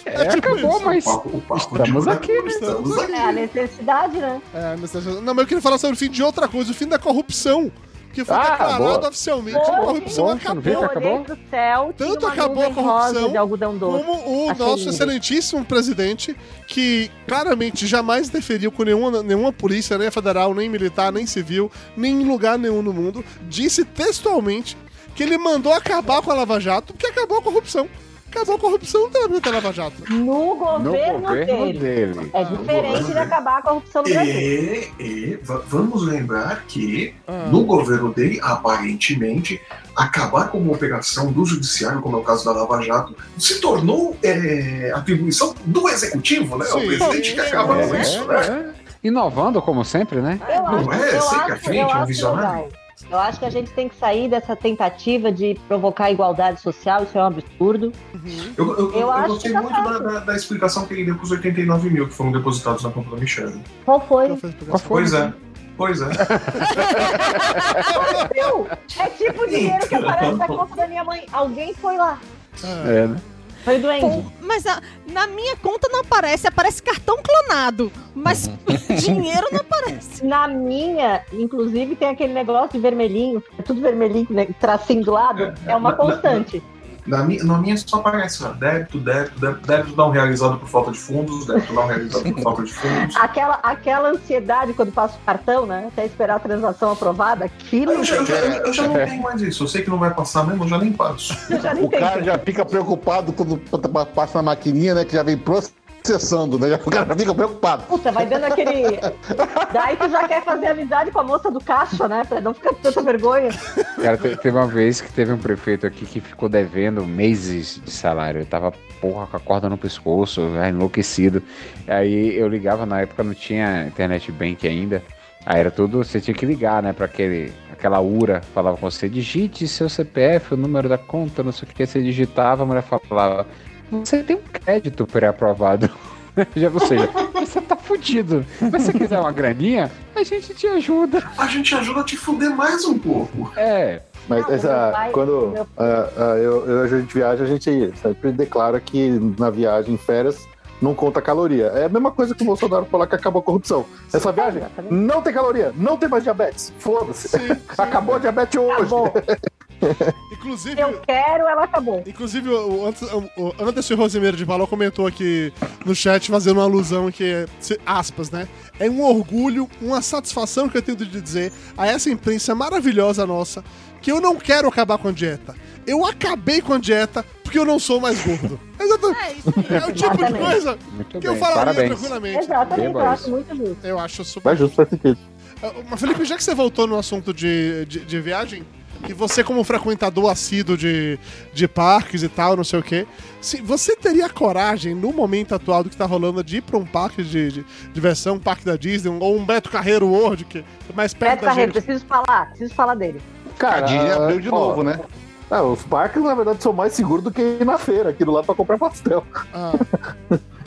[SPEAKER 3] É,
[SPEAKER 1] tipo
[SPEAKER 3] acabou, mas
[SPEAKER 2] O papo- o papo de
[SPEAKER 3] estamos
[SPEAKER 2] gordo,
[SPEAKER 3] aqui, né?
[SPEAKER 2] Estamos aqui.
[SPEAKER 5] É a necessidade, né?
[SPEAKER 1] É, mas tá- não, mas eu queria falar sobre o fim de outra coisa, o fim da corrupção. Que foi
[SPEAKER 8] Ah,
[SPEAKER 1] declarado
[SPEAKER 8] boa.
[SPEAKER 1] oficialmente.
[SPEAKER 5] Boa,
[SPEAKER 1] a corrupção
[SPEAKER 3] boa, você
[SPEAKER 5] Eu
[SPEAKER 1] acabou.
[SPEAKER 3] não
[SPEAKER 5] olhei
[SPEAKER 3] acabou?
[SPEAKER 5] pro céu, tinha
[SPEAKER 1] Tanto
[SPEAKER 5] uma
[SPEAKER 1] acabou a
[SPEAKER 5] nuvem
[SPEAKER 1] corrupção,
[SPEAKER 5] rosa de algodão doce.
[SPEAKER 1] Como o
[SPEAKER 5] Achei
[SPEAKER 1] nosso
[SPEAKER 5] lindo.
[SPEAKER 1] excelentíssimo presidente, que claramente jamais interferiu com nenhuma, nenhuma polícia, nem federal, nem militar, nem civil, nem em lugar nenhum no mundo, disse textualmente que ele mandou acabar com a Lava Jato porque acabou a corrupção. Acabou a corrupção também da Lava Jato.
[SPEAKER 5] No
[SPEAKER 3] no
[SPEAKER 5] governo
[SPEAKER 3] governo
[SPEAKER 5] dele.
[SPEAKER 3] dele.
[SPEAKER 5] É
[SPEAKER 2] governo
[SPEAKER 5] diferente de
[SPEAKER 2] dele.
[SPEAKER 5] acabar a corrupção no Brasil.
[SPEAKER 2] E, e É, va- vamos lembrar que
[SPEAKER 1] Ah.
[SPEAKER 2] no governo dele, aparentemente, acabar com uma operação do judiciário, como é o caso da Lava Jato, se tornou é, atribuição do executivo, né?
[SPEAKER 1] Sim.
[SPEAKER 2] o presidente que
[SPEAKER 1] Sim,
[SPEAKER 2] acaba com
[SPEAKER 3] É,
[SPEAKER 2] isso, né?
[SPEAKER 3] é. Inovando, como sempre, né?
[SPEAKER 5] Eu
[SPEAKER 2] Não
[SPEAKER 5] acho,
[SPEAKER 2] é?
[SPEAKER 5] eu
[SPEAKER 2] Siga à
[SPEAKER 5] acho,
[SPEAKER 2] frente,
[SPEAKER 5] eu
[SPEAKER 2] é um
[SPEAKER 5] acho
[SPEAKER 2] visionário.
[SPEAKER 5] legal. Eu acho que a gente tem que sair dessa tentativa de provocar igualdade social, isso é um absurdo.
[SPEAKER 1] Uhum.
[SPEAKER 2] Eu, eu,
[SPEAKER 5] Eu
[SPEAKER 2] eu
[SPEAKER 5] acho
[SPEAKER 2] gostei
[SPEAKER 5] que tá
[SPEAKER 2] muito da,
[SPEAKER 5] fácil.
[SPEAKER 2] da- da explicação que ele deu com os 89 mil que foram depositados na conta da Michelle.
[SPEAKER 5] Qual foi?
[SPEAKER 1] Qual foi a explicação?
[SPEAKER 3] Qual foi?
[SPEAKER 2] Pois é, pois é.
[SPEAKER 5] Meu, é tipo dinheiro que aparece na conta da minha mãe. Alguém foi lá.
[SPEAKER 1] Ah,
[SPEAKER 3] É, né?
[SPEAKER 5] Foi doente.
[SPEAKER 4] Pô, Mas na, na minha conta não aparece, aparece cartão clonado. Mas dinheiro não aparece.
[SPEAKER 5] Na minha, inclusive, tem aquele negócio de vermelhinho, é tudo vermelhinho, né, tracinho do lado, é uma constante.
[SPEAKER 2] Na minha, na minha só aparece ó, débito, débito, débito, débito não realizado por falta de fundos, débito não realizado por falta de fundos.
[SPEAKER 5] Aquela, aquela ansiedade quando passa o cartão, né? Até esperar a transação aprovada, aquilo
[SPEAKER 2] Eu já, eu já- eu já não tenho mais isso, eu sei que não vai passar mesmo, eu já nem passo.
[SPEAKER 5] eu já nem
[SPEAKER 7] O
[SPEAKER 5] tenho.
[SPEAKER 7] cara já fica preocupado quando pa- passa na maquininha, né? Que já vem processando, né? O cara já fica preocupado.
[SPEAKER 5] Puta, vai dando aquele. Daí tu já quer fazer amizade com a moça do caixa, né? Pra não ficar com tanta vergonha.
[SPEAKER 3] Cara, te- teve uma vez que teve um prefeito aqui que ficou devendo meses de salário. Eu tava, porra, com a corda no pescoço, já enlouquecido. Aí eu ligava, na época não tinha internet bank ainda. Aí era tudo, você tinha que ligar, né, pra aquele, aquela URA. Falava com você, digite seu CPF, o número da conta, não sei o que. Você digitava, a mulher falava, você tem um crédito pré-aprovado. Já, ou seja, você tá fudido. Mas se você quiser uma graninha, a gente te ajuda.
[SPEAKER 2] A gente ajuda a te fuder mais um pouco.
[SPEAKER 3] É,
[SPEAKER 8] Mas
[SPEAKER 5] Não,
[SPEAKER 8] essa,
[SPEAKER 5] meu pai-
[SPEAKER 8] quando
[SPEAKER 5] meu-
[SPEAKER 8] ah, ah, eu, eu- a gente viaja, a gente sempre declara que na viagem, em férias, não conta caloria. É a mesma coisa que o Bolsonaro falar que acabou a corrupção. Essa viagem
[SPEAKER 5] exatamente.
[SPEAKER 8] não tem caloria, não tem mais diabetes. Foda-se.
[SPEAKER 1] Sim, sim.
[SPEAKER 8] Acabou a diabetes hoje.
[SPEAKER 5] Acabou.
[SPEAKER 1] Inclusive,
[SPEAKER 5] Eu quero, ela acabou.
[SPEAKER 1] Inclusive, o, Ant- o Anderson Rosemeiro de Valor comentou aqui no chat, fazendo uma alusão que, é, se- aspas, né? É um orgulho, uma satisfação que eu tenho de dizer a essa imprensa maravilhosa nossa que eu não quero acabar com a dieta. Eu acabei com a dieta porque eu não sou mais gordo. Exatamente.
[SPEAKER 4] É isso aí.
[SPEAKER 1] É o tipo de
[SPEAKER 5] Exatamente.
[SPEAKER 1] coisa
[SPEAKER 3] muito
[SPEAKER 1] que
[SPEAKER 3] bem,
[SPEAKER 1] eu falaria
[SPEAKER 3] parabéns.
[SPEAKER 1] tranquilamente.
[SPEAKER 5] Exatamente, eu
[SPEAKER 3] Beba
[SPEAKER 5] acho
[SPEAKER 3] isso.
[SPEAKER 5] muito justo.
[SPEAKER 1] Eu acho super.
[SPEAKER 8] Mas justo faz sentido.
[SPEAKER 1] Ah, Mas, Felipe, já que você voltou no assunto de, de, de viagem, e você, como frequentador assíduo de, de parques e tal, não sei o quê, se você teria a coragem, no momento atual do que tá rolando, de ir pra um parque de, de diversão, um parque da Disney, ou um Beto Carreiro World, que é mais perto
[SPEAKER 5] Beto
[SPEAKER 1] da
[SPEAKER 5] Carreiro,
[SPEAKER 1] gente?
[SPEAKER 5] preciso falar, preciso falar dele.
[SPEAKER 7] A
[SPEAKER 8] Cara,
[SPEAKER 7] Disney abriu de
[SPEAKER 8] ó,
[SPEAKER 7] novo, né?
[SPEAKER 8] ah, os parques, na verdade, são mais seguros do que ir na feira, aqui do lado pra comprar pastel.
[SPEAKER 1] Ah.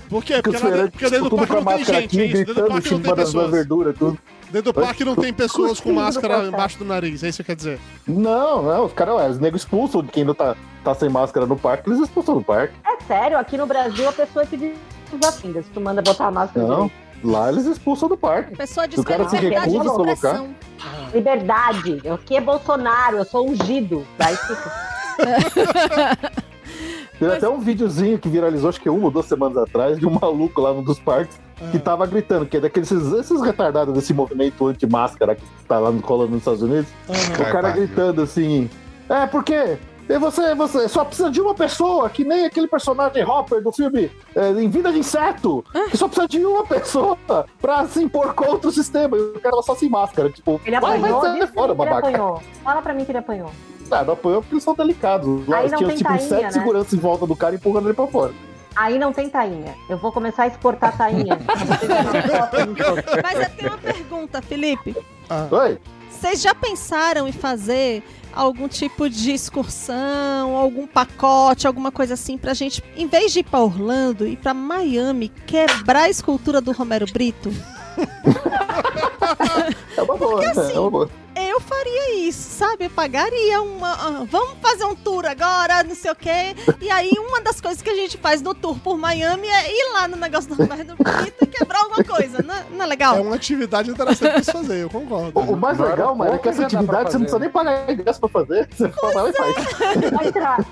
[SPEAKER 1] Por quê?
[SPEAKER 8] Porque
[SPEAKER 1] Porque,
[SPEAKER 8] os
[SPEAKER 1] lá dentro,
[SPEAKER 8] feirantes
[SPEAKER 1] porque dentro do
[SPEAKER 8] tudo
[SPEAKER 1] parque
[SPEAKER 8] com a
[SPEAKER 1] não tem
[SPEAKER 8] máscara
[SPEAKER 1] gente, é
[SPEAKER 8] aqui,
[SPEAKER 1] isso. Dentro do parque
[SPEAKER 8] gritando,
[SPEAKER 1] não tem
[SPEAKER 8] chupando as
[SPEAKER 1] pessoas.
[SPEAKER 8] verdura, tudo.
[SPEAKER 1] Dentro do parque não tem pessoas com
[SPEAKER 5] Cuspindo
[SPEAKER 1] máscara
[SPEAKER 5] pra cá.
[SPEAKER 1] embaixo do nariz, é isso que quer dizer.
[SPEAKER 8] Não, não, os caras, ué, os negros expulsam de quem não tá, tá sem máscara no parque, eles expulsam do parque.
[SPEAKER 5] É sério, aqui no Brasil a pessoa é te desafinda. Se tu manda botar a máscara,
[SPEAKER 8] Não,
[SPEAKER 5] direito.
[SPEAKER 8] lá eles expulsam do parque.
[SPEAKER 4] Pessoa diz
[SPEAKER 8] Se o cara
[SPEAKER 4] que é
[SPEAKER 5] se
[SPEAKER 4] liberdade de
[SPEAKER 5] recusa a
[SPEAKER 8] colocar-
[SPEAKER 4] expressão.
[SPEAKER 5] liberdade. Eu aqui é Bolsonaro, eu sou ungido. Daí fica.
[SPEAKER 8] Tem até um videozinho que viralizou, acho que uma ou duas semanas atrás, de um maluco lá num dos parques que tava gritando, que é daqueles esses retardados desse movimento anti-máscara que tá lá no colando nos Estados Unidos.
[SPEAKER 1] Aham.
[SPEAKER 8] O cara
[SPEAKER 7] Caralho.
[SPEAKER 8] gritando assim. É, porque e você, é você só precisa de uma pessoa, que nem aquele personagem Hopper do filme é, Em Vida de Inseto,
[SPEAKER 5] Ah.
[SPEAKER 8] que só precisa de uma pessoa pra se impor contra o sistema. E o cara lá só sem máscara, tipo,
[SPEAKER 5] Ele
[SPEAKER 8] vai, vai,
[SPEAKER 5] apanhou,
[SPEAKER 8] sai
[SPEAKER 5] diz
[SPEAKER 8] fora,
[SPEAKER 5] que ele
[SPEAKER 8] babaca.
[SPEAKER 5] apanhou. Fala pra mim que ele apanhou.
[SPEAKER 8] Ah, não apanhou porque eles são delicados. Lá
[SPEAKER 5] Aí não
[SPEAKER 8] tinha
[SPEAKER 5] tem
[SPEAKER 8] tipo uns
[SPEAKER 5] tainha,
[SPEAKER 8] sete
[SPEAKER 5] né?
[SPEAKER 8] seguranças em volta do cara empurrando ele pra fora.
[SPEAKER 5] Aí não tem tainha. Eu vou começar a exportar tainha. Eu
[SPEAKER 4] Mas eu tenho uma pergunta, Felipe.
[SPEAKER 1] Ah.
[SPEAKER 8] Oi?
[SPEAKER 4] Vocês já pensaram em fazer algum tipo de excursão, algum pacote, alguma coisa assim pra gente, em vez de ir pra Orlando, ir pra Miami, quebrar a escultura do Romero Brito?
[SPEAKER 8] É uma boa, né?
[SPEAKER 4] assim,
[SPEAKER 8] é uma boa.
[SPEAKER 4] Eu faria isso, sabe? Eu pagaria uma. ah, Vamos fazer um tour agora, não sei o quê. E aí, uma das coisas que a gente faz no tour por Miami é ir lá no negócio do Romero Brito e quebrar alguma coisa. Não, é- não é legal?
[SPEAKER 1] É uma atividade interessante pra se fazer, eu concordo.
[SPEAKER 8] O, o mais
[SPEAKER 7] Agora,
[SPEAKER 8] legal, mano, é que
[SPEAKER 7] poucas
[SPEAKER 8] essa
[SPEAKER 7] já dá pra
[SPEAKER 8] atividade você não
[SPEAKER 7] fazer,
[SPEAKER 8] precisa
[SPEAKER 7] né?
[SPEAKER 8] nem pagar ingresso pra fazer. Você vai lá e faz.
[SPEAKER 5] vou entrar.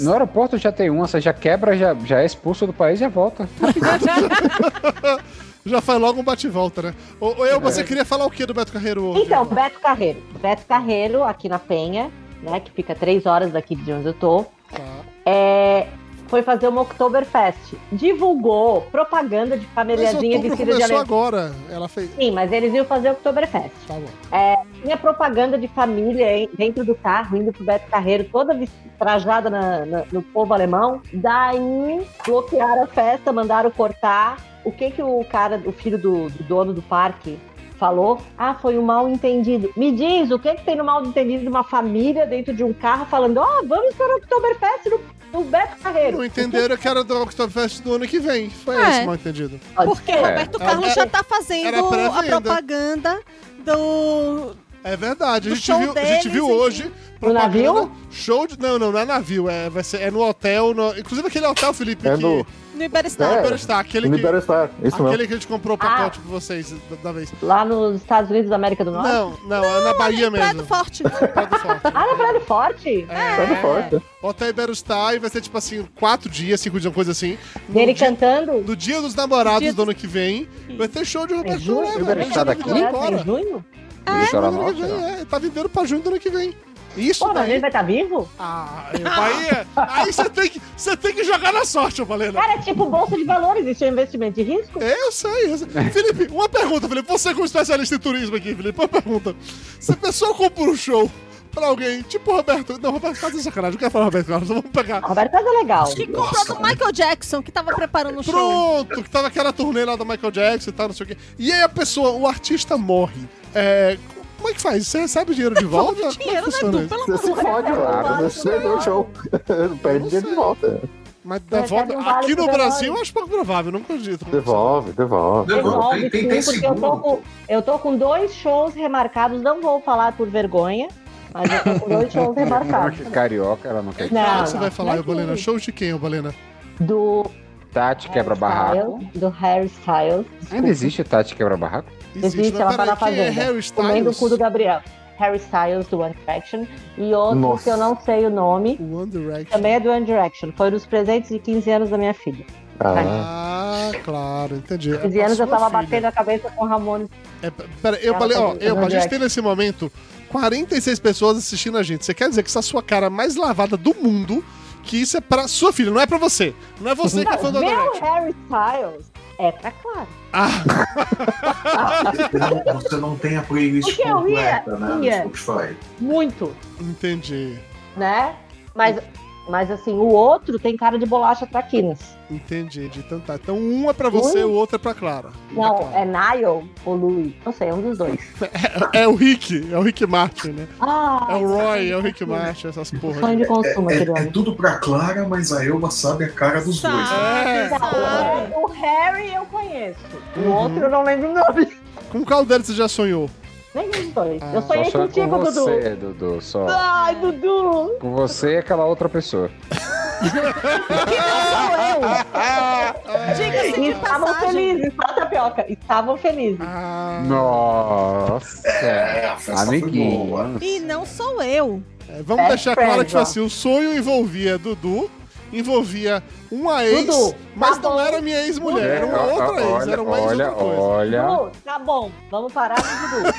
[SPEAKER 3] No aeroporto já tem uma, você já quebra, já, já é expulso do país e já volta.
[SPEAKER 5] Tá.
[SPEAKER 1] Já faz logo um bate-volta, né? Ô, ô, eu, você
[SPEAKER 8] É.
[SPEAKER 1] queria falar o que do Beto Carreiro World?
[SPEAKER 5] Então, Beto Carreiro. Beto Carreiro, aqui na Penha, né? Que fica três horas daqui de onde eu tô.
[SPEAKER 1] Tá.
[SPEAKER 5] é, foi fazer uma Oktoberfest. Divulgou propaganda de
[SPEAKER 1] Mas
[SPEAKER 5] fameliazinha
[SPEAKER 1] outubro
[SPEAKER 5] vestida de
[SPEAKER 1] começou
[SPEAKER 5] alemão.
[SPEAKER 1] agora. Ela fez.
[SPEAKER 5] Sim, mas eles iam fazer Oktoberfest.
[SPEAKER 1] Tá bom.
[SPEAKER 5] Tinha propaganda de família hein, dentro do carro, indo pro Beto Carreiro, toda vis- trajada na- na- no povo alemão. Daí bloquearam a festa, mandaram cortar. O que que o cara, o filho do, do dono do parque, falou? Ah, foi um mal entendido. Me diz, o que que tem no mal entendido de uma família dentro de um carro falando, ó, vamos para o Oktoberfest no, no Beto Carreiro?
[SPEAKER 1] Não entenderam que era do Oktoberfest do ano que vem. Foi
[SPEAKER 4] É.
[SPEAKER 1] isso, mal entendido.
[SPEAKER 5] Pode
[SPEAKER 4] Porque
[SPEAKER 5] ser.
[SPEAKER 4] Roberto Carlos
[SPEAKER 1] É. Era-
[SPEAKER 4] já tá
[SPEAKER 1] era
[SPEAKER 4] fazendo a
[SPEAKER 1] pré-venda.
[SPEAKER 4] propaganda do
[SPEAKER 1] É verdade, a
[SPEAKER 4] Do
[SPEAKER 1] gente
[SPEAKER 4] show
[SPEAKER 1] viu, a gente
[SPEAKER 4] deles,
[SPEAKER 1] viu
[SPEAKER 4] enfim.
[SPEAKER 1] hoje.
[SPEAKER 5] navio?
[SPEAKER 1] Show de. Não, não, não é navio. É, vai ser, é no hotel. no- inclusive aquele hotel, Felipe,
[SPEAKER 8] É
[SPEAKER 1] que.
[SPEAKER 8] no-
[SPEAKER 4] No
[SPEAKER 1] É,
[SPEAKER 4] Iberestar.
[SPEAKER 8] É.
[SPEAKER 1] Iberostar, aquele
[SPEAKER 8] No
[SPEAKER 1] que.
[SPEAKER 8] Iberostar, isso mesmo.
[SPEAKER 1] Aquele que a gente comprou o pacote pra vocês da, da vez.
[SPEAKER 5] Lá nos Estados Unidos da América do Norte?
[SPEAKER 1] Não, não, é na Bahia
[SPEAKER 4] Praia do
[SPEAKER 1] mesmo.
[SPEAKER 4] Forte.
[SPEAKER 1] Praia do Forte.
[SPEAKER 5] Ah, na Praia do Forte?
[SPEAKER 1] É,
[SPEAKER 8] Tá no forte.
[SPEAKER 1] Hotel Iberostar e vai ser tipo assim, quatro dias, cinco dias, uma coisa assim.
[SPEAKER 5] E
[SPEAKER 1] No
[SPEAKER 5] ele
[SPEAKER 1] dia,
[SPEAKER 5] cantando?
[SPEAKER 1] no dia dos namorados
[SPEAKER 4] Dia
[SPEAKER 1] do ano que vem, vai ter show de
[SPEAKER 5] É
[SPEAKER 1] Roberto
[SPEAKER 5] junho?
[SPEAKER 1] Moreira, gente,
[SPEAKER 3] Iberostar daqui?
[SPEAKER 1] vai
[SPEAKER 5] É
[SPEAKER 1] embora.
[SPEAKER 5] junho?
[SPEAKER 3] É.
[SPEAKER 1] Do ano que vem, é, tá vendendo pra junho do ano que vem. Isso
[SPEAKER 5] Pô, mas ele
[SPEAKER 1] daí.
[SPEAKER 5] vai estar vivo?
[SPEAKER 1] Ah, é, Bahia. Aí você tem, que- você tem que jogar na sorte, ô Valena.
[SPEAKER 5] Cara, é tipo bolsa de valores, isso é investimento de risco?
[SPEAKER 1] É, eu sei. eu sei. Felipe, uma pergunta, Felipe. Você como especialista em turismo aqui, Felipe, uma pergunta. Se a pessoa compra um show pra alguém, tipo o Roberto... Não, Roberto, tá de sacanagem. Eu quero falar Roberto Carlos, vamos pegar.
[SPEAKER 5] Roberto, mas é legal.
[SPEAKER 4] Que comprou do Michael Jackson, que tava preparando o show.
[SPEAKER 1] Pronto, que tava aquela turnê lá do Michael Jackson e tal, não sei o quê. E aí a pessoa, o artista morre. É, Como é que faz? Você recebe o dinheiro de volta? Como é
[SPEAKER 4] Devolve
[SPEAKER 1] que
[SPEAKER 4] dinheiro, né,
[SPEAKER 1] funciona
[SPEAKER 4] Du?
[SPEAKER 1] isso?
[SPEAKER 4] Pelo
[SPEAKER 8] Você
[SPEAKER 4] amor de
[SPEAKER 8] se fode,
[SPEAKER 5] Claro,
[SPEAKER 8] cara. Você
[SPEAKER 5] né?
[SPEAKER 8] perdeu o show. Perde dinheiro de volta.
[SPEAKER 1] Mas
[SPEAKER 5] Recebe
[SPEAKER 1] devolve.
[SPEAKER 5] um vale
[SPEAKER 1] Aqui no
[SPEAKER 5] que devolve.
[SPEAKER 1] Brasil, eu acho pouco provável, não acredito.
[SPEAKER 8] Devolve, devolve.
[SPEAKER 2] Devolve,
[SPEAKER 5] Resolve
[SPEAKER 2] tem, tem, tem
[SPEAKER 5] sim, É porque eu tô,
[SPEAKER 2] seguro.
[SPEAKER 5] com, eu tô com dois shows remarcados, não vou falar por vergonha, mas eu tô com dois shows remarcados.
[SPEAKER 3] Norte é carioca, ela não quer.
[SPEAKER 1] Fala é que
[SPEAKER 5] Não,
[SPEAKER 1] você
[SPEAKER 5] não, é
[SPEAKER 1] vai falar,
[SPEAKER 5] mas
[SPEAKER 1] Evalena.
[SPEAKER 5] sim.
[SPEAKER 1] Show de quem, Evalena?
[SPEAKER 5] Do
[SPEAKER 3] Tati
[SPEAKER 5] É,
[SPEAKER 3] quebra barraco.
[SPEAKER 5] Styles, Do Harry Styles.
[SPEAKER 3] Ainda existe Tati quebra barraco?
[SPEAKER 5] Existe, ela tá na
[SPEAKER 1] quem é
[SPEAKER 5] fazenda.
[SPEAKER 1] Harry
[SPEAKER 5] Comendo o
[SPEAKER 1] Styles?
[SPEAKER 5] cu do Gabriel. Harry Styles, do One Direction. E outro
[SPEAKER 8] Nossa.
[SPEAKER 5] que eu não sei o nome,
[SPEAKER 1] One Direction.
[SPEAKER 5] também é do One Direction. Foi nos presentes de 15 anos da minha filha.
[SPEAKER 8] Ah,
[SPEAKER 1] Ah, claro, entendi.
[SPEAKER 5] 15
[SPEAKER 1] É
[SPEAKER 5] anos
[SPEAKER 1] pra
[SPEAKER 5] eu tava
[SPEAKER 1] sua
[SPEAKER 5] batendo a cabeça com o Ramon.
[SPEAKER 1] filha. É, pera, eu
[SPEAKER 5] Ela
[SPEAKER 1] falei, ó,
[SPEAKER 5] tá
[SPEAKER 1] eu, a
[SPEAKER 5] fazendo
[SPEAKER 1] gente tem nesse momento 46 pessoas assistindo a gente. Você quer dizer que essa é a sua cara mais lavada do mundo, que isso é pra sua filha, não é pra você. Não é você que é fã do
[SPEAKER 5] Meu
[SPEAKER 1] Adorante.
[SPEAKER 5] Harry Styles é pra Clara.
[SPEAKER 1] Ah,
[SPEAKER 2] Você não- Você não tem a playlist
[SPEAKER 5] Porque eu ia,
[SPEAKER 2] completa, né?
[SPEAKER 5] ia.
[SPEAKER 2] No Spotify.
[SPEAKER 5] Muito,
[SPEAKER 1] entendi,
[SPEAKER 5] né? Mas, mas assim, o outro tem cara de bolacha traquinas.
[SPEAKER 1] entendi. Então tá, então um é pra você,
[SPEAKER 5] Ui.
[SPEAKER 1] o outro é pra Clara.
[SPEAKER 5] Não,
[SPEAKER 1] Pra Clara.
[SPEAKER 5] é Niall ou Louis. Não sei, é um dos dois.
[SPEAKER 1] é... o Rick, é o Rick Martin, né?
[SPEAKER 5] Ah,
[SPEAKER 1] É o Roy, é o Rick Martin, essas porra.
[SPEAKER 5] sonho de consumo,
[SPEAKER 2] É,
[SPEAKER 5] aquele
[SPEAKER 2] é
[SPEAKER 5] homem.
[SPEAKER 2] tudo pra Clara, mas a Elba sabe a cara dos dois. né?
[SPEAKER 1] É.
[SPEAKER 4] Sabe, sabe.
[SPEAKER 5] O Harry eu conheço. O outro eu não lembro o nome.
[SPEAKER 1] Com qual deles você já sonhou?
[SPEAKER 5] Nenhum dos dois.
[SPEAKER 1] Ah.
[SPEAKER 5] eu sonhei
[SPEAKER 3] só com
[SPEAKER 5] contigo, Dudu.
[SPEAKER 3] você, Dudu. Só
[SPEAKER 5] Ai, Dudu.
[SPEAKER 3] com você e aquela outra pessoa.
[SPEAKER 4] Que não sou
[SPEAKER 1] É.
[SPEAKER 4] eu.
[SPEAKER 5] E
[SPEAKER 4] Diga-se de
[SPEAKER 5] estavam
[SPEAKER 4] passagem.
[SPEAKER 5] felizes, tá, Tapioca? Estavam felizes.
[SPEAKER 1] Ah,
[SPEAKER 3] Nossa.
[SPEAKER 2] É, a festa foi
[SPEAKER 3] Amiguinho.
[SPEAKER 2] boa.
[SPEAKER 4] E não sou eu.
[SPEAKER 1] É, vamos
[SPEAKER 5] Best
[SPEAKER 1] deixar claro que
[SPEAKER 5] friends,
[SPEAKER 1] tipo
[SPEAKER 5] ó.
[SPEAKER 1] assim, o sonho envolvia Dudu, envolvia uma ex,
[SPEAKER 5] Dudu,
[SPEAKER 1] mas
[SPEAKER 5] tá
[SPEAKER 1] não
[SPEAKER 5] bom.
[SPEAKER 1] era minha ex-mulher, era uma
[SPEAKER 3] É, Olha,
[SPEAKER 1] outra ex, era uma ex
[SPEAKER 3] olha,
[SPEAKER 1] outra coisa.
[SPEAKER 3] olha.
[SPEAKER 5] Dudu, tá bom. Vamos parar com o Dudu.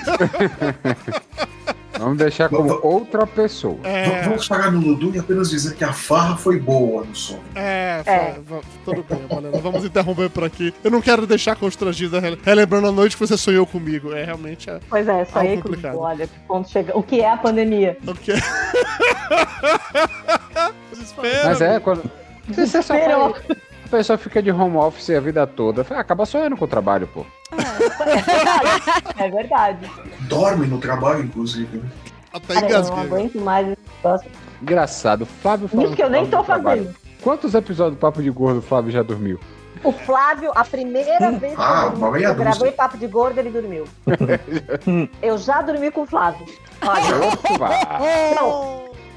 [SPEAKER 3] Vamos deixar como outra pessoa.
[SPEAKER 2] V-
[SPEAKER 1] É,
[SPEAKER 2] Vamos parar no Dudu e apenas dizer que a farra foi boa no som.
[SPEAKER 1] é, fa- va- tudo bem, Valena, vamos interromper por aqui. Eu não quero deixar constrangida, rele- relembrando a noite que você sonhou comigo. É, realmente, é,
[SPEAKER 5] Pois é, sonhei
[SPEAKER 1] Algo
[SPEAKER 5] com o
[SPEAKER 1] complicado.
[SPEAKER 5] Dudu. Olha, que ponto chega. O que é a pandemia?
[SPEAKER 1] ok. Desespero.
[SPEAKER 3] Mas é, quando. Você você só
[SPEAKER 5] Desesperou.
[SPEAKER 3] vai- A pessoa fica de home office a vida toda. Fala, "Ah, Acaba sonhando com o trabalho, pô.
[SPEAKER 5] é verdade.
[SPEAKER 2] Dorme no trabalho, inclusive. né?
[SPEAKER 1] Até
[SPEAKER 5] Cara, eu não
[SPEAKER 1] engasguei.
[SPEAKER 5] aguento mais esse negócio.
[SPEAKER 2] Tá
[SPEAKER 3] Engraçado, Flávio falando
[SPEAKER 5] Isso que eu nem
[SPEAKER 3] do
[SPEAKER 5] tô
[SPEAKER 3] trabalho.
[SPEAKER 5] fazendo.
[SPEAKER 3] Quantos episódios do Papo de Gordo o Flávio já dormiu?
[SPEAKER 5] O Flávio, a primeira vez que
[SPEAKER 2] Ah,
[SPEAKER 5] eu,
[SPEAKER 2] uma
[SPEAKER 5] dormi,
[SPEAKER 2] meia
[SPEAKER 5] eu
[SPEAKER 2] dúzia.
[SPEAKER 5] gravei papo de gordo, ele dormiu. eu já dormi com o Flávio.
[SPEAKER 2] Ah,
[SPEAKER 5] Olha,
[SPEAKER 3] Opa!
[SPEAKER 4] É,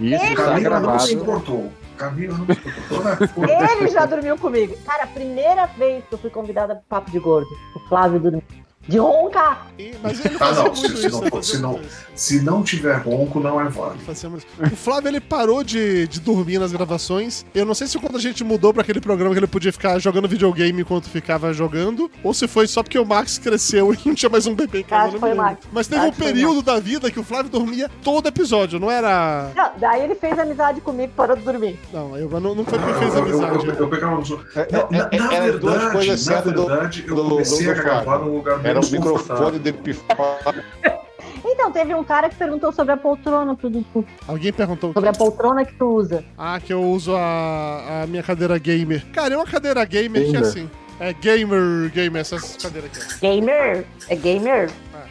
[SPEAKER 3] Isso
[SPEAKER 7] É.
[SPEAKER 3] está
[SPEAKER 7] Tá
[SPEAKER 2] Camila não se
[SPEAKER 3] gravado.
[SPEAKER 2] importou. Camila não se importou. né? Foi-
[SPEAKER 5] ele já dormiu comigo. Cara, a primeira vez que eu fui convidada pro papo de gordo, o Flávio dormiu. De roncar!
[SPEAKER 1] E- Mas ele
[SPEAKER 2] Ah,
[SPEAKER 1] fazia
[SPEAKER 2] não,
[SPEAKER 1] muito
[SPEAKER 2] se- se
[SPEAKER 1] isso.
[SPEAKER 2] não
[SPEAKER 1] ele
[SPEAKER 2] for- se
[SPEAKER 1] fazia
[SPEAKER 2] não-
[SPEAKER 1] muito isso.
[SPEAKER 2] Se não tiver ronco, não é válido.
[SPEAKER 1] Fazia muito- O Flávio ele parou de, de dormir nas gravações. Eu não sei se quando a gente mudou pra aquele programa que ele podia ficar jogando videogame enquanto ficava jogando, ou se foi só porque o Max cresceu e não tinha mais um bebê em casa.
[SPEAKER 5] Acho
[SPEAKER 1] eu não me
[SPEAKER 5] que foi o
[SPEAKER 1] lembro.
[SPEAKER 5] Max.
[SPEAKER 1] Mas teve
[SPEAKER 5] Acho
[SPEAKER 1] um
[SPEAKER 5] que foi o
[SPEAKER 1] período da vida que o Flávio dormia todo episódio, não era.
[SPEAKER 5] Não, daí ele fez amizade comigo e parou de dormir.
[SPEAKER 1] Não, eu, não, não foi porque
[SPEAKER 2] Eu,
[SPEAKER 1] fez
[SPEAKER 2] eu, eu,
[SPEAKER 1] amizade.
[SPEAKER 2] eu, eu pegava no som.
[SPEAKER 7] É,
[SPEAKER 2] Na, na-
[SPEAKER 7] é,
[SPEAKER 2] na
[SPEAKER 7] é, eram duas coisas
[SPEAKER 2] verdade, na
[SPEAKER 7] certas do-
[SPEAKER 2] verdade, eu
[SPEAKER 7] do- do-
[SPEAKER 2] comecei a
[SPEAKER 7] do
[SPEAKER 2] gravar
[SPEAKER 7] Fábio.
[SPEAKER 2] num lugar
[SPEAKER 7] Era o
[SPEAKER 2] menos
[SPEAKER 7] microfone
[SPEAKER 2] confortável.
[SPEAKER 7] de pifado.
[SPEAKER 5] Então, teve um cara que perguntou sobre a poltrona, pro Dudu,
[SPEAKER 1] Alguém perguntou
[SPEAKER 5] sobre a poltrona que tu usa.
[SPEAKER 1] Ah, que eu uso a, a minha cadeira gamer. Cara, é uma cadeira gamer que é
[SPEAKER 8] Gamer.
[SPEAKER 1] assim. É gamer, gamer, essa cadeira aqui. ó.
[SPEAKER 5] Gamer? É gamer?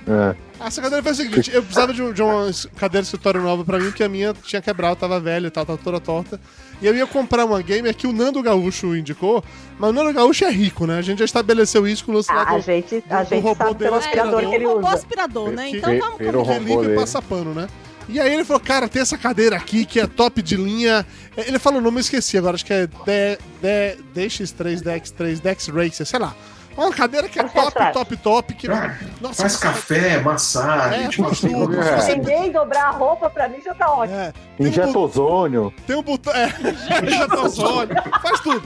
[SPEAKER 8] É.
[SPEAKER 1] Essa cadeira foi o seguinte, eu precisava de, um- de uma es- cadeira de escritório nova pra mim, porque a minha tinha quebrado, tava velha e tal, tava toda torta. E eu ia comprar uma gamer que o Nando Gaúcho indicou, mas o Nando Gaúcho é rico, né? A gente já estabeleceu isso com o lance lá
[SPEAKER 5] A
[SPEAKER 1] do...
[SPEAKER 5] gente, a
[SPEAKER 1] do
[SPEAKER 5] gente
[SPEAKER 1] robô
[SPEAKER 5] sabe pelo
[SPEAKER 1] dele é
[SPEAKER 5] aspirador
[SPEAKER 1] aspirador.
[SPEAKER 5] que ele
[SPEAKER 4] O é um robô
[SPEAKER 5] usa.
[SPEAKER 4] aspirador, né?
[SPEAKER 1] Que-
[SPEAKER 4] Então
[SPEAKER 3] que-
[SPEAKER 4] vamos
[SPEAKER 3] que-
[SPEAKER 1] que é
[SPEAKER 4] combinar.
[SPEAKER 3] robô
[SPEAKER 1] livre e
[SPEAKER 3] dele.
[SPEAKER 1] passa pano, né? E aí ele falou, cara, tem essa cadeira aqui que é top de linha. É, Ele falou o nome, eu esqueci agora, acho que é D, D, DX3, DX3, DX Racer, sei lá. Uma cadeira que é top, top, top. Que...
[SPEAKER 2] Ah,
[SPEAKER 1] Nossa,
[SPEAKER 2] Faz café, massagem,
[SPEAKER 1] É,
[SPEAKER 2] tipo
[SPEAKER 1] faz
[SPEAKER 2] assim.
[SPEAKER 1] tudo.
[SPEAKER 2] coisa assim.
[SPEAKER 5] Ninguém dobrar a roupa pra mim já tá ótimo.
[SPEAKER 1] É, tem, um
[SPEAKER 8] Injeta
[SPEAKER 1] botão,
[SPEAKER 8] ozônio.
[SPEAKER 1] tem um botão. É, injeta os olhos, faz tudo.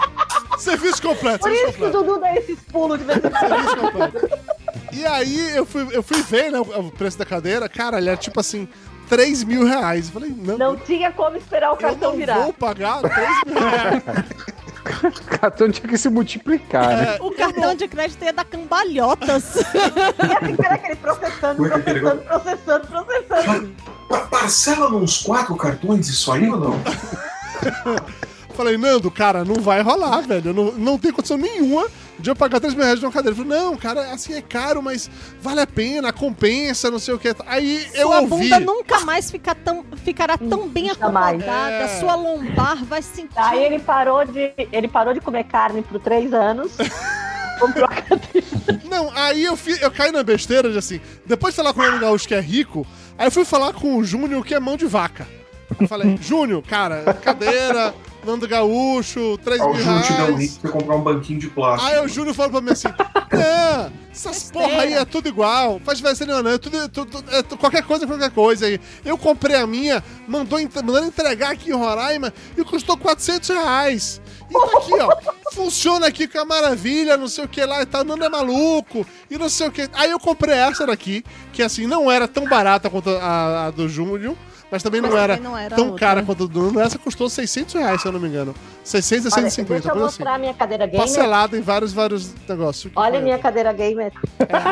[SPEAKER 1] Serviço completo,
[SPEAKER 5] Por
[SPEAKER 1] serviço
[SPEAKER 5] isso que o
[SPEAKER 1] completo.
[SPEAKER 5] Dudu dá esses pulos de vez em quando.
[SPEAKER 1] serviço completo. E aí eu fui, eu fui ver né, o o preço da cadeira, cara, ele era tipo assim, 3 mil reais. Eu falei, não,
[SPEAKER 5] Não tinha como esperar o
[SPEAKER 1] eu
[SPEAKER 5] cartão
[SPEAKER 1] não
[SPEAKER 5] virar.
[SPEAKER 1] vou pagar 3 mil reais.
[SPEAKER 3] O cartão tinha que se multiplicar, né?
[SPEAKER 4] O cartão de crédito ia dar cambalhotas.
[SPEAKER 5] E assim, cara, aquele processando, processando, processando, processando.
[SPEAKER 2] Pa- Parcela nos quatro cartões isso aí ou não?
[SPEAKER 1] Falei, Nando, cara, não vai rolar, velho. Eu Não, não tem condição nenhuma de eu pagar 3 mil reais numa cadeira. Ele falou, não, cara, assim é caro, mas vale a pena, compensa, não sei o que. Aí eu
[SPEAKER 4] sua
[SPEAKER 1] ouvi.
[SPEAKER 4] bunda nunca mais fica tão, ficará tão bem
[SPEAKER 5] Nunca mais.
[SPEAKER 4] acomodada,
[SPEAKER 1] É.
[SPEAKER 4] sua lombar vai sentir.
[SPEAKER 5] Daí ele parou de, ele parou de comer carne por três anos. Comprou a
[SPEAKER 1] Não, aí eu, fi, eu caí na besteira de assim, depois de falar com o Nando Gaúcho que é rico, aí eu fui falar com o Júnior que é mão de vaca. Eu falei, Júnior, cara, cadeira, Nando Gaúcho, 3
[SPEAKER 2] Ah,
[SPEAKER 1] mil
[SPEAKER 2] o Júnior te dá um link
[SPEAKER 1] reais.
[SPEAKER 2] pra você comprar um banquinho de plástico.
[SPEAKER 1] Aí o Júnior falou pra mim assim: Não, essas porra aí é tudo igual. Faz diferença nenhuma, não. É tudo, é tudo- é tudo- qualquer coisa, é qualquer coisa aí. Eu comprei a minha, mandou, ent- mandando entregar aqui em Roraima e custou 400 reais. E tá aqui, ó. Funciona aqui com a maravilha, não sei o que lá e tal. Nando é maluco e não sei o que. Aí eu comprei essa daqui, que assim, não era tão barata quanto a, a do Júnior, mas também não
[SPEAKER 4] Mas
[SPEAKER 1] era.
[SPEAKER 4] também não era
[SPEAKER 1] Tão
[SPEAKER 4] outra. né?
[SPEAKER 1] cara quanto a do Nando, essa custou 600 reais, se eu não me engano. 600 a
[SPEAKER 5] Olha,
[SPEAKER 1] 150,
[SPEAKER 5] deixa eu
[SPEAKER 1] coisa assim
[SPEAKER 5] mostrar a minha cadeira gamer.
[SPEAKER 1] parcelado em vários, vários negócios.
[SPEAKER 5] Olha a minha cadeira gamer.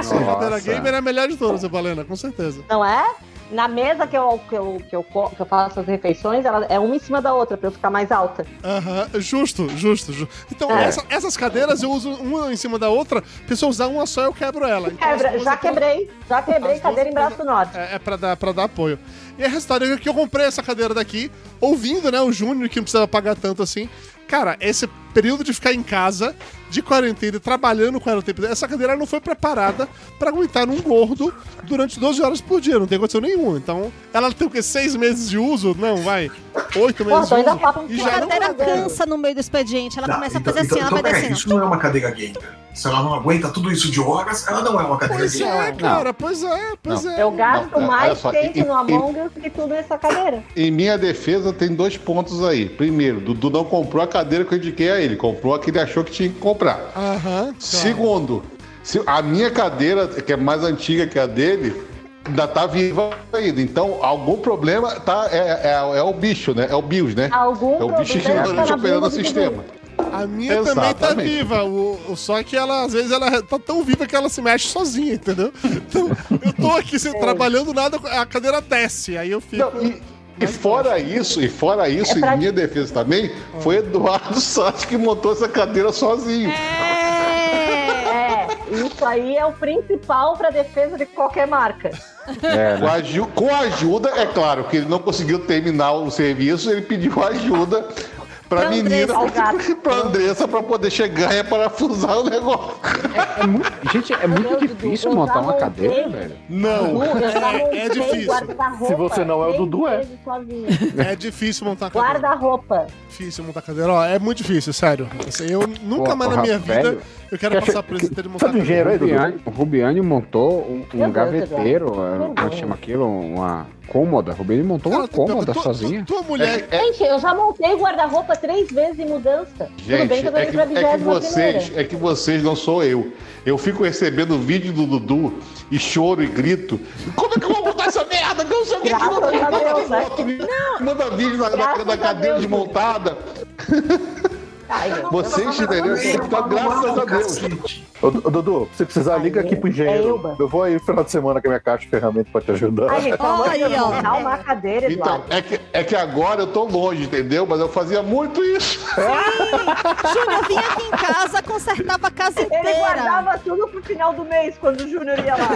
[SPEAKER 1] Sua cadeira
[SPEAKER 3] Nossa.
[SPEAKER 1] gamer é a melhor de todas, Balena, com certeza.
[SPEAKER 5] Não é? Na mesa que eu, que eu, que eu, co- que eu faço as refeições, ela é uma em cima da outra pra eu ficar mais alta.
[SPEAKER 1] Aham, justo, justo, ju- Então,
[SPEAKER 5] É.
[SPEAKER 1] essa- essas cadeiras eu uso uma em cima da outra, porque se eu usar uma só eu quebro ela. Então,
[SPEAKER 5] Quebra-
[SPEAKER 1] as duas
[SPEAKER 5] já
[SPEAKER 1] é pra-
[SPEAKER 5] quebrei, já quebrei
[SPEAKER 1] as duas
[SPEAKER 5] cadeira em
[SPEAKER 1] coisas-
[SPEAKER 5] braço norte.
[SPEAKER 1] É, é pra, dar, pra dar apoio. E a resultado é que eu comprei essa cadeira daqui, ouvindo, né, o Júnior, que não precisava pagar tanto assim. Cara, esse período de ficar em casa, de quarentena, e trabalhando com ela o tempo inteiro, essa cadeira não foi preparada pra aguentar num gordo durante 12 horas por dia, não tem condição nenhuma. Então, ela tem o quê? Seis meses de uso? Não, vai. Oito
[SPEAKER 5] Pô,
[SPEAKER 1] meses
[SPEAKER 5] então ainda
[SPEAKER 1] de uso.
[SPEAKER 5] falta um
[SPEAKER 1] E
[SPEAKER 4] A
[SPEAKER 1] já não
[SPEAKER 4] cadeira
[SPEAKER 1] dá.
[SPEAKER 4] cansa no meio do expediente. Ela
[SPEAKER 2] Tá,
[SPEAKER 4] começa
[SPEAKER 2] então-
[SPEAKER 4] a fazer assim,
[SPEAKER 2] então-
[SPEAKER 4] ela
[SPEAKER 2] então,
[SPEAKER 4] vai
[SPEAKER 2] peraí,
[SPEAKER 4] descendo.
[SPEAKER 2] Isso não é uma cadeira gamer. Se ela não aguenta tudo isso de horas, ela não é uma cadeira
[SPEAKER 1] Pois
[SPEAKER 2] gamer.
[SPEAKER 1] é, cara, pois é, pois é.
[SPEAKER 5] Eu gasto
[SPEAKER 7] Não, olha
[SPEAKER 5] mais
[SPEAKER 7] só,
[SPEAKER 5] tempo
[SPEAKER 7] e-
[SPEAKER 5] no
[SPEAKER 7] e-
[SPEAKER 5] Among Us que tudo nessa cadeira.
[SPEAKER 7] Em minha defesa, tem dois pontos aí. Primeiro, Dudu não comprou a cadeira que eu indiquei a ele, comprou a que ele achou que tinha que comprar.
[SPEAKER 1] Tá. Aham. claro.
[SPEAKER 7] Segundo, se a minha cadeira, que é mais antiga que a dele, ainda tá viva ainda. Então, algum problema tá, é, é- é o bicho, né? É o BIOS, né?
[SPEAKER 5] Algum
[SPEAKER 7] É o bicho que
[SPEAKER 5] problema tá
[SPEAKER 7] anda
[SPEAKER 5] na
[SPEAKER 7] superando
[SPEAKER 5] bunda
[SPEAKER 7] o
[SPEAKER 5] do
[SPEAKER 7] sistema.
[SPEAKER 1] A minha também tá
[SPEAKER 7] Exatamente.
[SPEAKER 1] viva. O, o- só que ela, às vezes, ela tá tão viva que ela se mexe sozinha, entendeu? Então, eu tô aqui se, trabalhando nada, a cadeira desce. Aí eu fico.
[SPEAKER 7] Não, e, e fora isso, e fora isso,
[SPEAKER 5] É pra-
[SPEAKER 7] em minha defesa também, foi Eduardo Santos que montou essa cadeira sozinho.
[SPEAKER 4] É.
[SPEAKER 5] É, isso aí é o principal pra defesa de qualquer marca.
[SPEAKER 8] É,
[SPEAKER 7] Com,
[SPEAKER 8] né?
[SPEAKER 7] aju- com ajuda, é claro, porque ele não conseguiu terminar o serviço, ele pediu ajuda pra,
[SPEAKER 4] Pra
[SPEAKER 7] menina,
[SPEAKER 5] Andressa.
[SPEAKER 7] pra Andressa, pra poder chegar e parafusar o negócio.
[SPEAKER 3] É muito- gente, é muito
[SPEAKER 5] Deus,
[SPEAKER 3] difícil
[SPEAKER 5] Dudu,
[SPEAKER 3] montar uma
[SPEAKER 5] eu já
[SPEAKER 3] cadeira,
[SPEAKER 5] montei.
[SPEAKER 3] velho.
[SPEAKER 7] Não.
[SPEAKER 1] É difícil.
[SPEAKER 8] Se você não é o Dudu, é.
[SPEAKER 1] É difícil montar a cadeira.
[SPEAKER 5] Guarda-roupa.
[SPEAKER 1] Difícil montar a cadeira. Ó, é muito difícil, sério. Assim, eu nunca
[SPEAKER 3] Porra,
[SPEAKER 1] mais na minha
[SPEAKER 3] velho.
[SPEAKER 1] vida eu quero passar por esse ter de montar a
[SPEAKER 8] Sabe o
[SPEAKER 1] cadeira.
[SPEAKER 8] engenheiro aí, Dudu?
[SPEAKER 3] Rubiani, o Rubiani montou um, um
[SPEAKER 5] Meu Deus,
[SPEAKER 3] gaveteiro,
[SPEAKER 5] Eduardo.
[SPEAKER 3] uh, como chama aquilo? Uma cômoda. O Rubiani montou uma
[SPEAKER 1] Cara, tua-
[SPEAKER 3] cômoda
[SPEAKER 1] tua-
[SPEAKER 3] sozinha.
[SPEAKER 1] Tua mulher.
[SPEAKER 7] É-
[SPEAKER 5] Gente, eu já montei guarda-roupa três vezes em mudança. Tudo
[SPEAKER 7] Gente,
[SPEAKER 5] bem que eu tô
[SPEAKER 7] é
[SPEAKER 5] indo
[SPEAKER 7] que,
[SPEAKER 5] pra
[SPEAKER 7] é que
[SPEAKER 5] 21
[SPEAKER 7] vocês, é que vocês não sou eu. Eu fico recebendo vídeo do Dudu e choro e grito. Como é que eu vou botar essa merda? Que eu não sei o que que
[SPEAKER 5] Graças
[SPEAKER 7] manda,
[SPEAKER 5] a
[SPEAKER 7] manda
[SPEAKER 5] Deus, né?
[SPEAKER 7] foto, manda vídeo na, na-
[SPEAKER 5] Graças
[SPEAKER 7] na
[SPEAKER 5] a
[SPEAKER 7] cadeira
[SPEAKER 5] Deus.
[SPEAKER 7] desmontada.
[SPEAKER 5] Ai, meu Deus.
[SPEAKER 7] Vocês entenderam? Então, graças
[SPEAKER 2] é
[SPEAKER 7] a
[SPEAKER 2] um
[SPEAKER 7] Deus.
[SPEAKER 8] Ô, ô, Dudu, se precisar,
[SPEAKER 5] Aí,
[SPEAKER 8] liga aqui pro
[SPEAKER 5] é
[SPEAKER 8] engenheiro.
[SPEAKER 5] Elba.
[SPEAKER 8] eu vou aí no final de semana com a minha caixa de ferramenta pra te ajudar.
[SPEAKER 5] Ai, gente, pelo amor de Deus,
[SPEAKER 4] Aí, ó.
[SPEAKER 5] dá uma cadeira,
[SPEAKER 7] Então,
[SPEAKER 5] Eduardo.
[SPEAKER 7] é que, é que agora eu tô longe, entendeu? Mas eu fazia muito isso.
[SPEAKER 4] Júnior vinha aqui em casa, consertava a casa
[SPEAKER 5] Ele
[SPEAKER 4] inteira.
[SPEAKER 5] guardava tudo pro final do mês, quando o Júnior ia lá.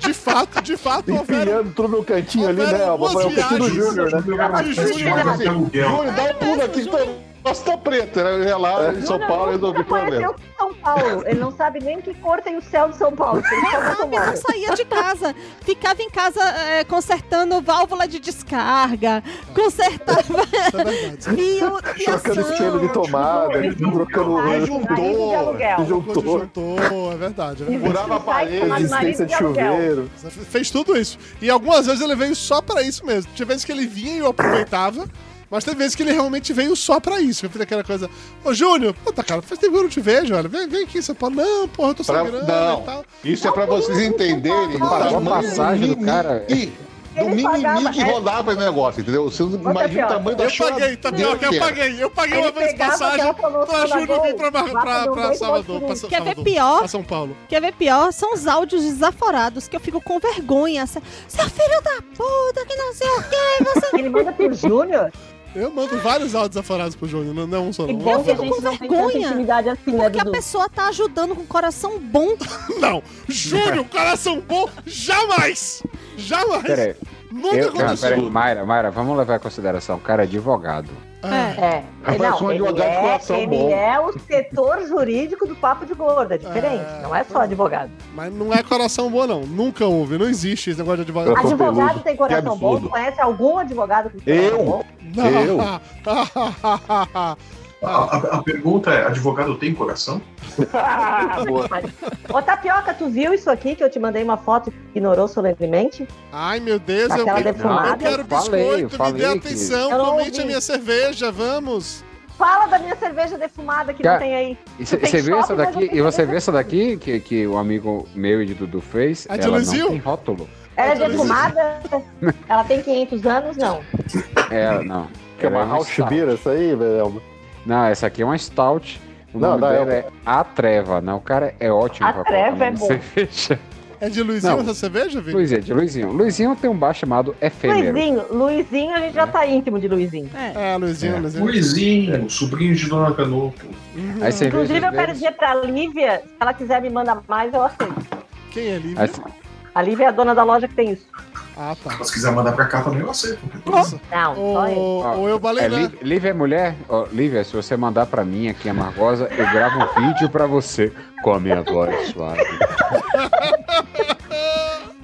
[SPEAKER 1] De fato, de fato, é houveram
[SPEAKER 8] Empilhando tudo no cantinho ali,
[SPEAKER 5] um
[SPEAKER 8] né?
[SPEAKER 1] Houveram
[SPEAKER 8] Elba? Foi
[SPEAKER 1] duas
[SPEAKER 8] o cantinho do
[SPEAKER 1] viagens.
[SPEAKER 8] Júnior, né?
[SPEAKER 1] Ah,
[SPEAKER 7] assim, Júlio, dá um pulo aqui que tô- nossa, tá preto. né? Eu ia lá em São
[SPEAKER 5] Júnior
[SPEAKER 7] Paulo e
[SPEAKER 5] nunca
[SPEAKER 7] resolvi o
[SPEAKER 5] conheceu
[SPEAKER 7] problema.
[SPEAKER 5] o que é São Paulo. Ele não sabe nem que cor tem o céu de São Paulo. Ele só vai
[SPEAKER 4] Sabe,
[SPEAKER 5] tomar.
[SPEAKER 4] não saía de casa. Ficava em casa é, consertando válvula de descarga, consertava
[SPEAKER 1] Isso é verdade.
[SPEAKER 4] fio,
[SPEAKER 8] Trocando espelho de
[SPEAKER 4] fiação.
[SPEAKER 8] tomada, trocando
[SPEAKER 5] Ai, marido
[SPEAKER 7] Ele
[SPEAKER 5] de
[SPEAKER 7] juntou.
[SPEAKER 5] aluguel.
[SPEAKER 1] Quando
[SPEAKER 8] juntor,
[SPEAKER 1] juntou, é verdade, é verdade.
[SPEAKER 7] Furava a
[SPEAKER 5] Sai com mais
[SPEAKER 7] parede.
[SPEAKER 8] resistência
[SPEAKER 5] marido
[SPEAKER 8] de
[SPEAKER 5] de aluguel.
[SPEAKER 8] chuveiro.
[SPEAKER 1] Fez tudo isso. E algumas vezes ele veio só pra isso mesmo. Tinha vezes que ele vinha e eu aproveitava. Mas teve vezes que ele realmente veio só pra isso. Eu fiz aquela coisa, ô Júnior, puta cara, faz tempo que eu não te vejo, olha. Vem, vem aqui, você fala, não, porra, eu tô
[SPEAKER 7] Pra-
[SPEAKER 1] sem grana
[SPEAKER 7] não.
[SPEAKER 1] e tal.
[SPEAKER 7] Isso é pra vocês entenderem
[SPEAKER 8] Pagou a
[SPEAKER 7] tamanho
[SPEAKER 8] passagem do
[SPEAKER 7] mimimi-
[SPEAKER 8] cara.
[SPEAKER 7] e- Do
[SPEAKER 5] Ele
[SPEAKER 7] mimimi
[SPEAKER 5] pagava-
[SPEAKER 7] que rodava esse negócio, entendeu? Você não imagina o
[SPEAKER 5] Tapioca.
[SPEAKER 7] tamanho da
[SPEAKER 1] Eu paguei, tá pior que eu
[SPEAKER 7] choradeira. é.
[SPEAKER 1] paguei. Eu paguei
[SPEAKER 5] Ele
[SPEAKER 1] uma vez
[SPEAKER 5] pegava,
[SPEAKER 1] passagem
[SPEAKER 5] dava pra
[SPEAKER 1] pra Júnior
[SPEAKER 5] Salvador,
[SPEAKER 1] vir pra, pra, pra,
[SPEAKER 5] Barra do Dois,
[SPEAKER 1] Salvador. Pra,
[SPEAKER 5] Botafogo.
[SPEAKER 1] Sa-
[SPEAKER 4] Quer ver
[SPEAKER 1] Salvador,
[SPEAKER 4] pior?
[SPEAKER 1] Pra São Paulo.
[SPEAKER 4] Quer ver pior? São os áudios desaforados que eu fico com vergonha. Seu filho da puta, que não sei o quê, você
[SPEAKER 5] Ele manda pro Júnior.
[SPEAKER 1] Eu mando vários áudios aforados pro Júnior, não, não é um só
[SPEAKER 5] Que
[SPEAKER 1] não.
[SPEAKER 5] bom que a
[SPEAKER 4] com
[SPEAKER 5] gente não tem tanta
[SPEAKER 4] vergonha.
[SPEAKER 5] intimidade assim, né,
[SPEAKER 4] Porque a
[SPEAKER 5] Dudu?
[SPEAKER 4] pessoa tá ajudando com o coração bom.
[SPEAKER 3] Tá
[SPEAKER 1] Não, Júnior, coração bom, jamais! Jamais!
[SPEAKER 3] Pera aí.
[SPEAKER 1] Nunca
[SPEAKER 3] Eu, cara,
[SPEAKER 1] aconteceu.
[SPEAKER 3] pera aí. Mayra, Mayra, vamos levar em consideração. O cara é advogado.
[SPEAKER 1] Ah,
[SPEAKER 5] É,
[SPEAKER 7] Rapaz,
[SPEAKER 5] não,
[SPEAKER 7] um
[SPEAKER 5] ele,
[SPEAKER 7] advogado de coração
[SPEAKER 5] é, ele
[SPEAKER 7] bom.
[SPEAKER 5] é o setor jurídico do papo de gordo, é diferente,
[SPEAKER 1] É.
[SPEAKER 5] não é só advogado.
[SPEAKER 1] Mas não é coração bom, não. Nunca houve, não existe esse negócio de advogado.
[SPEAKER 8] sou
[SPEAKER 5] Advogado
[SPEAKER 8] peludo.
[SPEAKER 5] tem coração
[SPEAKER 7] Que
[SPEAKER 5] bom,
[SPEAKER 7] absurdo.
[SPEAKER 5] tu conhece algum advogado com coração
[SPEAKER 7] Eu?
[SPEAKER 5] bom?
[SPEAKER 1] Não.
[SPEAKER 7] Eu?
[SPEAKER 2] Ah, A, a- a pergunta é: advogado tem coração?
[SPEAKER 5] Ah, Ô Tapioca, tu viu isso aqui que eu te mandei uma foto e ignorou solenemente?
[SPEAKER 1] Ai, meu Deus, eu,
[SPEAKER 5] Aquela
[SPEAKER 1] eu
[SPEAKER 5] defumada.
[SPEAKER 1] quero
[SPEAKER 3] Falei,
[SPEAKER 1] biscoito, me
[SPEAKER 3] falei
[SPEAKER 1] dê
[SPEAKER 3] que-
[SPEAKER 1] atenção,
[SPEAKER 5] Eu não
[SPEAKER 1] comente
[SPEAKER 5] ouvi.
[SPEAKER 1] a minha cerveja, vamos.
[SPEAKER 5] Fala da minha cerveja defumada que
[SPEAKER 3] Cara,
[SPEAKER 5] não tem aí.
[SPEAKER 3] E cê-
[SPEAKER 5] tem
[SPEAKER 3] Você viu
[SPEAKER 5] shopping, né?
[SPEAKER 3] essa
[SPEAKER 5] mas
[SPEAKER 3] daqui?
[SPEAKER 5] não tem
[SPEAKER 3] E você viu
[SPEAKER 5] cerveja.
[SPEAKER 3] essa daqui que, que o amigo meu e de Dudu fez?
[SPEAKER 1] A de
[SPEAKER 3] Ela
[SPEAKER 1] Luzil?
[SPEAKER 3] não tem rótulo.
[SPEAKER 5] Ela é
[SPEAKER 1] Outra
[SPEAKER 5] defumada? Ela tem 500 anos? Não.
[SPEAKER 3] É, não.
[SPEAKER 8] Que é
[SPEAKER 3] Ela
[SPEAKER 8] uma
[SPEAKER 3] uma
[SPEAKER 8] house
[SPEAKER 3] stout.
[SPEAKER 8] beer essa aí, velho. Elba?
[SPEAKER 3] Não, essa aqui é uma stout. O
[SPEAKER 8] Não,
[SPEAKER 3] nome
[SPEAKER 8] da
[SPEAKER 3] dela é A Treva. Não, o cara é ótimo
[SPEAKER 5] A
[SPEAKER 3] colocar
[SPEAKER 5] Treva é
[SPEAKER 3] nome de
[SPEAKER 5] bom.
[SPEAKER 3] cerveja.
[SPEAKER 1] É de Luizinho
[SPEAKER 3] Não.
[SPEAKER 1] essa cerveja, Vitor?
[SPEAKER 3] Luizinho, é de Luizinho. Luizinho tem um bar chamado Efêmero.
[SPEAKER 5] Luizinho, Luizinho, a gente já tá íntimo de Luizinho.
[SPEAKER 1] É, Luizinho, Luizinho.
[SPEAKER 2] Luizinho, sobrinho de Dona Canuto.
[SPEAKER 3] As cervejas
[SPEAKER 5] Inclusive, eu quero
[SPEAKER 3] deles-
[SPEAKER 5] dizer pra Lívia, se ela quiser me mandar mais, eu aceito.
[SPEAKER 1] Quem é Lívia?
[SPEAKER 3] as-
[SPEAKER 5] A Lívia é a dona da loja que tem isso.
[SPEAKER 1] Ah, tá.
[SPEAKER 2] Se quiser mandar pra cá também, eu aceito.
[SPEAKER 1] Nossa.
[SPEAKER 5] Não, só eu.
[SPEAKER 1] Ou,
[SPEAKER 3] Ah,
[SPEAKER 1] ou eu
[SPEAKER 3] É,
[SPEAKER 1] balei, né?
[SPEAKER 3] Lí- Lívia é mulher? Ó, Lívia, se você mandar pra mim aqui a Margosa, eu gravo um vídeo pra você com a minha voz suave.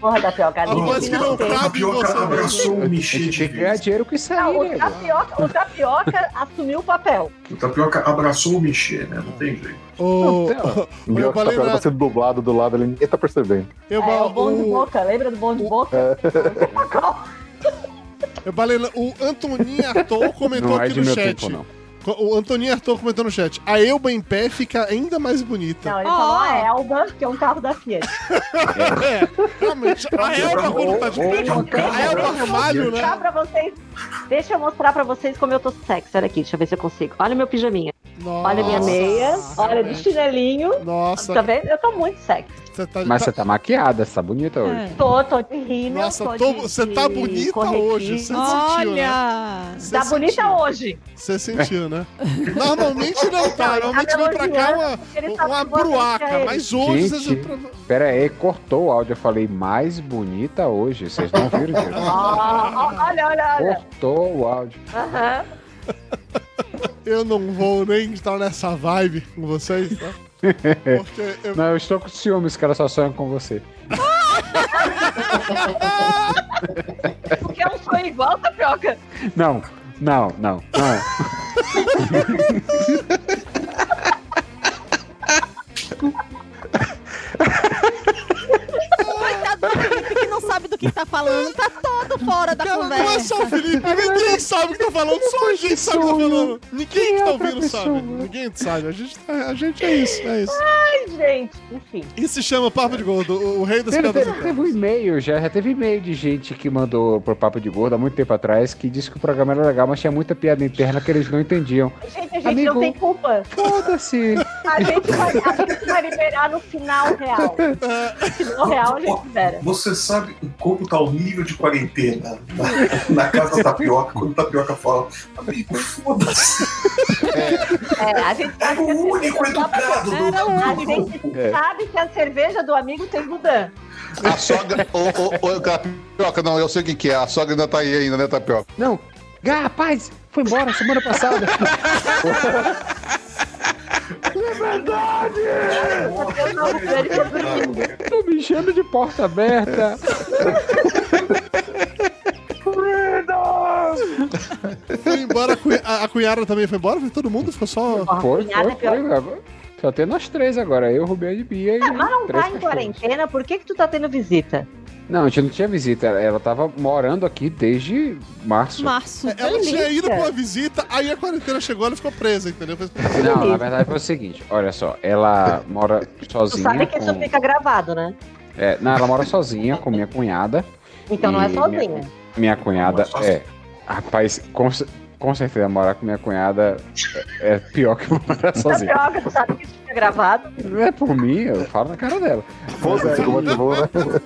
[SPEAKER 5] Porra, Tapioca, a
[SPEAKER 1] A voz
[SPEAKER 4] assim,
[SPEAKER 5] Lívia um
[SPEAKER 1] que não tá
[SPEAKER 5] tem.
[SPEAKER 1] cabe.
[SPEAKER 2] Tapioca abraçou o
[SPEAKER 3] A
[SPEAKER 2] Michê
[SPEAKER 3] gente
[SPEAKER 2] de
[SPEAKER 3] tem que ganhar
[SPEAKER 2] vez.
[SPEAKER 3] dinheiro com isso
[SPEAKER 5] Não,
[SPEAKER 3] aí, né,
[SPEAKER 5] o
[SPEAKER 3] nego.
[SPEAKER 5] tapioca, o tapioca assumiu o papel.
[SPEAKER 2] O Tapioca abraçou o Michê, né? Não tem jeito.
[SPEAKER 1] Ou,
[SPEAKER 3] Não, tem,
[SPEAKER 1] ou eu
[SPEAKER 8] Melhor que tá
[SPEAKER 1] balei,
[SPEAKER 8] pior,
[SPEAKER 1] né?
[SPEAKER 8] tá sendo dublado do lado, ele ninguém tá percebendo.
[SPEAKER 1] Eu,
[SPEAKER 5] É,
[SPEAKER 1] ba-
[SPEAKER 5] o bom de
[SPEAKER 1] o-
[SPEAKER 5] boca, lembra do bom de
[SPEAKER 1] É.
[SPEAKER 5] boca?
[SPEAKER 1] eu balei, lá. o Antoninho Arthur comentou
[SPEAKER 3] Não é
[SPEAKER 1] aqui
[SPEAKER 3] de
[SPEAKER 1] no
[SPEAKER 3] meu
[SPEAKER 1] chat.
[SPEAKER 3] tempo, não.
[SPEAKER 1] O Antoninho Arthur comentou no chat. A Elba em pé fica ainda mais bonita.
[SPEAKER 5] Não, ele
[SPEAKER 4] Ó.
[SPEAKER 5] falou a Elba, que é um carro da Fiat.
[SPEAKER 1] É, realmente. A Elba quando tá de pé.
[SPEAKER 5] Deixa eu-
[SPEAKER 1] A Elba Ramalho,
[SPEAKER 5] Deixa eu mostrar
[SPEAKER 1] né?
[SPEAKER 5] pra vocês. Deixa eu mostrar pra vocês como eu tô sexy. Olha aqui, deixa eu ver se eu consigo. Olha o meu pijaminha.
[SPEAKER 1] Nossa,
[SPEAKER 5] Olha minha meia. Olha do
[SPEAKER 1] realmente.
[SPEAKER 5] chinelinho. Tá
[SPEAKER 1] Nossa,
[SPEAKER 5] vendo? Eu tô muito sexy.
[SPEAKER 1] você tá.
[SPEAKER 3] Mas você
[SPEAKER 1] tá-
[SPEAKER 3] tá maquiada, você tá bonita hoje.
[SPEAKER 4] É.
[SPEAKER 5] Tô, tô de rímel.
[SPEAKER 1] Nossa,
[SPEAKER 5] tô
[SPEAKER 1] tô-
[SPEAKER 5] de-
[SPEAKER 1] você tá
[SPEAKER 5] de
[SPEAKER 1] bonita
[SPEAKER 5] corretivo.
[SPEAKER 1] hoje, você- sentiu, né?
[SPEAKER 4] Olha!
[SPEAKER 1] Você
[SPEAKER 5] Tá
[SPEAKER 1] sentiu.
[SPEAKER 5] bonita hoje.
[SPEAKER 1] Você sentiu, né? Normalmente não tá.
[SPEAKER 5] Não, ele
[SPEAKER 1] Normalmente
[SPEAKER 5] tá
[SPEAKER 1] vem pra cá uma, um-
[SPEAKER 5] porque ele tá sabe
[SPEAKER 1] uma
[SPEAKER 5] que você quer
[SPEAKER 1] bruaca.
[SPEAKER 5] ele.
[SPEAKER 1] Mas hoje você.
[SPEAKER 3] Gente. Pera aí, cortou o áudio. Eu falei mais bonita hoje. Vocês não viram, gente?
[SPEAKER 5] Ó, ó, olha, olha, olha.
[SPEAKER 3] Cortou o áudio.
[SPEAKER 5] Aham.
[SPEAKER 1] Eu não vou nem estar nessa vibe com vocês, tá? Porque eu.
[SPEAKER 3] Não, eu estou com ciúmes, que ela só sonha com você.
[SPEAKER 5] Porque é um sonho igual, tapioca.
[SPEAKER 3] Não, não, não, não.
[SPEAKER 4] Coitado do Felipe que não sabe do que tá falando, tá todo fora da
[SPEAKER 1] Cara, não é
[SPEAKER 4] conversa.
[SPEAKER 1] só o Felipe, ninguém sabe o que tá falando, só a gente sabe o que tá falando. Ninguém
[SPEAKER 5] é
[SPEAKER 1] que tá
[SPEAKER 3] outra
[SPEAKER 1] ouvindo sabe. Ninguém sabe, a gente, tá- a gente é isso, é isso.
[SPEAKER 5] Ai, gente, enfim.
[SPEAKER 1] Isso se chama Papo de Gordo, o, o rei das
[SPEAKER 3] Teve,
[SPEAKER 1] pedras.
[SPEAKER 3] teve, teve um e-mail já, já teve e-mail de gente que mandou pro Papo de Gordo há muito tempo atrás que disse que o programa era legal, mas tinha muita piada interna que eles não entendiam.
[SPEAKER 5] Gente, a gente
[SPEAKER 3] Amigo.
[SPEAKER 5] não tem culpa.
[SPEAKER 3] Foda-se!
[SPEAKER 5] A gente, vai, a gente vai liberar no final real.
[SPEAKER 1] É.
[SPEAKER 5] No final real, a gente libera.
[SPEAKER 2] Você sabe como tá o nível de quarentena na, na casa da tapioca, quando o tapioca fala, amigo, foda-se,
[SPEAKER 5] É, a gente
[SPEAKER 2] é
[SPEAKER 5] sabe que a
[SPEAKER 2] o único
[SPEAKER 5] cerveja-
[SPEAKER 2] educado do, É.
[SPEAKER 5] Era o
[SPEAKER 2] do
[SPEAKER 5] único.
[SPEAKER 2] grupo.
[SPEAKER 5] Sabe que a cerveja do amigo tem Gudan.
[SPEAKER 7] A sogra. Ô, ô, ô, tapioca, não, eu sei o que, que é. A sogra ainda tá aí ainda, né, tapioca?
[SPEAKER 3] Não! Ah, rapaz, foi embora semana passada.
[SPEAKER 2] É.
[SPEAKER 5] Eu não vejo.
[SPEAKER 3] Tô me enchendo de porta aberta.
[SPEAKER 1] Foi embora, a cunha- a, a cunhada também foi embora, foi todo mundo, ficou só.
[SPEAKER 3] Foi,
[SPEAKER 5] Nada
[SPEAKER 3] foi,
[SPEAKER 5] é pior.
[SPEAKER 3] foi. agora. Só tem nós três agora, eu, Rubinho e Bia. e
[SPEAKER 5] Ah, Mas não
[SPEAKER 3] três
[SPEAKER 5] tá em
[SPEAKER 3] cachorros.
[SPEAKER 5] quarentena, por que que tu tá tendo visita?
[SPEAKER 3] Não, a gente não tinha visita. Ela, ela tava morando aqui desde março.
[SPEAKER 4] Março.
[SPEAKER 1] Ela tinha
[SPEAKER 5] delícia.
[SPEAKER 1] ido pra uma visita, aí a quarentena chegou, ela ficou presa, entendeu? Foi-
[SPEAKER 3] Não, na verdade foi o seguinte, olha só, ela mora
[SPEAKER 5] Tu
[SPEAKER 3] sozinha.
[SPEAKER 5] sabe que isso
[SPEAKER 3] com-
[SPEAKER 5] fica gravado, né?
[SPEAKER 3] é, não, ela mora sozinha com minha cunhada.
[SPEAKER 5] Então não é
[SPEAKER 3] E
[SPEAKER 5] sozinha.
[SPEAKER 3] Minha cunhada
[SPEAKER 2] Mas sozinha.
[SPEAKER 3] é. Rapaz, com, cer- com certeza morar com minha cunhada é, é pior que morar sozinha.
[SPEAKER 5] Tapioca, tu sabe que isso fica gravado?
[SPEAKER 3] Não é por mim, eu falo na cara dela.
[SPEAKER 8] Foda-se, como é que vou, né?
[SPEAKER 5] Tapioca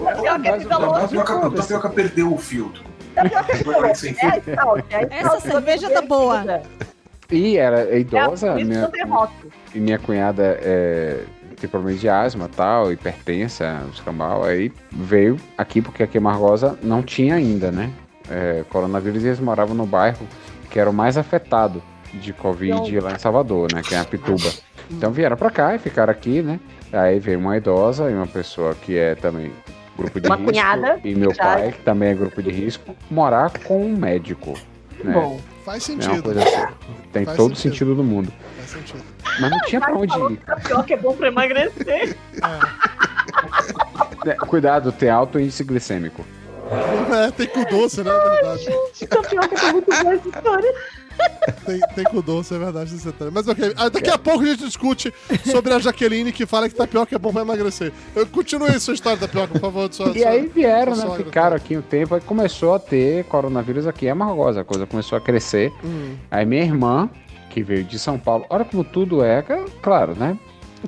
[SPEAKER 5] fica
[SPEAKER 2] O
[SPEAKER 5] longe.
[SPEAKER 2] tapioca, o tapioca perdeu o filtro.
[SPEAKER 5] Tapioca fica
[SPEAKER 2] Vai lá,
[SPEAKER 5] longe.
[SPEAKER 2] sem filtro.
[SPEAKER 5] É, stout, é
[SPEAKER 4] Essa
[SPEAKER 5] stout,
[SPEAKER 4] cerveja tá boa.
[SPEAKER 5] Gudan.
[SPEAKER 3] E ela é
[SPEAKER 5] É a
[SPEAKER 3] idosa,
[SPEAKER 5] Brito
[SPEAKER 3] minha,
[SPEAKER 5] do terremoto.
[SPEAKER 3] e minha cunhada é, tem problema de asma tal, hipertensa, escambau, aí veio aqui porque aqui em Margosa não tinha ainda, né? É, coronavírus e eles moravam no bairro que era o mais afetado de Covid
[SPEAKER 5] Então
[SPEAKER 3] lá em Salvador, né? Que é a Pituba. Então vieram pra cá e ficaram aqui, né? Aí veio uma idosa e uma pessoa que é também grupo de
[SPEAKER 5] Uma
[SPEAKER 3] risco.
[SPEAKER 5] cunhada,
[SPEAKER 3] e meu
[SPEAKER 5] já.
[SPEAKER 3] pai, que também é grupo de risco, morar com um médico. Né?
[SPEAKER 5] Bom,
[SPEAKER 1] Faz
[SPEAKER 3] é uma
[SPEAKER 1] sentido.
[SPEAKER 3] coisa assim. Tem
[SPEAKER 1] Faz
[SPEAKER 3] todo
[SPEAKER 1] sentido.
[SPEAKER 3] sentido do mundo.
[SPEAKER 1] Faz sentido.
[SPEAKER 3] Mas não tinha pra
[SPEAKER 5] Mas
[SPEAKER 3] onde
[SPEAKER 5] falou
[SPEAKER 3] ir.
[SPEAKER 5] que tapioca é bom pra emagrecer.
[SPEAKER 3] É, Cuidado, tem alto índice glicêmico.
[SPEAKER 1] É, tem com doce, né? É verdade.
[SPEAKER 5] Tapioca tá muito boa essa história.
[SPEAKER 1] Tem, tem com doce, é verdade. você tá- Mas ok, ah, daqui a pouco a gente discute sobre a Jaqueline que fala que tapioca é bom pra emagrecer. Eu- Continue aí sua história, tapioca, por favor. Sua,
[SPEAKER 3] E
[SPEAKER 1] sua-
[SPEAKER 3] aí vieram, né?
[SPEAKER 1] sogra,
[SPEAKER 3] Ficaram aqui um tempo, aí começou a ter coronavírus aqui em Amargosa. A coisa começou a crescer.
[SPEAKER 1] Hum.
[SPEAKER 3] Aí minha irmã, que veio de São Paulo, olha como tudo é, ca- claro, né?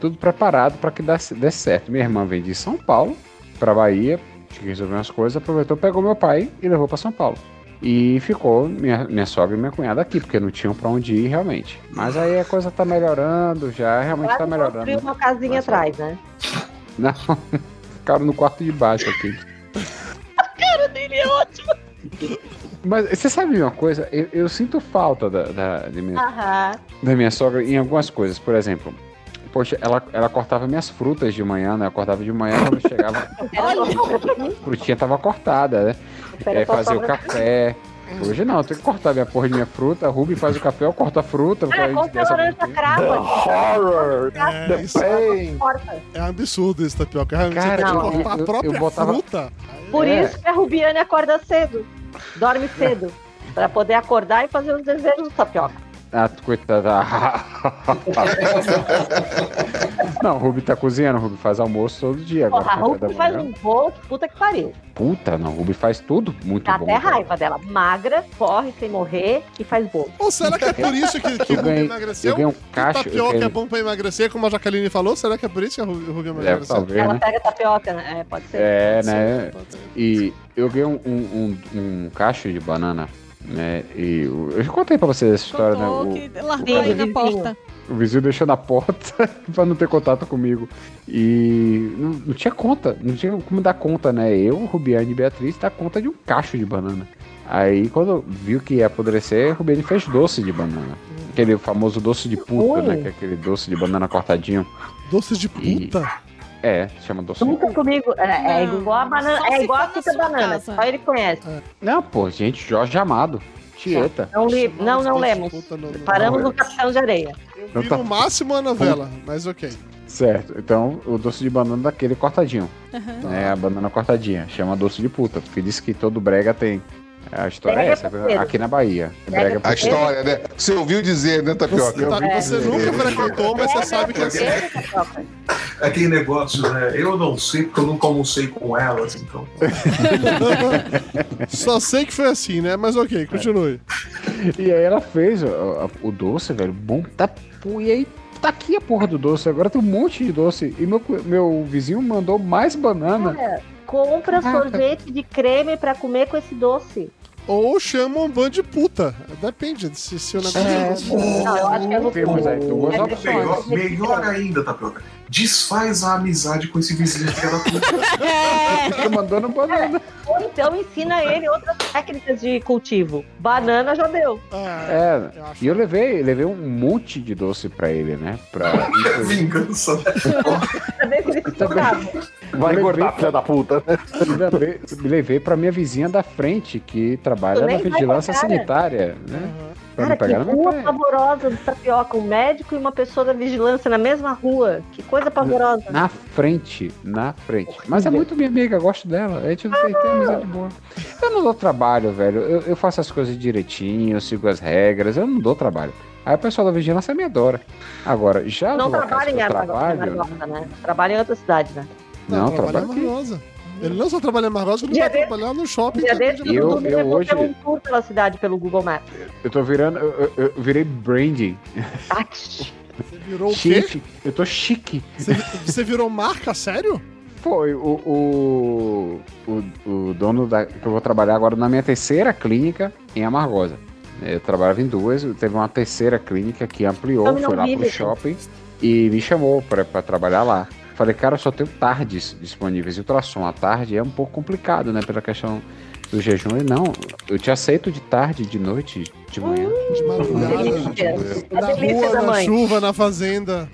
[SPEAKER 3] Tudo preparado pra que dá- dê certo. Minha irmã veio de São Paulo pra Bahia, tinha que resolver umas coisas, aproveitou, pegou meu pai e levou pra São Paulo. E ficou minha, minha sogra e minha cunhada aqui, porque não tinham pra onde ir realmente. Mas aí a coisa tá melhorando já, realmente tá
[SPEAKER 5] Quase construiu
[SPEAKER 3] melhorando.
[SPEAKER 5] uma casinha
[SPEAKER 3] Vai
[SPEAKER 5] atrás, né?
[SPEAKER 3] Não, ficaram no quarto de baixo aqui.
[SPEAKER 5] Ele é ótimo.
[SPEAKER 3] Mas você sabe uma coisa? Eu, eu sinto falta da, da, de minha,
[SPEAKER 5] Aham.
[SPEAKER 3] da minha sogra em algumas coisas. Por exemplo, poxa, ela, ela cortava minhas frutas de manhã, né? Eu acordava de manhã quando eu chegava,
[SPEAKER 5] Era só-
[SPEAKER 3] a frutinha tava cortada, né?
[SPEAKER 5] era
[SPEAKER 3] É,
[SPEAKER 5] só
[SPEAKER 3] fazia o
[SPEAKER 5] sobra-
[SPEAKER 3] café. Hoje não, eu tenho que cortar minha porra de minha fruta. A Ruby faz o café, eu corto a fruta. porque a
[SPEAKER 5] Ah,
[SPEAKER 3] gente
[SPEAKER 5] conta a
[SPEAKER 3] dessa- né?
[SPEAKER 5] laranja crava.
[SPEAKER 8] Horror!
[SPEAKER 1] É, isso é,
[SPEAKER 8] Pain!
[SPEAKER 5] Porta.
[SPEAKER 1] é um absurdo isso, tapioca. Realmente, Você
[SPEAKER 3] Cara,
[SPEAKER 1] tem que
[SPEAKER 5] não,
[SPEAKER 1] cortar
[SPEAKER 3] eu-
[SPEAKER 1] a
[SPEAKER 3] eu
[SPEAKER 1] própria
[SPEAKER 3] botava-
[SPEAKER 1] fruta.
[SPEAKER 5] Por
[SPEAKER 3] É.
[SPEAKER 5] isso que a Rubiane acorda cedo. Dorme cedo. Pra poder acordar e fazer os desejos do tapioca.
[SPEAKER 3] Ah, coitada. não, Ruby tá cozinhando. Ruby faz almoço todo dia. Agora,
[SPEAKER 5] Porra, a
[SPEAKER 3] café da
[SPEAKER 5] Rubi faz
[SPEAKER 3] manhã.
[SPEAKER 5] um bolo que puta que pariu.
[SPEAKER 3] Puta, não. Ruby faz tudo muito
[SPEAKER 5] Dá
[SPEAKER 3] bom.
[SPEAKER 5] até
[SPEAKER 3] cara.
[SPEAKER 5] raiva dela. Magra, corre sem morrer e faz bolo.
[SPEAKER 1] Ou será que é por isso que, que o
[SPEAKER 3] Eu
[SPEAKER 1] Rubio
[SPEAKER 3] ganhei,
[SPEAKER 1] emagreceu?
[SPEAKER 3] eu ganhei um
[SPEAKER 1] Que
[SPEAKER 3] cacho. eu
[SPEAKER 1] tapioca
[SPEAKER 3] ganhei-
[SPEAKER 1] é bom pra emagrecer, como a Jaqueline falou? Será que é por isso que a Ru- o Rubio
[SPEAKER 3] É,
[SPEAKER 1] emagreceu? Tá,
[SPEAKER 3] talvez,
[SPEAKER 5] Ela tá
[SPEAKER 3] né?
[SPEAKER 5] pega tapioca, né? É, pode ser.
[SPEAKER 3] É,
[SPEAKER 1] Pode ser,
[SPEAKER 3] né?
[SPEAKER 1] pode ser.
[SPEAKER 3] E eu ganhei um, um, um, um cacho de banana, né? E eu, eu já contei pra vocês essa história, né?
[SPEAKER 4] Contou
[SPEAKER 3] O-
[SPEAKER 4] que largou aí na
[SPEAKER 5] Sim.
[SPEAKER 4] porta.
[SPEAKER 3] O vizinho deixou na porta pra não ter contato comigo. E não, não tinha conta, não tinha como dar conta, né? Eu, Rubiane e Beatriz, dá conta de um cacho de banana. Aí, quando viu que ia apodrecer, Rubiane fez doce de banana. Aquele famoso doce de puta, né? Que é aquele doce de banana cortadinho.
[SPEAKER 1] Doce de puta.
[SPEAKER 3] É, se chama doce de
[SPEAKER 5] Nunca comigo. É, é
[SPEAKER 4] Não,
[SPEAKER 5] igual a banana.
[SPEAKER 4] só
[SPEAKER 5] É
[SPEAKER 4] se
[SPEAKER 5] igual a
[SPEAKER 4] for na
[SPEAKER 5] fita
[SPEAKER 4] sua
[SPEAKER 5] banana.
[SPEAKER 4] casa.
[SPEAKER 5] Só ele conhece.
[SPEAKER 3] Não, pô, gente, Jorge Amado. Tieta.
[SPEAKER 5] Não, li... não, não lemos.
[SPEAKER 1] Puta no- no-
[SPEAKER 5] Paramos no Capitão de Areia.
[SPEAKER 1] Eu vi no máximo a novela, mas ok.
[SPEAKER 3] Certo. Então, o doce de banana daquele cortadinho.
[SPEAKER 4] Aham.
[SPEAKER 3] É, a banana cortadinha. Chama doce de puta, porque diz que todo brega tem. A história é
[SPEAKER 5] Brega
[SPEAKER 3] essa,
[SPEAKER 5] puteiro.
[SPEAKER 3] aqui na Bahia.
[SPEAKER 5] Brega
[SPEAKER 3] Brega
[SPEAKER 7] A
[SPEAKER 5] puteiro.
[SPEAKER 3] puteiro.
[SPEAKER 7] história, né? Você ouviu dizer, né, Tapioca?
[SPEAKER 1] Tá,
[SPEAKER 5] vi
[SPEAKER 1] você
[SPEAKER 7] dizer.
[SPEAKER 1] nunca frequentou, mas você sabe que é assim.
[SPEAKER 5] Esse, Tapioca.
[SPEAKER 2] É Aquele negócio, né? Eu não sei porque eu nunca almocei com elas, então.
[SPEAKER 1] Só sei que foi assim, né? Mas
[SPEAKER 3] É.
[SPEAKER 1] ok, continue.
[SPEAKER 3] E aí ela fez ó, ó, o doce, velho, bom. Tá, pô, e aí tá aqui a porra do doce. Agora tem um monte de doce. E meu, cu- meu vizinho mandou mais banana.
[SPEAKER 5] Cara, compra
[SPEAKER 3] Caraca.
[SPEAKER 5] sorvete de creme pra comer com esse doce.
[SPEAKER 1] Ou chama um bando de puta. Depende de se, se o negócio é.
[SPEAKER 5] Não, eu acho que é no
[SPEAKER 3] Temos aí duas
[SPEAKER 5] É
[SPEAKER 3] opções.
[SPEAKER 2] melhor, melhor ainda, Tapioca. Desfaz a amizade com esse vizinho que é ela
[SPEAKER 4] É,
[SPEAKER 3] Tá mandando banana.
[SPEAKER 5] Ou então ensina ele outras técnicas de cultivo. Banana já deu.
[SPEAKER 1] Ah,
[SPEAKER 3] É.
[SPEAKER 1] eu acho.
[SPEAKER 3] E eu levei, levei um monte de doce pra ele, né? Pra.
[SPEAKER 2] vingança.
[SPEAKER 5] Pra ver se
[SPEAKER 3] Tá
[SPEAKER 5] ele se tornava.
[SPEAKER 3] Eu
[SPEAKER 8] Vai
[SPEAKER 3] levei
[SPEAKER 8] engordar,
[SPEAKER 3] pra-
[SPEAKER 8] filha da puta.
[SPEAKER 3] Me levei, me levei pra minha vizinha da frente, que trabalha
[SPEAKER 5] Tu
[SPEAKER 3] na
[SPEAKER 5] nem vai
[SPEAKER 3] vigilância
[SPEAKER 5] com a cara.
[SPEAKER 3] sanitária, né? Pra
[SPEAKER 5] Cara,
[SPEAKER 3] não
[SPEAKER 5] que
[SPEAKER 3] pegar no meu
[SPEAKER 5] rua
[SPEAKER 3] pé.
[SPEAKER 5] pavorosa do tapioca. Um médico e uma pessoa da vigilância na mesma rua. Que coisa pavorosa.
[SPEAKER 3] Na frente, na frente. Mas é muito minha amiga, eu gosto dela. A gente tem,
[SPEAKER 5] Ah.
[SPEAKER 3] tem amizade boa. Eu não dou trabalho, velho. Eu, eu faço as coisas direitinho, eu sigo as regras, eu não dou trabalho. Aí o pessoal da vigilância me adora. Agora, já
[SPEAKER 5] Não
[SPEAKER 3] do local
[SPEAKER 5] trabalha
[SPEAKER 3] que
[SPEAKER 5] em
[SPEAKER 3] eu
[SPEAKER 5] Armagosa,
[SPEAKER 3] trabalho.
[SPEAKER 5] né? Trabalha em outra cidade, né?
[SPEAKER 3] Não,
[SPEAKER 1] trabalha
[SPEAKER 3] trabalho.
[SPEAKER 1] em
[SPEAKER 3] aqui.
[SPEAKER 1] Margosa. Ele não só trabalha em Margosa, ele
[SPEAKER 5] Dia
[SPEAKER 1] vai
[SPEAKER 5] desse-
[SPEAKER 1] trabalhar no shopping.
[SPEAKER 5] Dia
[SPEAKER 1] também
[SPEAKER 5] desse,
[SPEAKER 1] de
[SPEAKER 3] eu-
[SPEAKER 5] todo
[SPEAKER 1] Margosa.
[SPEAKER 5] mundo
[SPEAKER 3] eu
[SPEAKER 5] levou
[SPEAKER 3] hoje-
[SPEAKER 5] pelo um tour pela cidade, pelo Google Maps.
[SPEAKER 3] Eu tô virando. Eu, eu- eu virei branding.
[SPEAKER 5] Ah, que chique.
[SPEAKER 1] Você virou o quê?
[SPEAKER 3] Chique. Eu tô chique.
[SPEAKER 1] Você, você virou marca? Sério?
[SPEAKER 3] Foi o, o, o, o dono da, que eu vou trabalhar agora na minha terceira clínica em Amargosa. Eu trabalhava em duas, teve uma terceira clínica que ampliou,
[SPEAKER 5] Eu não
[SPEAKER 3] foi lá
[SPEAKER 5] vi,
[SPEAKER 3] pro
[SPEAKER 5] gente.
[SPEAKER 3] shopping e me chamou pra, pra trabalhar lá. Falei, cara, eu só tenho tardes disponíveis. E ultrassom à tarde é um pouco complicado, né? Pela questão do jejum. E não, eu te aceito de tarde, de noite, de manhã.
[SPEAKER 1] De madrugada.
[SPEAKER 5] delícia. A
[SPEAKER 1] Na
[SPEAKER 5] delícia
[SPEAKER 1] rua,
[SPEAKER 5] da
[SPEAKER 1] na
[SPEAKER 5] mãe.
[SPEAKER 1] chuva, na fazenda.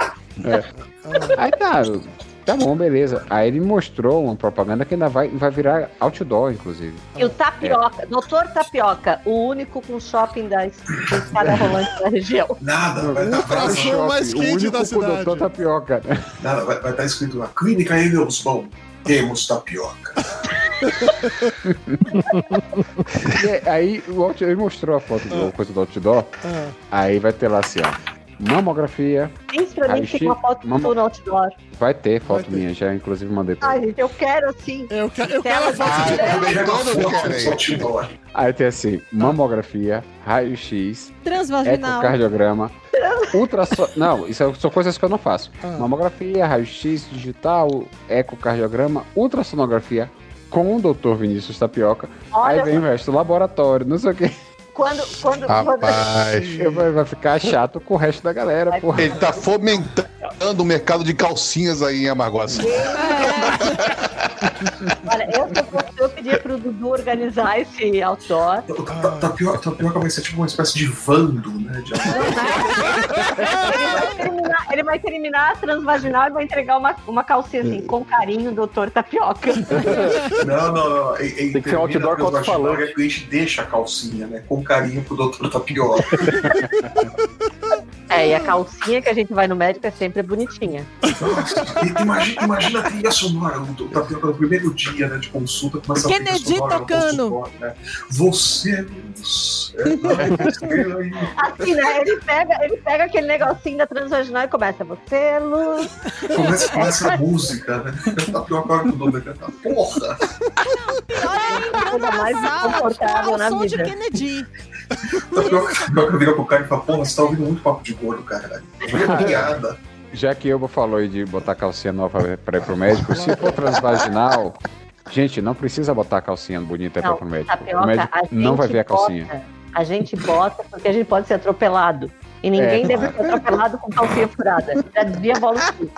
[SPEAKER 3] Aí tá, eu- tá bom, beleza. Aí ele me mostrou uma propaganda que ainda vai, vai virar outdoor, inclusive.
[SPEAKER 5] E o Tapioca, Doutor Tapioca, o único com shopping da es- da escada rolante da região.
[SPEAKER 2] Nada, vai estar
[SPEAKER 1] Ultrassom
[SPEAKER 2] frase,
[SPEAKER 1] mais
[SPEAKER 3] o
[SPEAKER 1] quente
[SPEAKER 3] único
[SPEAKER 1] da
[SPEAKER 3] com o
[SPEAKER 1] cidade.
[SPEAKER 3] doutor tapioca.
[SPEAKER 2] nada, vai, vai tá escrito na clínica Edelson. Temos tapioca.
[SPEAKER 3] E aí o outdoor, ele mostrou a foto do coisa do outdoor.
[SPEAKER 1] Ah,
[SPEAKER 3] Aí vai ter lá assim, ó. Mamografia,
[SPEAKER 5] Diz pra mim
[SPEAKER 3] Aí,
[SPEAKER 5] que tem uma
[SPEAKER 3] Chico,
[SPEAKER 5] foto
[SPEAKER 3] vamos-
[SPEAKER 5] do no outdoor.
[SPEAKER 3] vai ter foto
[SPEAKER 1] Vai ter.
[SPEAKER 3] minha, já inclusive mandei pra
[SPEAKER 5] Ai,
[SPEAKER 3] ele.
[SPEAKER 5] gente, eu quero assim.
[SPEAKER 1] eu, que- eu quero a
[SPEAKER 5] Ah,
[SPEAKER 1] foto
[SPEAKER 5] é?
[SPEAKER 7] Ai,
[SPEAKER 1] de
[SPEAKER 7] também todos querem.
[SPEAKER 2] querem.
[SPEAKER 3] Aí tem assim, mamografia, raio-x,
[SPEAKER 4] Transvaginal.
[SPEAKER 3] ecocardiograma, ultrassom... Não, isso é- são coisas que eu não faço.
[SPEAKER 1] Ah.
[SPEAKER 3] Mamografia, raio-x, digital, ecocardiograma, ultrassonografia com o doutor Vinícius Tapioca. Aí
[SPEAKER 5] Olha,
[SPEAKER 3] vem o resto, laboratório, não sei o que.
[SPEAKER 5] quando, quando, quando
[SPEAKER 7] Rapaz.
[SPEAKER 3] Vai vai ficar chato com o resto da galera, porra.
[SPEAKER 7] Ele tá fomentando o mercado de calcinhas aí em Amargosa.
[SPEAKER 5] Olha, eu, se eu fosse eu pedia pro Dudu organizar esse outdoor.
[SPEAKER 2] Tapioca, tapioca vai ser tipo uma espécie de vando, né? De
[SPEAKER 5] é Ele vai terminar, ele vai terminar a transvaginal e vai entregar uma, uma calcinha assim, com carinho, doutor Tapioca.
[SPEAKER 2] Não, não, não. E- e-
[SPEAKER 8] Tem que ser um
[SPEAKER 2] termina
[SPEAKER 8] outdoor com
[SPEAKER 2] pelos
[SPEAKER 8] alto-falante.
[SPEAKER 2] bastidores, A gente é deixa a calcinha, né? Com carinho pro doutor Tapioca.
[SPEAKER 5] É, e a calcinha que a gente vai no médico é sempre bonitinha.
[SPEAKER 2] Nossa, e- imagina, imagina a trilha sonora. O do- Tapioca no primeiro dia né, de consulta começa a
[SPEAKER 4] Kennedy
[SPEAKER 2] trilha sonora no
[SPEAKER 4] tocando.
[SPEAKER 2] consultório, Né? Você. você- é,
[SPEAKER 5] Assim, né? Ele pega, ele pega aquele negocinho da transvaginal e começa. Você, Luz.
[SPEAKER 2] Começa, começa a música, né? Tapioca olha pro dono da casa, porra!
[SPEAKER 4] Pior é
[SPEAKER 5] Coisa
[SPEAKER 4] entrando
[SPEAKER 5] mais
[SPEAKER 4] na
[SPEAKER 3] é
[SPEAKER 4] sala tipo,
[SPEAKER 5] desconfortável
[SPEAKER 4] ao
[SPEAKER 5] na
[SPEAKER 4] som
[SPEAKER 5] vida.
[SPEAKER 4] de Kennedy.
[SPEAKER 2] Tapioca, tapioca vira pro cara e fala, porra, você tá ouvindo muito papo de gordo, cara. Obrigada.
[SPEAKER 3] Já que Elba falou aí de botar calcinha nova pra ir pro médico, se for transvaginal, gente, não precisa botar calcinha bonita pra ir
[SPEAKER 5] Não,
[SPEAKER 3] pro médico.
[SPEAKER 5] Tapioca,
[SPEAKER 3] o médico
[SPEAKER 5] a gente
[SPEAKER 3] não vai ver a calcinha.
[SPEAKER 5] Bota, a gente bota porque a gente pode ser atropelado. E ninguém
[SPEAKER 3] É,
[SPEAKER 5] deve ser atropelado com calcinha furada. Já dizia Paulo Silva.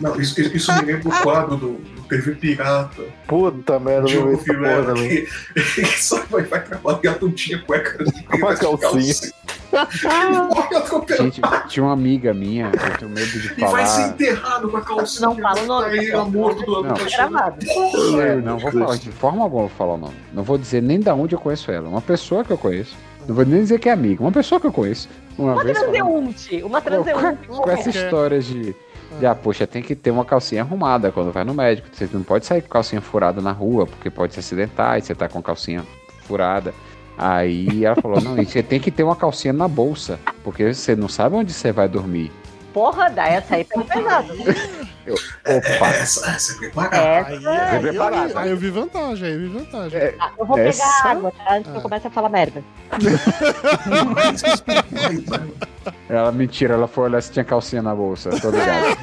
[SPEAKER 2] Não, isso, isso- isso me lembra o quadro do, do TV Pirata.
[SPEAKER 8] Puta merda, eu vi
[SPEAKER 2] Diogo
[SPEAKER 8] essa porra
[SPEAKER 2] Filé,
[SPEAKER 8] também.
[SPEAKER 2] que, que só vai, vai trabalhar não tinha cueca de
[SPEAKER 8] Uma calcinha.
[SPEAKER 2] Morre atropelado
[SPEAKER 3] Gente, tinha uma amiga minha, eu tenho medo de
[SPEAKER 2] e vai ser
[SPEAKER 3] falar.
[SPEAKER 2] enterrado com a calcinha.
[SPEAKER 5] Não fala o nome,
[SPEAKER 2] Aí,
[SPEAKER 5] Gabriel.
[SPEAKER 2] amor do
[SPEAKER 3] Não.
[SPEAKER 2] do-
[SPEAKER 5] Gravado.
[SPEAKER 3] É, não vou falar de forma alguma vou falar o nome. Não vou dizer nem da onde eu conheço ela. Uma pessoa que eu conheço Não vou nem dizer que é amigo. Uma pessoa que eu conheço. Uma,
[SPEAKER 5] Uma
[SPEAKER 3] vez. falando-
[SPEAKER 5] transeunte. Uma transeunte.
[SPEAKER 3] com, com essa
[SPEAKER 1] qualquer.
[SPEAKER 3] história de, de ah, poxa, tem que ter uma calcinha arrumada quando vai no médico. Você não pode sair com calcinha furada na rua, porque pode se acidentar e você tá com calcinha furada. Aí ela falou, não, e você tem que ter uma calcinha na bolsa, porque você não sabe onde você vai dormir.
[SPEAKER 5] Porra, dá essa aí pegou pesado.
[SPEAKER 3] Opa!
[SPEAKER 2] Essa, essa é
[SPEAKER 3] Ah,
[SPEAKER 2] preparada.
[SPEAKER 5] Essa.
[SPEAKER 1] Aí, aí, eu,
[SPEAKER 7] preparado.
[SPEAKER 1] aí eu vi vantagem, aí eu vi vantagem.
[SPEAKER 3] É,
[SPEAKER 5] tá. Eu vou
[SPEAKER 3] Essa?
[SPEAKER 5] pegar água, tá? Antes
[SPEAKER 1] Ah.
[SPEAKER 5] que eu comece a falar merda. É.
[SPEAKER 2] é
[SPEAKER 3] Ela mentira, ela foi olhar se tinha calcinha na bolsa. Tô ligado.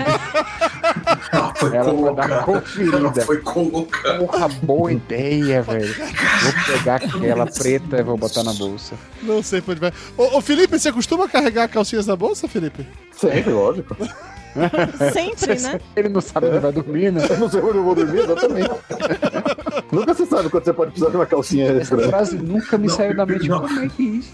[SPEAKER 2] Ela foi
[SPEAKER 3] Ela foi dar uma
[SPEAKER 2] colocada. Ela
[SPEAKER 3] conferida.
[SPEAKER 2] foi colocada.
[SPEAKER 3] Porra, boa ideia, velho. Vou pegar aquela preta e vou botar na bolsa.
[SPEAKER 1] Não sei pra onde vai. Ô, ô, Felipe, você costuma carregar calcinhas na bolsa, Felipe?
[SPEAKER 8] Sempre, lógico.
[SPEAKER 4] Sempre, né?
[SPEAKER 3] Ele não sabe onde vai dormir, né?
[SPEAKER 8] Eu não sei onde eu vou dormir, exatamente. Nunca se sabe quando você pode precisar de uma calcinha
[SPEAKER 3] Essa
[SPEAKER 8] extra.
[SPEAKER 3] frase nunca me
[SPEAKER 2] Não,
[SPEAKER 3] saiu da
[SPEAKER 2] não.
[SPEAKER 3] mente. Como é que é isso?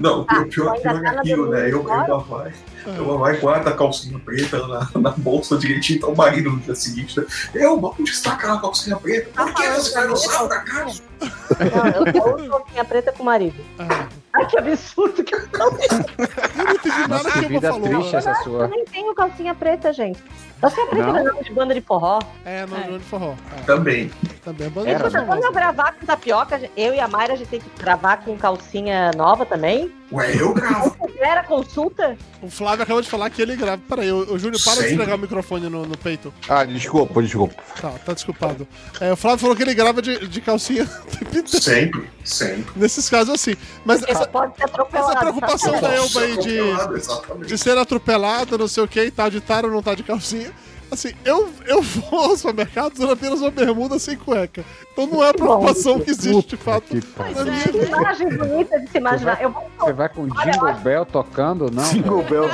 [SPEAKER 2] Não, o pior,
[SPEAKER 5] Ah,
[SPEAKER 2] pior
[SPEAKER 5] ainda
[SPEAKER 2] é
[SPEAKER 5] tá na
[SPEAKER 2] aquilo, né? Eu, eu
[SPEAKER 5] bora.
[SPEAKER 2] lá vai. Eu lá vai, guarda a calcinha preta na, na bolsa direitinho, então o marido no dia seguinte, né? Eu, onde está aquela calcinha preta?
[SPEAKER 5] Tá
[SPEAKER 2] Por que você vai usar da casa?
[SPEAKER 5] Não, eu só uso roupinha preta com o marido.
[SPEAKER 1] Ah,
[SPEAKER 5] Ai, que absurdo que eu não
[SPEAKER 1] eu não entendi nada
[SPEAKER 3] Nossa,
[SPEAKER 1] que né?
[SPEAKER 3] que
[SPEAKER 1] eu vou
[SPEAKER 3] vida
[SPEAKER 1] falar.
[SPEAKER 2] né?
[SPEAKER 3] triste né? essa
[SPEAKER 5] Eu
[SPEAKER 3] sua.
[SPEAKER 5] nem tenho calcinha preta, gente. Calcinha preta
[SPEAKER 3] Não?
[SPEAKER 5] não é nome de banda de forró.
[SPEAKER 1] É, no
[SPEAKER 4] É.
[SPEAKER 1] é. de forró.
[SPEAKER 2] Também.
[SPEAKER 1] Ah, também é
[SPEAKER 3] Era,
[SPEAKER 1] bandeira
[SPEAKER 5] Escuta, quando
[SPEAKER 1] famosa.
[SPEAKER 5] eu gravar com tapioca, eu e a Mayra, a gente tem que gravar com calcinha nova também.
[SPEAKER 2] Ué, eu gravo.
[SPEAKER 5] Era consulta?
[SPEAKER 1] O Flávio acabou de falar que ele grava. Peraí, ô, ô Júnior, para de
[SPEAKER 2] Sempre.
[SPEAKER 1] esfregar o microfone no, no peito.
[SPEAKER 7] Ah, desculpa, desculpa.
[SPEAKER 1] Tá, tá desculpado. É, o Flávio falou que ele grava de, de calcinha.
[SPEAKER 2] Sempre, sempre.
[SPEAKER 1] Nesses casos, assim. Mas
[SPEAKER 5] Ela
[SPEAKER 1] essa,
[SPEAKER 5] pode ser atropelada.
[SPEAKER 1] essa preocupação tá-
[SPEAKER 5] sabe?
[SPEAKER 1] da Elba aí de,
[SPEAKER 2] Atropelado, Exatamente.
[SPEAKER 1] de ser atropelado, não sei o que e tal, de estar ou não estar de calcinha. Assim, eu, eu vou ao supermercado usando apenas uma bermuda sem cueca. Então não é a preocupação que existe, de fato. é
[SPEAKER 3] Que pariu.
[SPEAKER 1] na minha
[SPEAKER 5] Que
[SPEAKER 1] vida.
[SPEAKER 5] imagem bonita de se imaginar. Eu vou...
[SPEAKER 3] Você vai com o Jingle Bell tocando? Não.
[SPEAKER 8] Jingle Bell.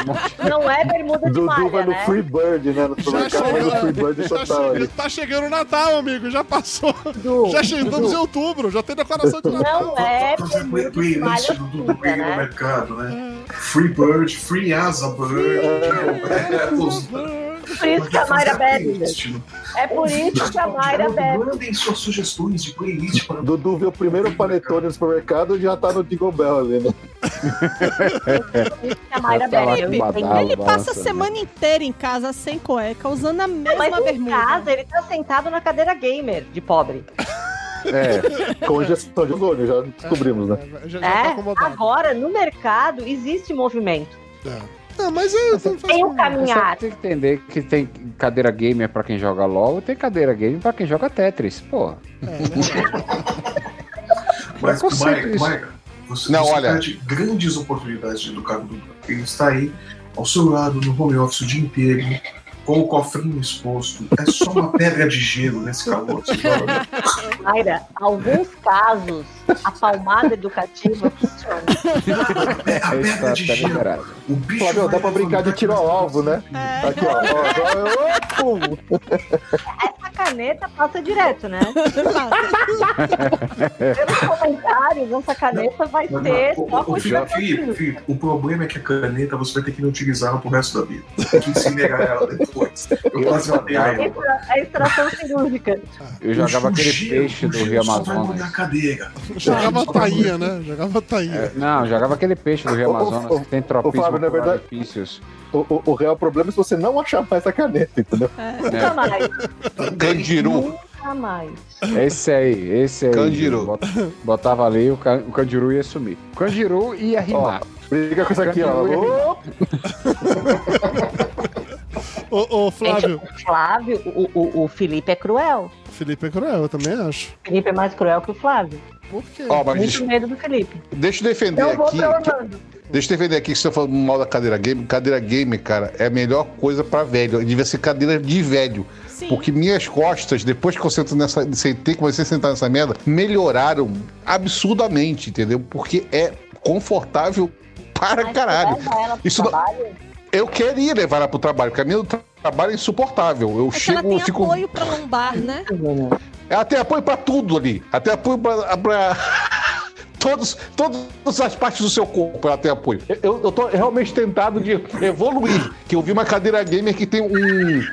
[SPEAKER 5] Não é bermuda de
[SPEAKER 8] Dudu vai
[SPEAKER 5] malha,
[SPEAKER 8] no
[SPEAKER 5] né?
[SPEAKER 8] Freebird, né? No
[SPEAKER 1] Já
[SPEAKER 8] supermercado vai no
[SPEAKER 1] chegou.
[SPEAKER 8] Freebird
[SPEAKER 1] Já
[SPEAKER 8] total ali.
[SPEAKER 1] chegou- tá chegando o Natal, amigo. Já passou.
[SPEAKER 5] Dudu.
[SPEAKER 1] Já chegamos em outubro. Já tem declaração de Natal.
[SPEAKER 5] Não é bermuda
[SPEAKER 2] Fazendo o
[SPEAKER 5] de malha
[SPEAKER 2] início do, do, do
[SPEAKER 5] curta,
[SPEAKER 2] período do
[SPEAKER 5] né?
[SPEAKER 2] mercado, né? Free Bird, Free Asa Bird, né? Robertos.
[SPEAKER 5] Por isso que a Mayra bebe, gente. É por isso que a Mayra bebe.
[SPEAKER 2] Mandem suas sugestões de playlist para
[SPEAKER 8] Dudu vê o primeiro panetone no supermercado e já tá no Jingle Bell ali, né?
[SPEAKER 5] A Mayra
[SPEAKER 3] Tá lá
[SPEAKER 5] bebe.
[SPEAKER 3] com o badalo.
[SPEAKER 5] Ele
[SPEAKER 4] Ele passa
[SPEAKER 3] Nossa,
[SPEAKER 4] a semana inteira em casa sem cueca, usando a
[SPEAKER 5] mas
[SPEAKER 4] mesma
[SPEAKER 5] em
[SPEAKER 4] bermuda.
[SPEAKER 5] casa ele tá sentado na cadeira gamer de pobre.
[SPEAKER 3] É,
[SPEAKER 8] Congestão de ozônio, já descobrimos, né?
[SPEAKER 1] É, já, já tá
[SPEAKER 5] É,
[SPEAKER 1] acomodado.
[SPEAKER 5] agora no mercado existe movimento.
[SPEAKER 1] É. Não, mas é. Não faz
[SPEAKER 5] Tem
[SPEAKER 1] problema.
[SPEAKER 5] o
[SPEAKER 3] você só
[SPEAKER 5] caminhar.
[SPEAKER 3] tem que entender que tem cadeira gamer pra quem joga LOL e tem cadeira gamer pra quem joga Tetris. Pô,
[SPEAKER 1] é, né?
[SPEAKER 2] Mas,
[SPEAKER 8] é
[SPEAKER 3] Eu consigo
[SPEAKER 2] Maica,
[SPEAKER 3] isso.
[SPEAKER 2] Maica, você,
[SPEAKER 7] Não,
[SPEAKER 2] você
[SPEAKER 7] olha.
[SPEAKER 2] perde grandes oportunidades de educar o Dudu. Ele está aí, ao seu lado, no home office o dia inteiro, com o cofrinho exposto. É só uma pedra de gelo nesse calor. você joga.
[SPEAKER 5] Mayra, alguns casos, a palmada educativa funciona.
[SPEAKER 2] É a pedra
[SPEAKER 3] tá,
[SPEAKER 2] de
[SPEAKER 3] tá
[SPEAKER 2] gelo.
[SPEAKER 3] liberado.
[SPEAKER 2] O
[SPEAKER 5] É.
[SPEAKER 2] bicho
[SPEAKER 8] Flávio,
[SPEAKER 2] vai
[SPEAKER 8] dá pra brincar de tiro ao alvo, né?
[SPEAKER 4] É.
[SPEAKER 8] Aqui, ó. ó, ó, ó, pum.
[SPEAKER 5] A caneta passa direto, né?
[SPEAKER 4] Claro.
[SPEAKER 5] Pelos comentários, essa caneta vai
[SPEAKER 2] Não,
[SPEAKER 5] ter
[SPEAKER 2] não,
[SPEAKER 5] só
[SPEAKER 2] o- o- o-
[SPEAKER 5] continua
[SPEAKER 2] Felipe, Felipe, o problema é que a caneta você vai ter que não utilizá-la pro resto da vida. Tem que se negar ela depois. Eu quase matei a
[SPEAKER 5] a
[SPEAKER 2] ela.
[SPEAKER 5] extra- a extração cirúrgica.
[SPEAKER 3] Eu jogava
[SPEAKER 2] O
[SPEAKER 3] aquele
[SPEAKER 2] gelo-
[SPEAKER 3] peixe
[SPEAKER 2] o
[SPEAKER 3] do
[SPEAKER 2] gelo
[SPEAKER 3] Rio
[SPEAKER 2] só vai molhar a
[SPEAKER 3] Amazonas.
[SPEAKER 2] cadeira.
[SPEAKER 1] Jogava tainha, né? Jogava tainha.
[SPEAKER 3] É, Não, eu jogava aquele peixe do Rio
[SPEAKER 8] Ô, ô,
[SPEAKER 3] Amazonas
[SPEAKER 8] ô,
[SPEAKER 3] que tem tropismo
[SPEAKER 8] ô, Fábio, na
[SPEAKER 3] por
[SPEAKER 8] verdade-
[SPEAKER 3] orifícios.
[SPEAKER 8] O, o- o real problema é se você não achar mais a caneta, entendeu?
[SPEAKER 5] Nunca mais,
[SPEAKER 7] Candiru.
[SPEAKER 5] nunca mais.
[SPEAKER 3] É Esse aí, esse aí.
[SPEAKER 7] Candiru.
[SPEAKER 3] Bota- Botava ali, o, ca... o Candiru ia sumir. O Candiru ia rimar.
[SPEAKER 8] Briga com isso aqui, ó. Ô,
[SPEAKER 1] Ô, ô, Flávio.
[SPEAKER 5] Gente, o Flávio, o, o, o Felipe é cruel.
[SPEAKER 1] Felipe é cruel, eu também acho.
[SPEAKER 5] O Felipe é mais cruel que o Flávio.
[SPEAKER 1] Por quê?
[SPEAKER 7] Ó, mas
[SPEAKER 5] Muito
[SPEAKER 7] deixa,
[SPEAKER 5] medo do Felipe.
[SPEAKER 7] deixa eu defender
[SPEAKER 5] Eu vou
[SPEAKER 7] aqui.
[SPEAKER 5] pra Orlando.
[SPEAKER 7] Deixa eu defender aqui que você tá falando mal da cadeira game. Cadeira game, cara, é a melhor coisa pra velho. Devia ser cadeira de velho.
[SPEAKER 4] Sim.
[SPEAKER 7] Porque minhas costas, depois que eu sento nessa. Sentei, comecei a sentar nessa merda, melhoraram absurdamente, entendeu? Porque é confortável para
[SPEAKER 5] Mas
[SPEAKER 7] caralho.
[SPEAKER 5] leva ela pro
[SPEAKER 7] Isso não-
[SPEAKER 5] trabalho,
[SPEAKER 7] Eu queria levar ela pro trabalho, porque a minha do tra- trabalho é insuportável. Eu
[SPEAKER 4] É que ela
[SPEAKER 7] chego.
[SPEAKER 4] tem
[SPEAKER 7] fico...
[SPEAKER 4] apoio pra lombar, né?
[SPEAKER 7] Ela tem apoio pra tudo ali. Ela tem apoio pra. pra... Todos, todas as partes do seu corpo ela tem apoio. Eu- Eu, eu tô realmente tentado de evoluir. Que eu vi uma cadeira gamer que tem um,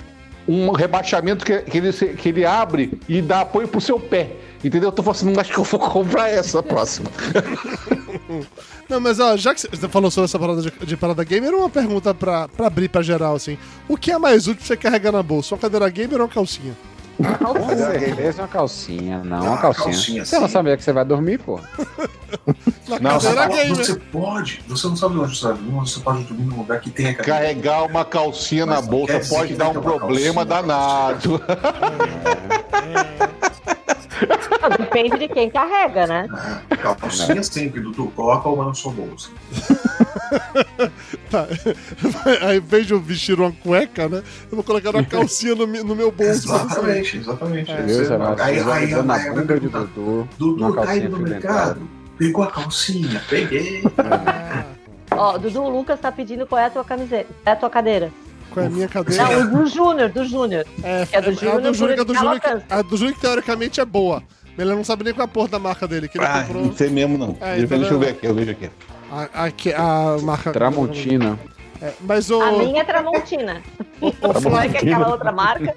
[SPEAKER 7] um rebaixamento que, que ele, se- que ele abre e dá apoio pro seu pé. Entendeu? Eu tô falando assim, não acho que eu vou comprar essa próxima.
[SPEAKER 1] Não, mas ó, já que você falou sobre essa parada de, de parada gamer, uma pergunta pra, pra abrir pra geral, assim. O que é mais útil pra você carregar na bolsa? Uma cadeira gamer ou uma calcinha?
[SPEAKER 3] Beleza, uma calcinha, não, uma
[SPEAKER 2] Ah,
[SPEAKER 3] calcinha.
[SPEAKER 2] calcinha,
[SPEAKER 3] Você não
[SPEAKER 8] assim.
[SPEAKER 2] sim.
[SPEAKER 3] sabe onde é que você vai dormir, pô.
[SPEAKER 1] Uma
[SPEAKER 7] Não,
[SPEAKER 1] cadeira
[SPEAKER 2] você,
[SPEAKER 1] gamer.
[SPEAKER 2] você pode, você não sabe onde você vai, mas você pode dormir num lugar que tenha
[SPEAKER 7] Carregar uma calcinha na
[SPEAKER 2] Mas não
[SPEAKER 7] bolsa
[SPEAKER 2] quer dizer
[SPEAKER 7] pode
[SPEAKER 2] que
[SPEAKER 7] dar
[SPEAKER 2] vai
[SPEAKER 7] um
[SPEAKER 2] ter uma
[SPEAKER 7] problema
[SPEAKER 2] calcinha.
[SPEAKER 7] danado.
[SPEAKER 5] Não, depende de quem carrega, né?
[SPEAKER 2] Ah, Calcinha sempre, Dudu, coloca uma na sua bolsa.
[SPEAKER 1] Tá. Aí, em vez de eu vestir uma cueca, né? Eu vou colocar uma calcinha no, mi- no meu bolso.
[SPEAKER 2] Exatamente, exatamente.
[SPEAKER 3] Beleza,
[SPEAKER 2] É, Você-
[SPEAKER 3] mas
[SPEAKER 2] aí,
[SPEAKER 3] você vai
[SPEAKER 2] aí,
[SPEAKER 3] botar na
[SPEAKER 2] aí,
[SPEAKER 3] bunda de
[SPEAKER 2] pergunta,
[SPEAKER 3] Dudu.
[SPEAKER 2] Dudu
[SPEAKER 3] uma
[SPEAKER 2] tá
[SPEAKER 3] calcinha
[SPEAKER 2] indo no
[SPEAKER 3] apimentada.
[SPEAKER 2] mercado, pegou a calcinha, peguei.
[SPEAKER 5] Ó, Dudu, o Lucas tá pedindo qual é a tua camiseta, qual é a tua cadeira.
[SPEAKER 1] Com a minha cadeira.
[SPEAKER 5] Não, o do Júnior, do Júnior.
[SPEAKER 1] É,
[SPEAKER 5] que é do
[SPEAKER 1] a
[SPEAKER 5] Júnior,
[SPEAKER 1] do Júnior, que a do
[SPEAKER 5] por isso
[SPEAKER 1] Júnior,
[SPEAKER 5] que tá ela
[SPEAKER 1] que- a do Júnior que teoricamente é boa. Mas Ele não sabe nem qual é a porra da marca dele, que ele
[SPEAKER 7] Ah,
[SPEAKER 1] comprou.
[SPEAKER 7] não sei mesmo, não.
[SPEAKER 1] É,
[SPEAKER 7] Deixa eu- deixa eu
[SPEAKER 1] entendeu?
[SPEAKER 7] ver aqui, eu vejo aqui.
[SPEAKER 1] A, a, que- a marca.
[SPEAKER 3] Tramontina.
[SPEAKER 1] É, mas o,
[SPEAKER 5] A minha é Tramontina.
[SPEAKER 1] o, o
[SPEAKER 5] Não é
[SPEAKER 1] Flávio,
[SPEAKER 5] que é aquela outra marca.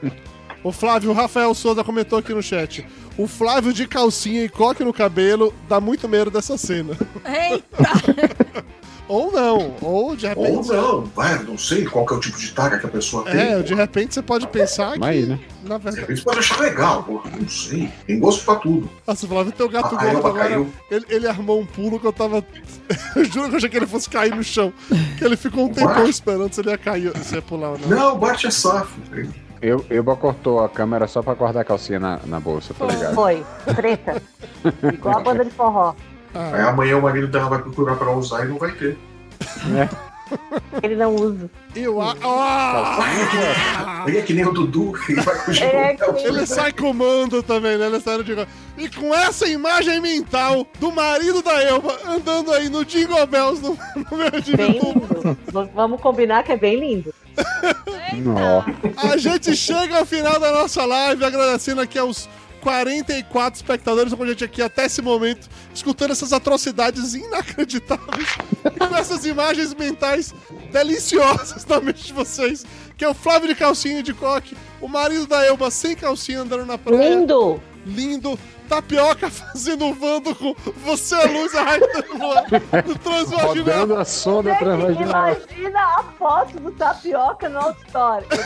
[SPEAKER 1] o Flávio, o Rafael Souza comentou aqui no chat. O Flávio de calcinha e coque no cabelo dá muito medo dessa cena.
[SPEAKER 4] Eita!
[SPEAKER 1] Ou não, ou de
[SPEAKER 2] Ou
[SPEAKER 1] repente.
[SPEAKER 2] não, vai, não sei qual que é o tipo de taca que a pessoa
[SPEAKER 1] É,
[SPEAKER 2] tem.
[SPEAKER 1] de repente você pode pensar que.
[SPEAKER 3] Mas, né?
[SPEAKER 1] Na
[SPEAKER 2] De
[SPEAKER 1] verdade.
[SPEAKER 2] repente pode achar legal, pô, não sei. Tem gosto pra tudo.
[SPEAKER 1] Nossa, Flávio, teu gato gordo
[SPEAKER 2] Aí ela
[SPEAKER 1] Tá agora.
[SPEAKER 2] Ah, caiu.
[SPEAKER 1] Ele, ele armou um pulo que eu tava. Eu juro que eu achei que ele fosse cair no chão. Que ele ficou um tempão esperando se ele ia cair, se ia pular ou não.
[SPEAKER 2] Não, bate é safo.
[SPEAKER 3] Eu, eu cortou a câmera só pra guardar a calcinha na, na bolsa, tá ligado?
[SPEAKER 5] Foi. Treta. Igual a banda de forró.
[SPEAKER 2] Aí
[SPEAKER 1] Ah,
[SPEAKER 2] amanhã o marido dela vai procurar pra usar e não vai ter.
[SPEAKER 5] Ele não usa.
[SPEAKER 1] eu a... Ah!
[SPEAKER 2] Ele é que nem o Dudu, ele vai com o
[SPEAKER 5] É,
[SPEAKER 2] Gil-
[SPEAKER 5] que-
[SPEAKER 1] Ele sai comando também, né? Ele sai no Jingle. E com essa imagem mental do marido da Elba andando aí no Jingle Bells no, no meu
[SPEAKER 5] Bem
[SPEAKER 1] Jingle Bells,
[SPEAKER 5] lindo. V- Vamos combinar que é bem lindo. Então,
[SPEAKER 3] Não.
[SPEAKER 1] a gente chega ao final da nossa live agradecendo aqui aos 44 espectadores com a gente aqui até esse momento, escutando essas atrocidades inacreditáveis e com essas imagens mentais deliciosas na mente de vocês, que é o Flávio de calcinha e de coque, o marido da Elba sem calcinha andando na praia
[SPEAKER 5] Lindo!
[SPEAKER 1] lindo. Tapioca fazendo um vando com você, a luz, a raiva do Lua, do transvaginal.
[SPEAKER 3] Rodando a sonda
[SPEAKER 5] Gente,
[SPEAKER 3] transvaginal.
[SPEAKER 5] imagina a foto do tapioca no outdoor. Ele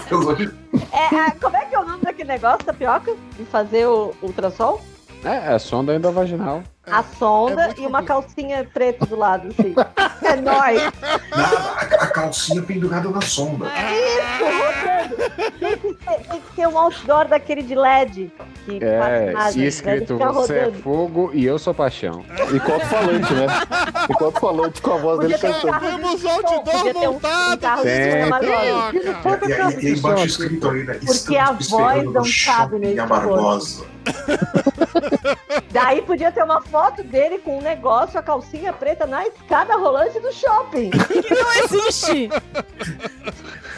[SPEAKER 5] ficou melhor. um É, a- como é que é o nome daquele negócio, tapioca? De fazer o o ultrassom?
[SPEAKER 3] É, é sonda endovaginal.
[SPEAKER 5] A
[SPEAKER 1] é
[SPEAKER 5] sonda
[SPEAKER 1] muito
[SPEAKER 5] e uma
[SPEAKER 1] complicado.
[SPEAKER 5] calcinha preta do lado, assim. É nóis!
[SPEAKER 2] Nada, a, a calcinha pendurada na sonda.
[SPEAKER 5] Ah, é. Isso, rodando! Tem que ter, tem que ter um outdoor daquele de LED. Que
[SPEAKER 3] É,
[SPEAKER 5] faz
[SPEAKER 3] e
[SPEAKER 5] nada,
[SPEAKER 3] escrito
[SPEAKER 5] né? Ele fica
[SPEAKER 3] você é
[SPEAKER 5] rodando.
[SPEAKER 3] fogo e eu sou paixão.
[SPEAKER 6] E copo falante, né? E copo falante com a voz
[SPEAKER 5] Podia
[SPEAKER 6] dele
[SPEAKER 5] ter um
[SPEAKER 6] cantando.
[SPEAKER 5] carro
[SPEAKER 1] Temos
[SPEAKER 5] de
[SPEAKER 1] outdoor
[SPEAKER 5] podia ter um-
[SPEAKER 1] montado.
[SPEAKER 5] um carro de
[SPEAKER 3] Tem.
[SPEAKER 5] escamatório.
[SPEAKER 1] Tapioca.
[SPEAKER 2] E, e, aí- e aí né? embaixo escrito ainda,
[SPEAKER 5] Porque a voz não cabe nesse
[SPEAKER 2] a Barbosa.
[SPEAKER 5] Daí podia ter uma foto dele com um negócio, a calcinha preta na escada rolante do shopping.
[SPEAKER 4] Que não existe!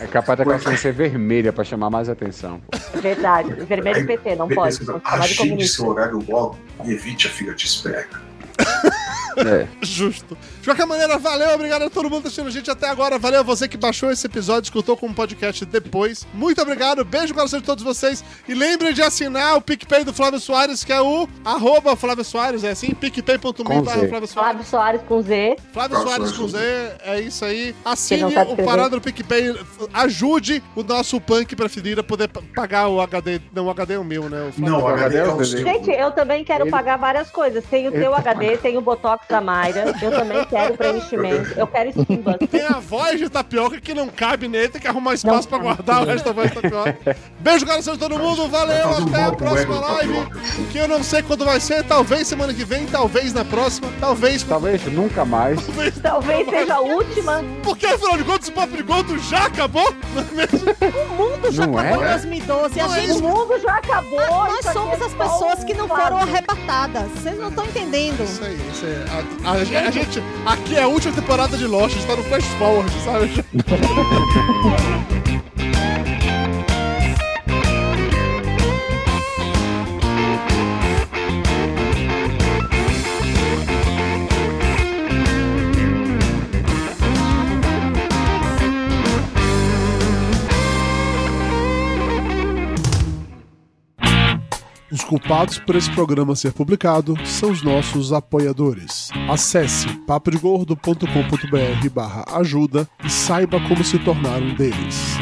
[SPEAKER 3] É capaz da calcinha ser vermelha pra chamar mais atenção. pô.
[SPEAKER 5] Verdade, vermelho e PT, não pode.
[SPEAKER 2] Beleza,
[SPEAKER 5] Vamos falar de
[SPEAKER 2] Agende
[SPEAKER 5] comunista.
[SPEAKER 2] seu horário logo e evite a filha de espera.
[SPEAKER 3] É.
[SPEAKER 1] Justo. De qualquer maneira, valeu, obrigado a todo mundo que tá assistindo a gente até agora. Valeu a você que baixou esse episódio, escutou como podcast depois. Muito obrigado, beijo no coração de todos vocês. E lembrem de assinar o PicPay do Flávio Soares, que é o arroba Flávio Soares, é assim, picpay.me
[SPEAKER 3] Com
[SPEAKER 1] barra
[SPEAKER 3] Z.
[SPEAKER 1] Flávio Soares.
[SPEAKER 5] Flávio Soares com Z.
[SPEAKER 1] Flávio
[SPEAKER 2] Flávio
[SPEAKER 1] Soares com Z, é isso aí.
[SPEAKER 5] Quem não
[SPEAKER 1] Assine
[SPEAKER 5] sabe
[SPEAKER 1] o
[SPEAKER 5] escrever.
[SPEAKER 1] Parada do PicPay, f- ajude o nosso punk preferido a poder p- pagar o HD. Não, o HD é o meu, né? O Flávio-
[SPEAKER 2] Não, o HD é o
[SPEAKER 3] Deus,
[SPEAKER 2] seu.
[SPEAKER 5] Gente, eu também quero
[SPEAKER 3] Ele-
[SPEAKER 5] pagar várias coisas. Tem o teu HD, tem o Botox da Mayra. Eu também quero preenchimento. Eu quero esquimbas.
[SPEAKER 1] Tem a voz de tapioca que não cabe nele, tem que arrumar espaço pra guardar o resto da voz de tapioca. Beijo, coração de todo mundo, valeu,
[SPEAKER 2] Faz um
[SPEAKER 1] até a
[SPEAKER 2] mal pro
[SPEAKER 1] próxima
[SPEAKER 2] ego do
[SPEAKER 1] live.
[SPEAKER 2] tapioca.
[SPEAKER 1] Que eu não sei quando vai ser, talvez semana que vem, talvez na próxima, talvez.
[SPEAKER 3] Talvez nunca mais.
[SPEAKER 1] talvez-
[SPEAKER 5] Talvez seja a última.
[SPEAKER 1] Porque afinal de contas, o papo de Gordo já acabou? é
[SPEAKER 4] O mundo já
[SPEAKER 3] Não é?
[SPEAKER 4] acabou em 2012 e a
[SPEAKER 1] Não é
[SPEAKER 5] O
[SPEAKER 4] gente.
[SPEAKER 5] mundo já acabou.
[SPEAKER 4] Nós
[SPEAKER 5] isso aqui
[SPEAKER 4] somos
[SPEAKER 5] é
[SPEAKER 4] as
[SPEAKER 5] só
[SPEAKER 4] pessoas
[SPEAKER 5] um
[SPEAKER 4] que não foram
[SPEAKER 5] quadro.
[SPEAKER 4] arrebatadas. Vocês não estão entendendo.
[SPEAKER 1] Isso aí, isso aí. A, a- a gente. Aqui é a última temporada de Lost, a gente tá no flash forward, sabe? Os culpados por esse programa ser publicado são os nossos apoiadores. Acesse papodegordo.com.br barra ajuda e saiba como se tornar um deles.